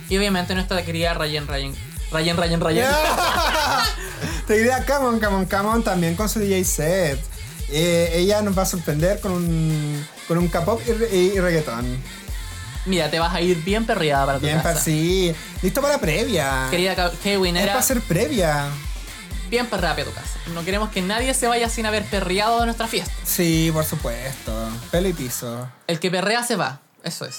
Y obviamente nuestra querida Ryan Ryan. Ryan Ryan Ryan. Te diría Come On, Come On, Come On también con su DJ set. Eh, ella nos va a sorprender con un, con un K-pop y, re- y reggaetón. Mira, te vas a ir bien perreada para tu Bien, casa. pa- sí. Listo para previa. Querida Kevin, es era para hacer previa. bien perreada para tu casa. No queremos que nadie se vaya sin haber perreado de nuestra fiesta. Sí, por supuesto. Pelo y piso. El que perrea se va, eso es.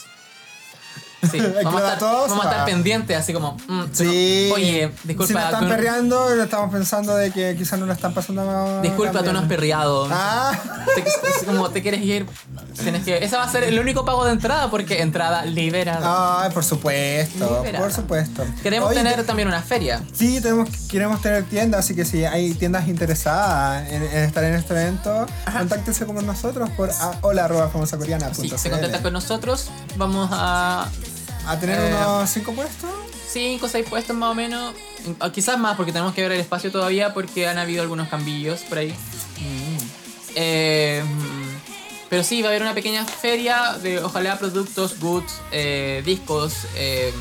Sí, El que vamos, lo a da estar, todo se vamos a estar va. pendientes, así como. mm, Sí. no- oye, disculpa. Si nos están tú- perreando, estamos pensando de que quizás no lo están pasando disculpa, tú no has también. perreado. Ah, Te- es como te quieres ir. Tienes que. Ese va a ser el único pago de entrada porque entrada liberada. ay, por supuesto. Liberada. Por supuesto. Queremos Ah, Oye, tener te- también una feria. Sí, tenemos, queremos tener tiendas, así que si hay tiendas interesadas en, en estar en este evento, contáctense con nosotros por a, hola arroba Si se contacta con nosotros, vamos a A tener eh, unos cinco puestos. 5 o 6 puestos más o menos. O quizás más porque tenemos que ver el espacio todavía porque han habido algunos cambillos por ahí. Eh, pero sí, va a haber una pequeña feria de ojalá productos, goods, eh, discos, eh,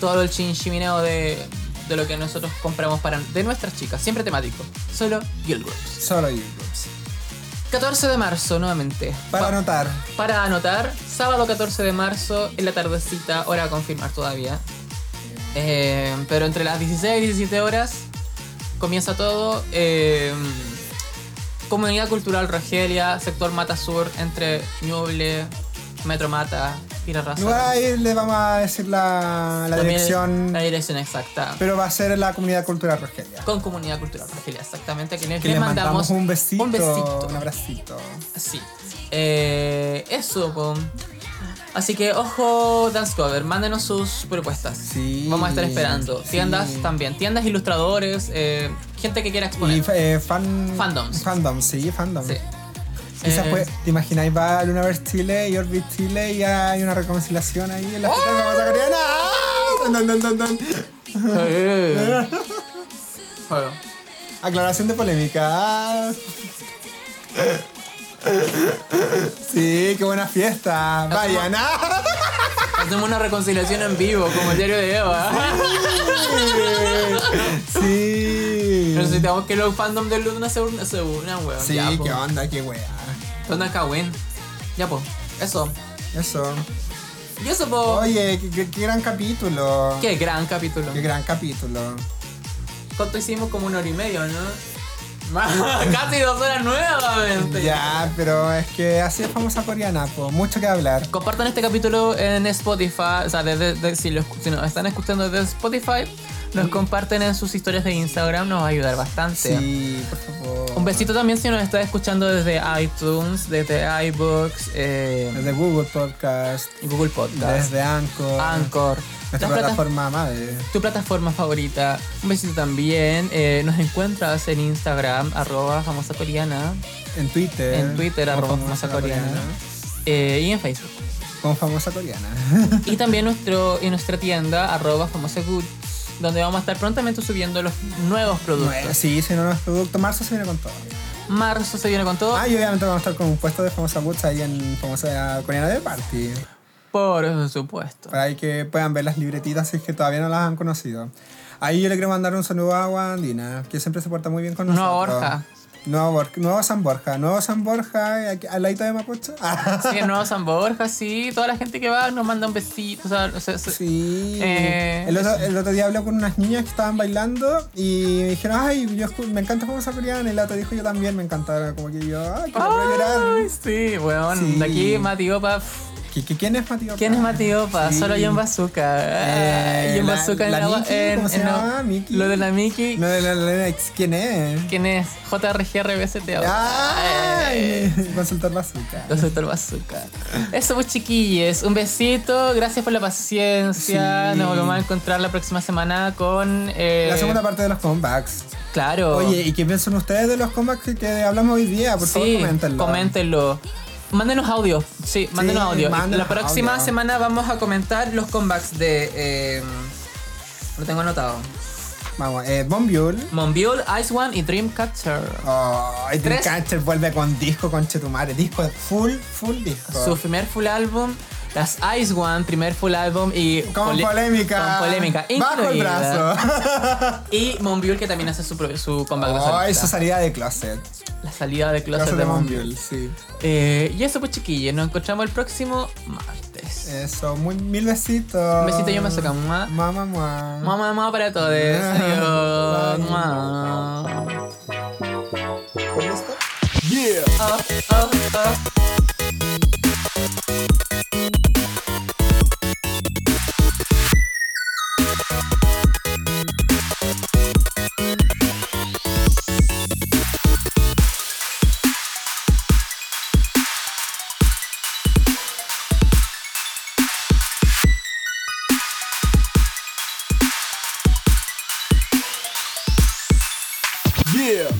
todo el chinchimineo de, de lo que nosotros compramos para de nuestras chicas, siempre temático, solo Guild Groups. Solo YouTube. 14 de marzo nuevamente. Para Pa- anotar. para anotar, sábado 14 de marzo, en la tardecita, hora a confirmar todavía. Eh, pero entre las 16 y 17 horas comienza todo. eh, Comunidad Cultural Rogelia, sector Mata Sur, entre Ñuble, Metro Mata, Pirarraza. Igual ahí le vamos a decir la, la También dirección, La dirección exacta. pero va a ser en la comunidad cultural rogelia. Con Comunidad Cultural Rogelia, exactamente. A quienes Que les le mandamos, mandamos, un besito. Un besito. un abracito. Sí. Eh, eso, po. Así que ojo, Dance Cover, mándenos sus propuestas. Sí, Vamos a estar esperando. sí. Tiendas también, tiendas, ilustradores, eh, gente que quiera Y exponer. eh, fan, Fandoms. Fandoms, sí, fandoms. Sí. Quizás Eh, fue, ¿te imagináis? Va a Lunaverse Chile y Orbit Chile y hay una reconciliación ahí en la fiesta de la Mata Coreana. ¡Ah! ¡Oh! Dun, dun, dun, dun, dun. eh. Bueno, Aclaración de polémica. Ah. Sí, qué buena fiesta. Vayan. ah. Hacemos una reconciliación en vivo, como el diario de Eva. Sí. Necesitamos que los fandom de Luna se unan, se unan, weón. Sí, ya, pues. po. qué onda, qué wea. Onda Kawin. Ya, pues. Eso. Eso. Y eso, po. Oye, qué, qué- qué gran capítulo. Qué gran capítulo. Qué gran capítulo. ¿Cuánto hicimos? Como una hora y media, ¿no? Más- Casi dos horas nuevamente. Ya, pero es que así es famosa coreana, pues mucho que hablar. Compartan este capítulo en Spotify. O sea, desde- de- si, lo escu- si nos están escuchando desde Spotify, nos comparten en sus historias de Instagram. Nos va a ayudar bastante. Sí, por favor. Un besito también si nos está escuchando desde iTunes, desde iBooks, eh, Desde Google Podcast, Google Podcast, desde Anchor. Anchor. Nuestra Las plata- plataforma madre. tu plataforma favorita. Un besito también. Eh, nos encuentras en Instagram, arroba famosa coreana. En Twitter. En Twitter, como arroba famosa coreana. eh, y en Facebook. Como famosa coreana. Y también nuestro, en nuestra tienda, arroba famosa goods, donde vamos a estar prontamente subiendo los nuevos productos. sí, si no, los productos. Marzo se viene con todo. Marzo se viene con todo. Ah, y obviamente vamos a estar con un puesto de famosa Woods ahí en famosa coreana de party. Por supuesto. Para ahí que puedan ver las libretitas si es que todavía no las han conocido. Ahí yo le quiero mandar un saludo a Wandina, que siempre se porta muy bien con No, nosotros. Borja. Nuevo, Bor- Nuevo San Borja, Nuevo San Borja, aquí- al ladito de Mapocho. Ah, Sí, en Nuevo San Borja, sí. Toda la gente que va nos manda un besito. O sea, o sea, Sí. Eh, el, otro, el otro día hablé con unas niñas que estaban bailando y me dijeron, ay, yo escu- me encanta cómo se coreana. El otro dijo, yo también me encantaba. Como que yo, ay, que me voy a llorar. Ay, sí, weón. Sí. De aquí, Matiopa. pff, ¿Qui- qui- ¿Quién es Matiopa? ¿Quién es Matiopa? Sí. Solo John Bazooka. Eh, John la- Bazooka en la la- Nikki, en- ¿cómo se en- no, llamaba? Nikki. Lo de la Mickey. No, la- la- la- ¿Quién es? ¿Quién es? JRGRBST. Ah, Ay, Eh. consultar la azúcar. Los Doctor Bazooka. Eso, pues chiquilles. Un besito. Gracias por la paciencia. Sí. Nos volvemos a encontrar la próxima semana con. eh, La segunda parte de los comebacks. Claro. Oye, ¿y qué piensan ustedes de los comebacks que, que hablamos hoy día? Por favor, sí, coméntenlo. coméntenlo. Mándenos audio. Sí, mándenos audio. mándenos la próxima audio. semana vamos a comentar los comebacks de. eh, lo tengo anotado. Vamos, eh, Bombiul. Monbiul, Ice One y Dreamcatcher. Oh, y Tres. Dreamcatcher vuelve con disco con Chetumare. Disco full, full disco. Su primer full álbum. Las Ice One, primer full álbum y. Con pole- polémica. Con polémica. Bajo el incluida. brazo. Y Monbiul que también hace su, pro- su comeback de oh, solista. eso salida de closet. La salida de Closet Closet de de Monbiul. Bombiul, sí. Eh, y eso pues chiquillos, nos encontramos el próximo martes. Eso, muy, mil besitos. Un besito y un beso, camua. Mamá, mamá. Mamá, mamá para todos. Adiós. Bye. Mua. ¿Cómo está? Oh, oh, oh. Yeah.